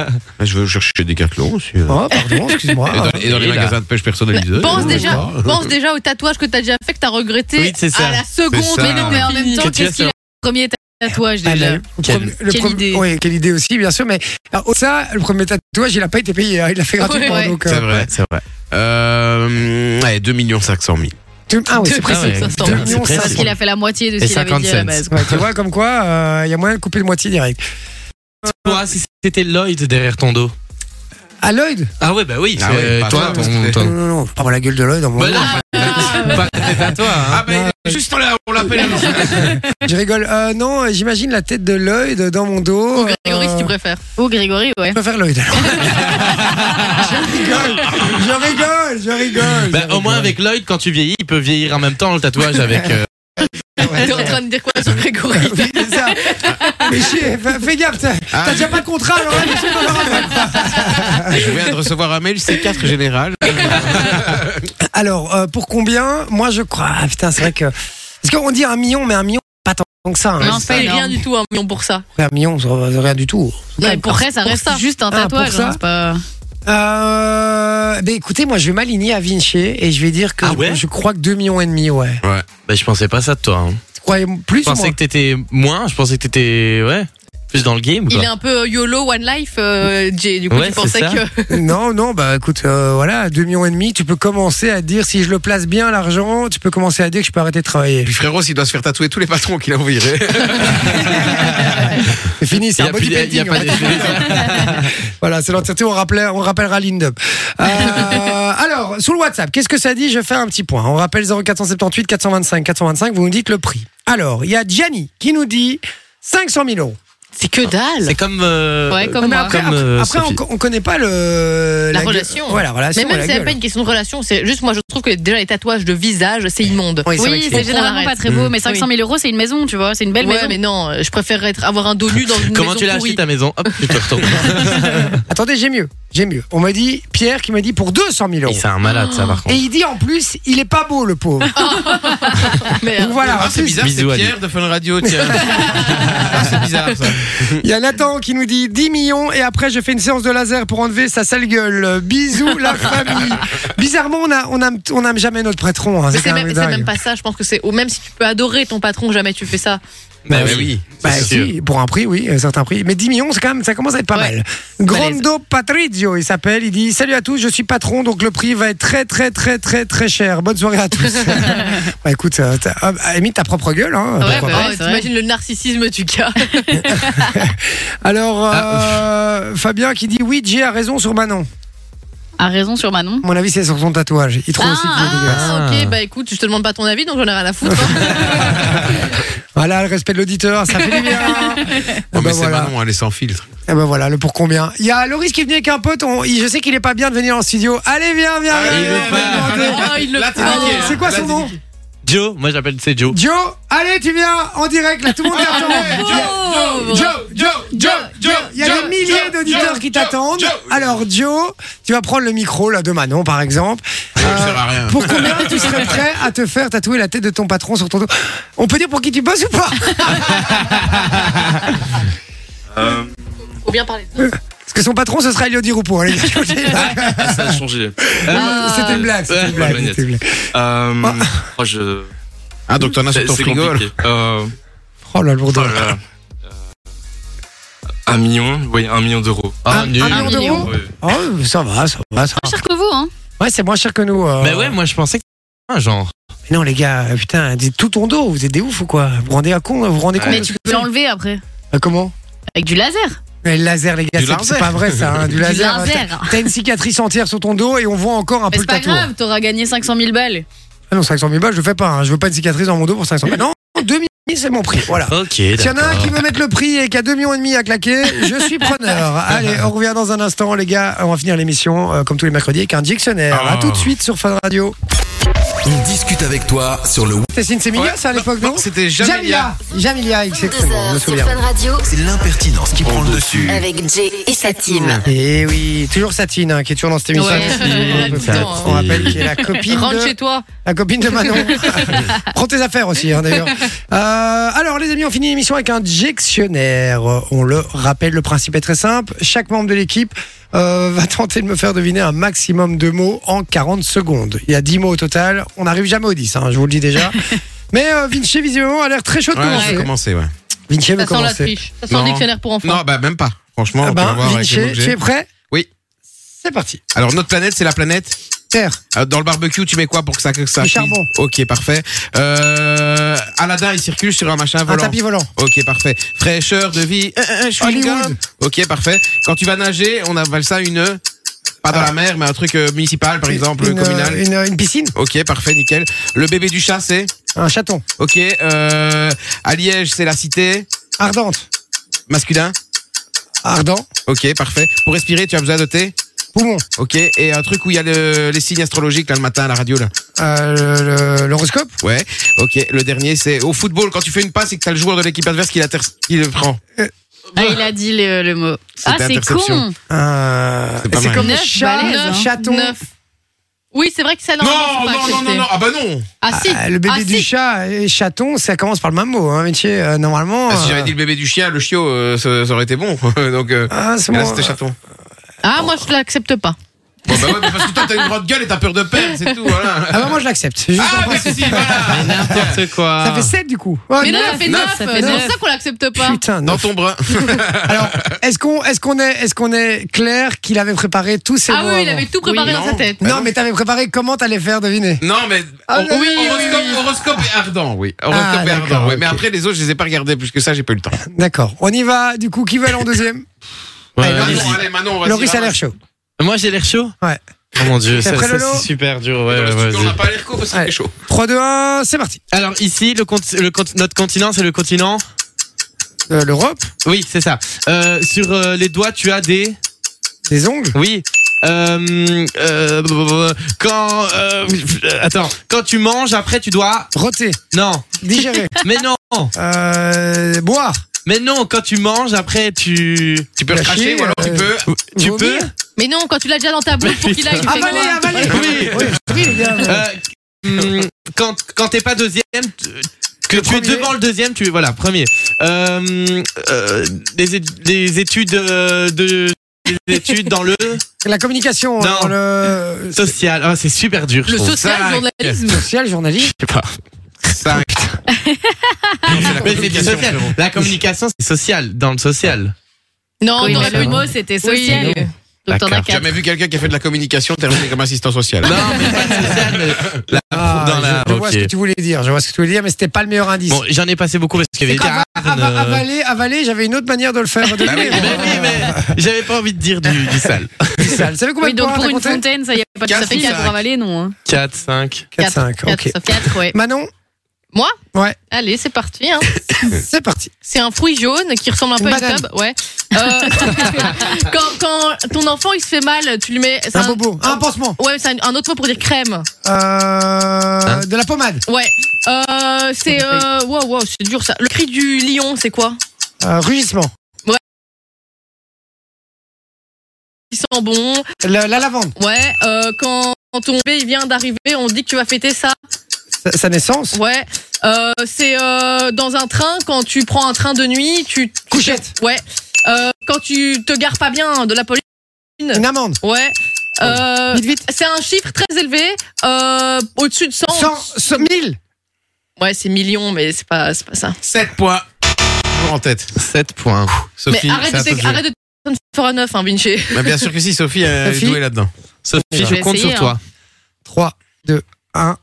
Speaker 5: Je veux chercher des cartelons aussi. euh.
Speaker 2: Oh, pardon, excuse-moi.
Speaker 5: Et dans, et dans les
Speaker 3: Et là.
Speaker 5: magasins de pêche personnalisés.
Speaker 1: pense,
Speaker 5: euh,
Speaker 1: déjà,
Speaker 5: d'accord.
Speaker 1: pense déjà au tatouage que t'as déjà fait, que t'as regretté
Speaker 3: Oui, c'est ça.
Speaker 1: à la
Speaker 5: C'est
Speaker 1: seconde.
Speaker 5: ça.
Speaker 1: Mais non, mais en même temps.
Speaker 3: Que
Speaker 4: temps,
Speaker 3: tu as
Speaker 4: qu'est-ce qu'il
Speaker 3: sur-
Speaker 4: a Premier tatouage
Speaker 2: Ah,
Speaker 4: déjà.
Speaker 2: le- le
Speaker 3: Quelle-
Speaker 2: premier- le
Speaker 4: quelle
Speaker 2: premier-
Speaker 4: idée.
Speaker 2: Oui, quelle idée aussi, bien sûr. Mais alors, ça, le premier tatouage, il a pas été payé. hein, il l'a fait gratuitement.
Speaker 1: Ouais.
Speaker 2: donc, euh,
Speaker 5: C'est vrai.
Speaker 3: c'est vrai.
Speaker 5: Euh, allez, 2 500 000.
Speaker 2: tu- ah oui, c'est
Speaker 1: Deux
Speaker 2: précis.
Speaker 1: millions cinq
Speaker 2: Deux
Speaker 1: cents.
Speaker 3: C'est
Speaker 2: millions
Speaker 3: précis.
Speaker 2: cinq
Speaker 4: Parce
Speaker 2: cents.
Speaker 4: qu'il a fait la moitié de ce
Speaker 3: Et
Speaker 4: qu'il avait
Speaker 3: 50
Speaker 4: dit à la
Speaker 3: cents.
Speaker 4: base.
Speaker 2: Ouais, tu vois, comme quoi, euh, il y a moyen de couper de moitié direct.
Speaker 3: Toi, si c'était Lloyd derrière ton dos.
Speaker 2: À Lloyd
Speaker 3: Ah ouais, bah oui.
Speaker 5: Ah
Speaker 3: c'est,
Speaker 5: ouais,
Speaker 3: euh,
Speaker 5: pas
Speaker 3: toi,
Speaker 5: toi,
Speaker 3: ton.
Speaker 5: parce que-
Speaker 2: Non,
Speaker 3: ton...
Speaker 2: non, non, pas la gueule de Lloyd. dans mon
Speaker 3: Bah
Speaker 2: dos.
Speaker 3: non, pas pas à toi. hein.
Speaker 5: Ah, bah, il est juste là, on l'appelle.
Speaker 2: Je rigole. Euh, non, j'imagine la tête de Lloyd dans mon dos.
Speaker 1: Grégory, si tu
Speaker 2: Euh,
Speaker 1: préfères.
Speaker 4: Oh, Grégory, ouais.
Speaker 2: je préfère Lloyd alors. je rigole, je rigole, je rigole.
Speaker 3: Bah,
Speaker 2: je
Speaker 3: au
Speaker 2: rigole.
Speaker 3: moins avec Lloyd, quand tu vieillis, il peut vieillir en même temps le tatouage avec. euh,
Speaker 1: T'es en train de dire quoi sur Grégory
Speaker 2: Oui, c'est ça. Mais chier, fais fais gaffe, t'as t'as déjà pas de contrat, alors là, je sais pas voir avec.
Speaker 5: Je viens de recevoir un mail C4 général.
Speaker 2: Alors, euh, pour combien Moi, je crois. Ah, putain, c'est vrai que. Parce qu'on dit un million, mais un million, pas tant que ça. hein.
Speaker 4: Non, c'est
Speaker 1: C'est
Speaker 4: pas
Speaker 1: rien
Speaker 4: énorme.
Speaker 1: du tout un million pour ça.
Speaker 2: Un million, ça va- ça va rien du tout.
Speaker 4: Non, mais pour vrai, ça
Speaker 1: pour
Speaker 4: reste
Speaker 1: ça.
Speaker 4: juste un
Speaker 2: Ah,
Speaker 4: tatouage.
Speaker 2: pour ça
Speaker 4: hein, c'est pas-
Speaker 2: Euh, ben écoutez, moi, je vais m'aligner à Vinci et je vais dire que
Speaker 3: Ah ouais
Speaker 2: je crois que 2 millions et demi, ouais.
Speaker 3: Bah, je pensais pas ça de toi. hein.
Speaker 2: Tu croyais plus
Speaker 3: Je pensais
Speaker 2: moi
Speaker 3: que t'étais moins, je pensais que t'étais. Ouais. Plus dans le game ou
Speaker 1: Il
Speaker 3: quoi
Speaker 1: est un peu YOLO, One Life, euh, Jay. Du coup,
Speaker 3: Ouais,
Speaker 1: tu
Speaker 3: c'est
Speaker 1: pensais
Speaker 3: ça.
Speaker 1: que.
Speaker 2: Non, non, bah écoute, euh, voilà, 2 millions et demi, tu peux commencer à dire si je le place bien l'argent, tu peux commencer à dire que je peux arrêter de travailler.
Speaker 5: Puis frérot, s'il doit se faire tatouer tous les patrons qu'il a envoyés.
Speaker 2: C'est fini, c'est
Speaker 3: Il y
Speaker 2: un
Speaker 3: a plus-
Speaker 2: body
Speaker 3: il y a- il y a
Speaker 2: painting.
Speaker 3: pas des-
Speaker 2: Voilà, c'est l'entièreté, on, rappelait- on rappellera l'INDEP. Euh, alors, sur le WhatsApp, qu'est-ce que ça dit Je fais un petit point. On rappelle 0478 425 425, vous nous dites le prix. Alors, il y a Gianni qui nous dit 500 000 euros.
Speaker 1: C'est que dalle.
Speaker 3: C'est comme. euh,
Speaker 4: Ouais, comme
Speaker 2: Ouais, mais
Speaker 4: moi.
Speaker 2: après,
Speaker 3: Comme,
Speaker 2: après-
Speaker 3: euh,
Speaker 2: après,
Speaker 3: Sophie.
Speaker 2: on, on connaît pas le,
Speaker 1: La
Speaker 2: gueule-
Speaker 1: relation.
Speaker 2: Ouais, la relation.
Speaker 1: Mais même
Speaker 2: la
Speaker 1: si c'est
Speaker 2: gueule.
Speaker 1: pas une question de relation, c'est juste moi je trouve que déjà les tatouages de visage, c'est immonde.
Speaker 2: Oui, c'est vrai
Speaker 4: Oui,
Speaker 2: que
Speaker 4: c'est
Speaker 1: c'est-
Speaker 4: généralement pas Mmh. très beau, mais 500 000 euros, c'est une maison, tu vois. C'est une belle
Speaker 1: ouais,
Speaker 4: maison.
Speaker 1: mais non, euh, je préfère être, avoir un dos nu dans une
Speaker 3: Comment
Speaker 1: maison
Speaker 3: tu l'as acheté
Speaker 1: pourrie.
Speaker 3: ta maison Hop, tu te retournes.
Speaker 2: Attendez, j'ai mieux. J'ai mieux. On m'a dit, Pierre qui m'a dit pour 200 000
Speaker 3: Et
Speaker 2: euros.
Speaker 3: c'est un malade, ça,
Speaker 5: Ah.
Speaker 3: par
Speaker 2: Et
Speaker 3: contre.
Speaker 2: il dit en plus, il est pas beau le pauvre.
Speaker 1: Merde.
Speaker 2: Donc voilà,
Speaker 5: Ah,
Speaker 2: en
Speaker 5: c'est
Speaker 2: plus,
Speaker 5: bizarre, c'est
Speaker 3: Bisous, Ali.
Speaker 5: Pierre de Fun Radio, tiens. Ah, c'est bizarre ça.
Speaker 2: il y a Nathan qui nous dit 10 millions et après je fais une séance de laser pour enlever sa sale gueule. Euh, Bisous la famille. Bizarrement, on a, on aime, on aime jamais notre patron. hein.
Speaker 1: Mais
Speaker 2: quand
Speaker 1: c'est même, c'est
Speaker 2: dingue.
Speaker 1: même pas ça, je pense que c'est. Ou même si tu peux adorer ton patron, jamais tu fais ça.
Speaker 5: Bah oui.
Speaker 2: Bah
Speaker 3: c'est sûr.
Speaker 2: si, pour un prix, oui, un certain prix. Mais 10 millions, c'est quand même, ça commence à être pas
Speaker 1: Ouais.
Speaker 2: mal. Grando Patrizio, il s'appelle. Il dit Salut à tous, je suis patron, donc le prix va être très, très, très, très, très cher. Bonne soirée à tous. bah écoute, ça- ça- ah, bah, imite ta propre gueule. Hein,
Speaker 1: Ouais,
Speaker 2: pourquoi
Speaker 1: bah
Speaker 2: pas.
Speaker 1: ouais,
Speaker 4: c'est vrai.
Speaker 1: t'imagines le narcissisme du gars.
Speaker 2: Alors,
Speaker 3: Ah,
Speaker 2: euh, Fabien qui dit Oui, Jay a raison sur Manon.
Speaker 4: A raison sur Manon.
Speaker 2: À mon avis, c'est sur son tatouage. Il trouve
Speaker 1: Ah,
Speaker 2: aussi que c'est dégueulasse.
Speaker 1: ah, ok, bah écoute, je te demande pas ton avis, donc j'en ai rien à foutre. hein.
Speaker 2: Voilà, le respect de l'auditeur, ça fait du bien.
Speaker 5: Non,
Speaker 2: Eh ben
Speaker 5: Oh, mais c'est
Speaker 2: voilà.
Speaker 5: Manon, elle est sans filtre.
Speaker 2: Eh ben voilà, le pour combien. Il y a Loris qui est venu avec un pote. on- il- je sais qu'il est pas bien de venir en studio. Allez, viens, viens,
Speaker 5: Ah,
Speaker 2: viens,
Speaker 5: il
Speaker 2: viens,
Speaker 5: veut pas.
Speaker 2: viens, viens.
Speaker 1: oh, il le
Speaker 5: Là, t'es
Speaker 1: prend.
Speaker 5: niqué, hein.
Speaker 2: C'est quoi
Speaker 5: Là,
Speaker 2: son
Speaker 5: t'es
Speaker 2: nom
Speaker 3: Joe, moi j'appelle c'est Joe.
Speaker 2: Joe Allez, tu viens en direct, là, tout le monde t'attend.
Speaker 1: Pauvre.
Speaker 5: Joe, Joe, Joe,
Speaker 2: Il y a
Speaker 5: Joe,
Speaker 2: des milliers
Speaker 5: Joe,
Speaker 2: d'auditeurs
Speaker 5: Joe,
Speaker 2: qui
Speaker 5: Joe,
Speaker 2: t'attendent.
Speaker 5: Joe.
Speaker 2: Alors, Joe, tu vas prendre le micro là, de Manon, par exemple. Euh,
Speaker 5: Ça ne sert à rien.
Speaker 2: Pour combien tu serais prêt à te faire tatouer la tête de ton patron sur ton dos On peut dire pour qui tu bosses ou pas
Speaker 1: Faut bien parler.
Speaker 2: Parce que son patron, ce sera Elio Di Rupo, hein, les gars.
Speaker 5: Ah,
Speaker 11: Ça a changé.
Speaker 2: C'était une blague, c'était
Speaker 11: Ouais,
Speaker 2: une blague.
Speaker 11: ouais,
Speaker 2: c'était une blague.
Speaker 11: Euh, oh, je...
Speaker 5: Ah, donc t'en as sur
Speaker 11: C'est
Speaker 5: ton
Speaker 11: c'est
Speaker 5: frigo.
Speaker 11: compliqué. Euh,
Speaker 2: Oh là, le
Speaker 11: oh
Speaker 2: bourdon.
Speaker 11: là là. Euh, un million, oui, un million d'euros.
Speaker 3: Ah, nul.
Speaker 2: Un million d'euros
Speaker 11: Ouais.
Speaker 2: Oh, ça va, ça va, ça va.
Speaker 4: Pas cher que vous, hein.
Speaker 2: Ouais, c'est moins cher que nous. euh.
Speaker 3: Bah ouais, moi je pensais que c'était un genre.
Speaker 2: Mais non, les gars, euh, putain, dites tout ton dos, vous êtes des oufs ou quoi Vous vous rendez à con, vous vous rendez compte
Speaker 4: Mais
Speaker 2: de
Speaker 4: tu
Speaker 2: ce que-
Speaker 4: peux l'enlever après.
Speaker 2: Euh, Comment
Speaker 4: Avec du laser.
Speaker 2: Mais le laser, les gars,
Speaker 5: Du
Speaker 2: c'est-
Speaker 5: laser.
Speaker 2: c'est pas vrai ça, hein, du laser.
Speaker 4: du laser.
Speaker 2: T'as- T'as une cicatrice entière sur ton dos et on voit encore un
Speaker 4: Mais
Speaker 2: peu le
Speaker 4: c'est pas
Speaker 2: tatouage.
Speaker 4: grave, t'auras gagné 500 000 balles.
Speaker 2: Ah non, 500 000 balles, je fais pas. hein, Je veux pas de cicatrice dans mon dos pour 500 000. Non, 2 000, c'est mon prix. Voilà.
Speaker 3: Ok,
Speaker 2: S'il y en a un
Speaker 3: d'accord.
Speaker 2: qui veut mettre le prix et qui a 2 millions et demi à claquer, je suis preneur. Allez, on revient dans un instant, les gars. On va finir l'émission, euh, comme tous les mercredis, avec un dictionnaire.
Speaker 5: Ah.
Speaker 2: À tout de suite sur Fun Radio.
Speaker 7: On discute avec toi sur le web.
Speaker 2: Tessine, c'est Mignon, ça, à l'époque, non
Speaker 5: C'était Jamilia.
Speaker 2: Jamilia. Jamilia, exactement, je me
Speaker 6: 22h sur
Speaker 2: souviens.
Speaker 6: Fun Radio
Speaker 7: C'est l'impertinence qui prend le dessus.
Speaker 6: avec Jay et sa team.
Speaker 2: Et Eh oui, toujours Satine, hein, qui est toujours dans cette émission.
Speaker 1: Ouais, Satine,
Speaker 2: On
Speaker 1: tout le temps, hein.
Speaker 2: rappelle qu'elle est la copine
Speaker 1: Rentre
Speaker 2: de
Speaker 1: chez toi.
Speaker 2: La copine de Manon. Prends tes affaires aussi, hein, d'ailleurs. Euh, alors, les amis, on finit l'émission avec un dictionnaire. Euh, On le rappelle, le principe est très simple. Chaque membre de l'équipe euh, va tenter de me faire deviner un maximum de mots en 40 secondes. Il y a 10 mots au total. On n'arrive jamais aux 10, hein, je vous le dis déjà. Mais euh, Vinci, visiblement, a l'air très chaud de
Speaker 5: Ouais, je
Speaker 2: commencer.
Speaker 5: vais commencer, ouais.
Speaker 2: Vinci veut
Speaker 1: Ça sent la
Speaker 2: commencer.
Speaker 1: triche. Ça sent
Speaker 5: Non.
Speaker 1: le dictionnaire pour enfants.
Speaker 5: Non, bah même pas. Franchement,
Speaker 2: Ah
Speaker 5: on peut
Speaker 2: ben,
Speaker 5: voir avec
Speaker 2: Vinci,
Speaker 5: les mots que
Speaker 2: tu es
Speaker 5: j'ai.
Speaker 2: prêt
Speaker 5: Oui.
Speaker 2: C'est parti.
Speaker 5: Alors, notre planète, c'est la planète.
Speaker 2: Terre.
Speaker 5: Euh, Dans le barbecue, tu mets quoi pour que ça que ça
Speaker 2: Du
Speaker 5: cuise
Speaker 2: charbon.
Speaker 5: Ok, parfait. Euh, Aladdin, il circule sur un machin
Speaker 2: Un
Speaker 5: volant.
Speaker 2: tapis volant.
Speaker 5: Ok, parfait. Fraîcheur de vie. Euh, Un, un, un chewing-gum.
Speaker 2: Hollywood.
Speaker 5: Ok, parfait. Quand tu vas nager, on appelle ça une pas dans
Speaker 2: Ah.
Speaker 5: la mer, mais un truc euh, municipal, par exemple,
Speaker 2: une, euh,
Speaker 5: communal.
Speaker 2: une, une piscine.
Speaker 5: Ok, parfait, nickel. Le bébé du chat, c'est
Speaker 2: Un chaton.
Speaker 5: Ok. Euh, à Liège, c'est la cité.
Speaker 2: Ardente.
Speaker 5: Masculin.
Speaker 2: Ardent.
Speaker 5: Ok, parfait. Pour respirer, tu as besoin de thé.
Speaker 2: Poumon.
Speaker 5: Ok. Et un truc où il y a le- les signes astrologiques là le matin à la radio là.
Speaker 2: Euh, le- le- L'horoscope.
Speaker 5: Ouais. Ok. Le dernier, c'est au football quand tu fais une passe et que t'as le joueur de l'équipe adverse qui la ter- qui le prend.
Speaker 4: Ah, il a dit le, le mot. Ah, c'est
Speaker 5: interception.
Speaker 4: con.
Speaker 2: Euh,
Speaker 5: C'est pas mal.
Speaker 2: comme
Speaker 4: Neuf
Speaker 2: chat,
Speaker 4: balaises,
Speaker 2: le
Speaker 4: hein.
Speaker 2: chaton.
Speaker 1: Neuf. Oui, c'est vrai que ça, normalement,
Speaker 5: Non,
Speaker 1: c'est pas
Speaker 5: non, non,
Speaker 1: accepté.
Speaker 5: non, non. Ah bah non.
Speaker 1: Ah, si.
Speaker 2: Ah, le bébé
Speaker 1: Ah,
Speaker 2: du
Speaker 1: si.
Speaker 2: chat et chaton, ça commence par le même mot, hein, métier. Euh, normalement.
Speaker 5: Ah, si j'avais
Speaker 2: euh,
Speaker 5: dit le bébé du chien, le chiot, euh, ça, ça aurait été bon. Donc euh,
Speaker 2: ah, c'est
Speaker 5: mais là
Speaker 2: bon.
Speaker 5: c'était chaton.
Speaker 1: Ah, moi, je l'accepte pas.
Speaker 5: Bon bah ouais, mais parce que toi t'as une grande gueule et t'as peur de perdre, c'est tout. Voilà.
Speaker 2: Ah, bah, moi, je l'accepte. C'est juste
Speaker 5: Ah
Speaker 2: en principe.
Speaker 5: merci. Voilà.
Speaker 3: N'importe quoi.
Speaker 2: Ça fait 7 du coup. Oh,
Speaker 1: Mais non,
Speaker 2: neuf.
Speaker 1: ça fait
Speaker 4: neuf,
Speaker 1: 9.
Speaker 4: ça fait
Speaker 1: C'est pour
Speaker 4: neuf.
Speaker 1: ça qu'on l'accepte pas.
Speaker 2: Putain,
Speaker 5: Dans
Speaker 2: neuf.
Speaker 5: ton bras.
Speaker 2: Alors, est-ce qu'on est, qu'on est, est, qu'on est clair qu'il avait préparé tous ces
Speaker 1: Ah
Speaker 2: mots
Speaker 1: oui, il
Speaker 2: avant
Speaker 1: avait tout préparé
Speaker 5: Oui,
Speaker 1: dans
Speaker 5: non.
Speaker 1: sa tête.
Speaker 2: Non, mais t'avais préparé comment t'allais faire deviner.
Speaker 5: Non mais
Speaker 2: Ah,
Speaker 5: hor-
Speaker 2: oui, oui, oui,
Speaker 5: horoscope, horoscope et ardent, oui. Horoscope
Speaker 2: Ah,
Speaker 5: et
Speaker 2: d'accord,
Speaker 5: ardent. Oui. Mais
Speaker 2: ok.
Speaker 5: après les autres, je les ai pas regardés plus que ça, j'ai pas eu le temps.
Speaker 2: D'accord. On y va. Du coup, qui veut aller en deuxième
Speaker 3: Ouais,
Speaker 2: Allez,
Speaker 5: Manon,
Speaker 3: allez-y.
Speaker 5: allez, Manon, vas-y.
Speaker 2: Loris a
Speaker 5: va.
Speaker 2: l'air chaud.
Speaker 3: Moi j'ai l'air chaud
Speaker 2: Ouais.
Speaker 3: Oh mon dieu,
Speaker 2: T'es
Speaker 3: ça,
Speaker 2: prêt,
Speaker 3: ça,
Speaker 2: Lolo
Speaker 3: c'est super dur. Ouais,
Speaker 5: Dans le
Speaker 3: ouais,
Speaker 5: studio, on n'a
Speaker 3: vas-y.
Speaker 5: pas l'air court parce qu'il
Speaker 2: Ouais.
Speaker 5: fait chaud.
Speaker 2: 3, 2, 1, c'est parti.
Speaker 3: Alors ici, le, cont- le cont- notre continent, c'est le continent
Speaker 2: Euh, L'Europe
Speaker 3: Oui, c'est ça. Euh, sur euh, les doigts, tu as des.
Speaker 2: Des ongles
Speaker 3: Oui. Euh, euh, quand. euh, attends. Quand tu manges, après, tu dois.
Speaker 2: Roter.
Speaker 3: Non.
Speaker 2: Digérer.
Speaker 3: Mais non.
Speaker 2: Euh, boire.
Speaker 3: Mais non, quand tu manges, après, tu.
Speaker 5: Tu peux recracher
Speaker 2: Lâcher,
Speaker 5: ou alors tu
Speaker 2: euh,
Speaker 5: peux.
Speaker 3: Tu
Speaker 2: Vomir.
Speaker 3: peux.
Speaker 1: Mais non, quand tu l'as déjà dans ta bouche pour qu'il aille, tu fais
Speaker 2: Avaler,
Speaker 1: quoi
Speaker 2: avaler
Speaker 3: Oui.
Speaker 2: Oui, oui, les gars.
Speaker 3: Euh, hum, quand quand t'es pas deuxième, tu- que
Speaker 2: Le
Speaker 3: tu es
Speaker 2: premier.
Speaker 3: devant le deuxième, tu es voilà premier. Euh, euh, des, é- des études euh, de des études dans le
Speaker 2: La communication,
Speaker 3: Non.
Speaker 2: euh, le
Speaker 3: social. Ah, c'est super dur. je
Speaker 1: Le
Speaker 3: trouve.
Speaker 1: social
Speaker 5: ça,
Speaker 1: journalisme.
Speaker 2: social, journalisme.
Speaker 3: Je sais pas.
Speaker 5: Cinq. Non, c'est la
Speaker 3: Mais c'est du
Speaker 5: communication,
Speaker 3: social.
Speaker 5: frérot.
Speaker 3: La communication, c'est social dans le social.
Speaker 1: Non,
Speaker 4: Oui,
Speaker 1: non,
Speaker 4: mais
Speaker 1: le
Speaker 4: le
Speaker 1: mot.
Speaker 4: mot, c'était
Speaker 1: Oui.
Speaker 4: social. Donc t'en as
Speaker 3: D'accord.
Speaker 5: J'ai
Speaker 4: quatre.
Speaker 5: jamais vu quelqu'un qui a fait de la communication terminer comme assistant social.
Speaker 3: Non, mais pas de social. mais la-
Speaker 2: Ah,
Speaker 3: dans la.
Speaker 2: je, je vois
Speaker 3: ok.
Speaker 2: ce que tu voulais dire, je vois ce que tu voulais dire, mais c'était pas le meilleur indice.
Speaker 3: Bon, j'en ai passé beaucoup parce qu'il y
Speaker 2: C'est
Speaker 3: avait
Speaker 2: qu'ava-
Speaker 3: Darn,
Speaker 2: ava-
Speaker 3: euh,
Speaker 2: avaler, avaler, j'avais une autre manière de le faire. De
Speaker 5: Bah oui,
Speaker 2: lui,
Speaker 3: mais Eh ben oui, mais j'avais pas envie de dire du, du sale.
Speaker 2: mais... Ça, savez combien
Speaker 4: Oui,
Speaker 2: de
Speaker 4: donc
Speaker 2: points
Speaker 4: pour
Speaker 2: t'as
Speaker 4: une
Speaker 2: compté
Speaker 4: fontaine, ça y a pas de
Speaker 5: Quatre
Speaker 4: ça fait
Speaker 5: ou
Speaker 4: quatre
Speaker 5: cinq
Speaker 4: pour avaler, non. hein.
Speaker 3: 4, 5.
Speaker 2: 4-5,
Speaker 1: Quatre,
Speaker 2: ok.
Speaker 1: ça fait quatre, ouais.
Speaker 2: Manon,
Speaker 1: Allez, c'est parti. hein.
Speaker 2: c'est parti.
Speaker 1: C'est un fruit jaune qui ressemble un
Speaker 2: Une
Speaker 1: peu à
Speaker 2: banane.
Speaker 1: une tube. Ouais. Euh, quand, quand ton enfant il se fait mal, tu lui mets. c'est
Speaker 2: Un bobo, un pansement,
Speaker 1: Ouais, c'est un, un autre mot pour dire crème.
Speaker 2: euh,
Speaker 3: Hein
Speaker 2: de la pommade,
Speaker 1: Ouais. Euh, c'est. Euh, wow, wow, c'est dur ça. Le cri du lion, c'est quoi
Speaker 2: euh, rugissement,
Speaker 1: Il sent bon.
Speaker 2: la, la lavande,
Speaker 1: Ouais. Euh, quand, quand ton bébé il vient d'arriver, on dit que tu vas fêter ça.
Speaker 2: sa, sa naissance,
Speaker 1: Ouais. Euh, c'est euh, dans un train, quand tu prends un train de nuit, tu.
Speaker 2: couchette,
Speaker 1: Ouais. Euh, quand tu te gares pas bien de la police.
Speaker 2: une amende,
Speaker 1: Ouais. Euh,
Speaker 2: vite, vite.
Speaker 1: c'est un chiffre très élevé, euh, au-dessus de 100.
Speaker 2: 100, 100 1000,
Speaker 1: Ouais, c'est millions, mais c'est pas, c'est pas ça.
Speaker 5: 7 points. Toujours en tête.
Speaker 3: 7 points.
Speaker 1: Mais
Speaker 5: Sophie,
Speaker 1: arrête
Speaker 5: c'est
Speaker 1: de,
Speaker 5: à toi de
Speaker 1: te-
Speaker 5: jouer.
Speaker 1: arrête de te faire un 9, hein, Vinci.
Speaker 5: Mais bien sûr que si, Sophie euh, elle est
Speaker 2: Sophie.
Speaker 5: douée là-dedans.
Speaker 3: Sophie,
Speaker 1: Je
Speaker 3: je
Speaker 1: vais
Speaker 3: compte
Speaker 1: essayer,
Speaker 4: hein.
Speaker 3: sur toi.
Speaker 2: 3, 2, 1,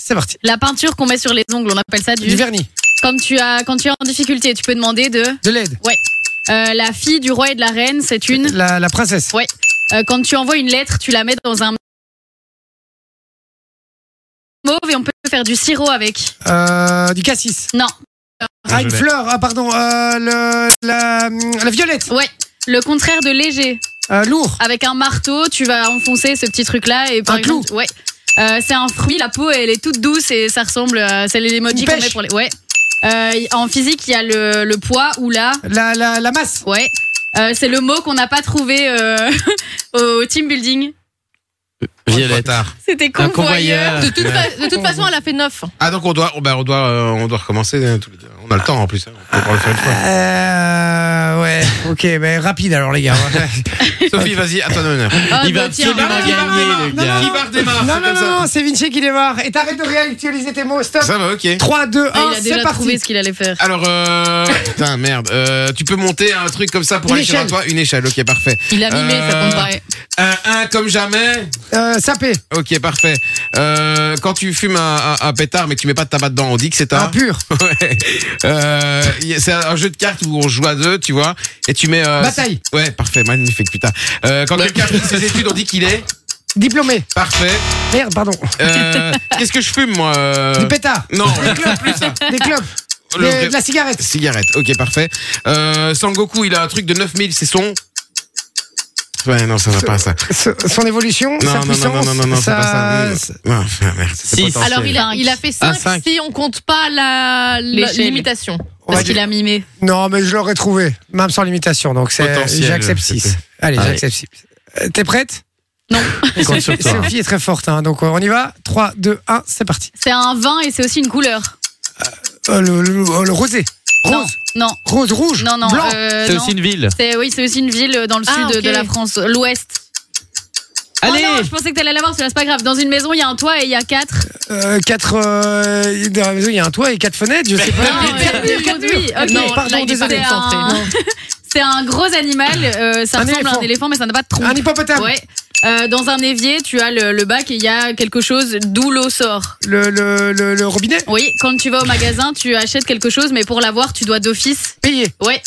Speaker 2: c'est parti.
Speaker 4: La peinture qu'on met sur les ongles, on appelle ça
Speaker 2: Du
Speaker 4: du.
Speaker 2: vernis,
Speaker 4: Quand tu as, quand tu es en difficulté, tu peux demander de.
Speaker 2: de l'aide,
Speaker 4: Euh, la fille du roi et de la reine, c'est une.
Speaker 2: la, la princesse,
Speaker 4: Euh, quand tu envoies une lettre, tu la mets dans un mauve et on peut faire du sirop avec.
Speaker 2: euh, du cassis,
Speaker 4: Non.
Speaker 2: ah, une
Speaker 5: je l'ai.
Speaker 2: fleur, ah pardon, euh, le, la, la violette,
Speaker 4: Ouais. Le contraire de léger.
Speaker 2: euh, lourd,
Speaker 4: Avec un marteau, tu vas enfoncer ce petit truc-là et par
Speaker 2: Un
Speaker 4: exemple. Ouais. Euh, c'est un fruit, la peau, elle est toute douce et ça ressemble à celle des emojis
Speaker 2: Une
Speaker 4: qu'on
Speaker 2: pêche.
Speaker 4: met pour les. Ouais. Euh, y- en physique, il y a le, le poids ou là.
Speaker 2: la, la, la masse,
Speaker 4: Ouais. Euh, c'est le mot qu'on n'a pas trouvé euh, au team building.
Speaker 1: hein.
Speaker 3: Violette.
Speaker 4: C'était
Speaker 3: Un
Speaker 4: convoyeur.
Speaker 1: De toute, fa- de toute façon, elle a fait 9.
Speaker 5: Ah donc on doit, on, bah, on doit, euh, on doit recommencer. euh, tous les deux. On a le temps en plus. hein. On peut encore le faire une fois.
Speaker 2: euh, ouais, ok, mais rapide alors les gars.
Speaker 5: Sophie, vas-y, à ton honneur.
Speaker 4: Ah,
Speaker 3: Il va
Speaker 4: bah, tiens.
Speaker 3: absolument gagner, le gars.
Speaker 5: Qui barre démarre
Speaker 2: Non,
Speaker 5: c'est
Speaker 2: non,
Speaker 5: comme
Speaker 2: non, non, c'est Vinci qui démarre. Et t'arrêtes de réactualiser tes mots, stop.
Speaker 5: ça. Ça va, ok.
Speaker 2: 3, 2, 1,
Speaker 4: Ah, il a
Speaker 2: c'est
Speaker 4: déjà trouvé
Speaker 2: parti.
Speaker 4: ce qu'il allait faire.
Speaker 5: Alors, euh... putain, merde. Euh, tu peux monter un truc comme ça pour
Speaker 2: Une
Speaker 5: aller chez
Speaker 2: échelle.
Speaker 5: toi Une échelle, ok, parfait.
Speaker 1: Il a mimé, ça compte pas.
Speaker 5: Euh, Un, un comme jamais.
Speaker 2: Euh, sapé,
Speaker 5: Ok, parfait. Euh, quand tu fumes un, un- un pétard mais que tu mets pas de tabac dedans, on dit que c'est un.
Speaker 2: impur,
Speaker 5: Ouais. Euh, y a- c'est un jeu de cartes où on joue à deux, tu vois. Et tu mets. Euh,
Speaker 2: Bataille.
Speaker 5: Ouais, parfait, magnifique, putain. Euh, quand quelqu'un fait ses études, on dit qu'il est.
Speaker 2: diplômé.
Speaker 5: Parfait.
Speaker 2: Merde, pardon.
Speaker 5: Euh, Qu'est-ce que je fume, moi euh
Speaker 2: Du pétard,
Speaker 5: Non,
Speaker 2: des clopes, des clopes,
Speaker 5: le
Speaker 2: des-
Speaker 5: vrai-
Speaker 2: de la cigarette.
Speaker 5: Cigarette, ok, parfait. Euh, Sangoku, il a un truc de 9000, c'est son. Ouais, non, ça va pas, ça.
Speaker 2: Ce- Son évolution,
Speaker 5: Non,
Speaker 2: sa
Speaker 5: non, non,
Speaker 2: puissance,
Speaker 5: non, non, non, non, c'est
Speaker 2: sa-
Speaker 5: pas ça. Non, non, ah, merde, c'est
Speaker 3: Six.
Speaker 5: potentiel.
Speaker 1: Alors, il a, il a fait 5
Speaker 3: Ah, cinq.
Speaker 1: si on compte pas la, la-
Speaker 4: L'échelle.
Speaker 1: l'imitation.
Speaker 2: on va
Speaker 4: Parce
Speaker 2: dire-
Speaker 4: qu'il a mimé.
Speaker 2: Non, mais je l'aurais trouvé, même sans limitation. Donc c'est,
Speaker 5: Potentiel,
Speaker 2: j'accepte
Speaker 5: c'était.
Speaker 2: 6. Allez,
Speaker 3: Allez.
Speaker 2: j'accepte 6. T'es prête
Speaker 3: Je compte sur toi.
Speaker 2: Sophie est très forte, hein, donc euh, on y va. 3, 2, 1, c'est parti.
Speaker 4: C'est un vin et c'est aussi une couleur.
Speaker 2: Euh, le, le- le rosé,
Speaker 4: Non,
Speaker 2: rose,
Speaker 4: non,
Speaker 2: rose, rouge,
Speaker 4: non, non.
Speaker 2: blanc,
Speaker 4: euh,
Speaker 3: C'est
Speaker 4: non.
Speaker 3: aussi une ville.
Speaker 4: C'est- oui, c'est aussi une ville euh, dans le
Speaker 1: Ah,
Speaker 4: sud de-
Speaker 1: ok.
Speaker 4: de la France, euh, l'ouest. Oh
Speaker 3: Allez
Speaker 4: non, je pensais que t'allais l'avoir, c'est pas grave. Dans une maison, il y a un toit et il y a quatre.
Speaker 2: euh, quatre, euh, dans la maison, il y a un toit et Ah, quatre fenêtres, je sais pas.
Speaker 4: Non,
Speaker 1: mais
Speaker 4: euh,
Speaker 1: murs,
Speaker 4: oui,
Speaker 1: murs.
Speaker 4: oui,
Speaker 1: Ah,
Speaker 4: ok.
Speaker 1: non,
Speaker 2: pardon,
Speaker 1: là, il est pas
Speaker 2: désolé.
Speaker 1: concentré.
Speaker 4: Non. C'est un gros animal, euh, ça
Speaker 2: Un
Speaker 4: ressemble à
Speaker 2: éléphant.
Speaker 4: un éléphant, mais ça n'a pas de trompe.
Speaker 2: Un hippopotame.
Speaker 4: Ouais. Euh, dans un évier, tu as le, le bac et il y a quelque chose d'où l'eau sort.
Speaker 2: Le, le, le, le robinet
Speaker 4: Oui, quand tu vas au magasin, tu achètes quelque chose, mais pour l'avoir, tu dois d'office
Speaker 2: payé.
Speaker 4: Ouais.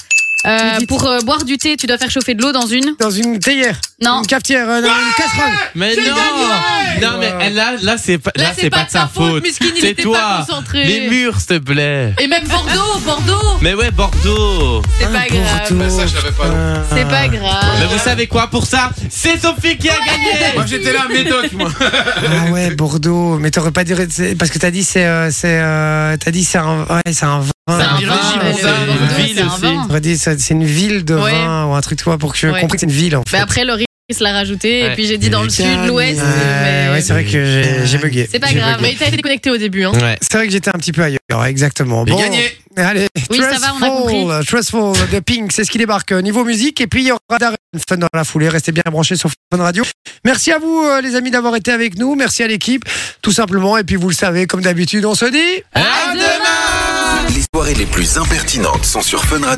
Speaker 4: Euh, pour euh, boire du thé, tu dois faire chauffer de l'eau dans une.
Speaker 2: Dans une théière.
Speaker 4: Non.
Speaker 2: Une cafetière, euh, non, une casserole.
Speaker 3: Mais
Speaker 2: J'ai
Speaker 3: non
Speaker 2: gagné
Speaker 3: Non, mais elle, là, là c'est pas, là, c'est pas de sa faute.
Speaker 1: Miskin, il
Speaker 3: C'est
Speaker 1: était
Speaker 3: toi.
Speaker 1: pas concentré.
Speaker 3: Les murs, s'il te plaît.
Speaker 1: Et même Bordeaux, Bordeaux
Speaker 3: Mais ouais, Bordeaux. Ah,
Speaker 1: C'est pas grave.
Speaker 5: Bah, ça, je l'avais pas.
Speaker 1: C'est pas grave.
Speaker 3: Mais vous savez quoi pour ça C'est Sophie qui a gagné
Speaker 5: Moi, j'étais là, médoc, moi.
Speaker 2: Ah ouais, Bordeaux. Mais t'aurais pas dit. c'est- Parce que t'as dit c'est. euh, c'est euh, t'as dit c'est un. Ouais, c'est un vin.
Speaker 3: C'est un
Speaker 5: Virginie
Speaker 3: vin,
Speaker 5: Montagne,
Speaker 3: c'est une
Speaker 5: Bordeaux,
Speaker 3: ville
Speaker 4: c'est un
Speaker 3: aussi.
Speaker 4: vin.
Speaker 2: T'aurais dit c'est c'est une ville de
Speaker 1: Ouais.
Speaker 2: vin ou un truc, toi, pour que je
Speaker 1: Ouais.
Speaker 2: comprenne que c'est une ville en fait.
Speaker 4: Mais après, Laurie l'a rajouté.
Speaker 3: Ouais.
Speaker 4: Et puis j'ai dit Bah, dans le sud, l'ouest.
Speaker 2: Ouais,
Speaker 4: mais-
Speaker 2: ah, ouais, c'est vrai que j'ai- j'ai bugué.
Speaker 4: C'est pas
Speaker 2: J'ai
Speaker 4: grave.
Speaker 2: bugué.
Speaker 1: Mais t'as été déconnecté au début, hein.
Speaker 3: Ouais.
Speaker 2: C'est vrai que j'étais un petit peu ailleurs, exactement.
Speaker 5: J'ai
Speaker 2: Bon.
Speaker 5: gagné.
Speaker 2: Allez,
Speaker 4: Oui, ça va, on a
Speaker 2: Trustful, Trustful de Pink, c'est ce qui débarque euh, niveau musique. Et puis il y aura Darren Fun dans la foulée. Restez bien branchés sur Fun Radio. Merci à vous, euh, les amis, d'avoir été avec nous. Merci à l'équipe, tout simplement. Et puis vous le savez,
Speaker 3: Hein?
Speaker 2: comme d'habitude, on se dit.
Speaker 3: À demain
Speaker 7: Les soirées les plus impertinentes sont sur Fun Radio.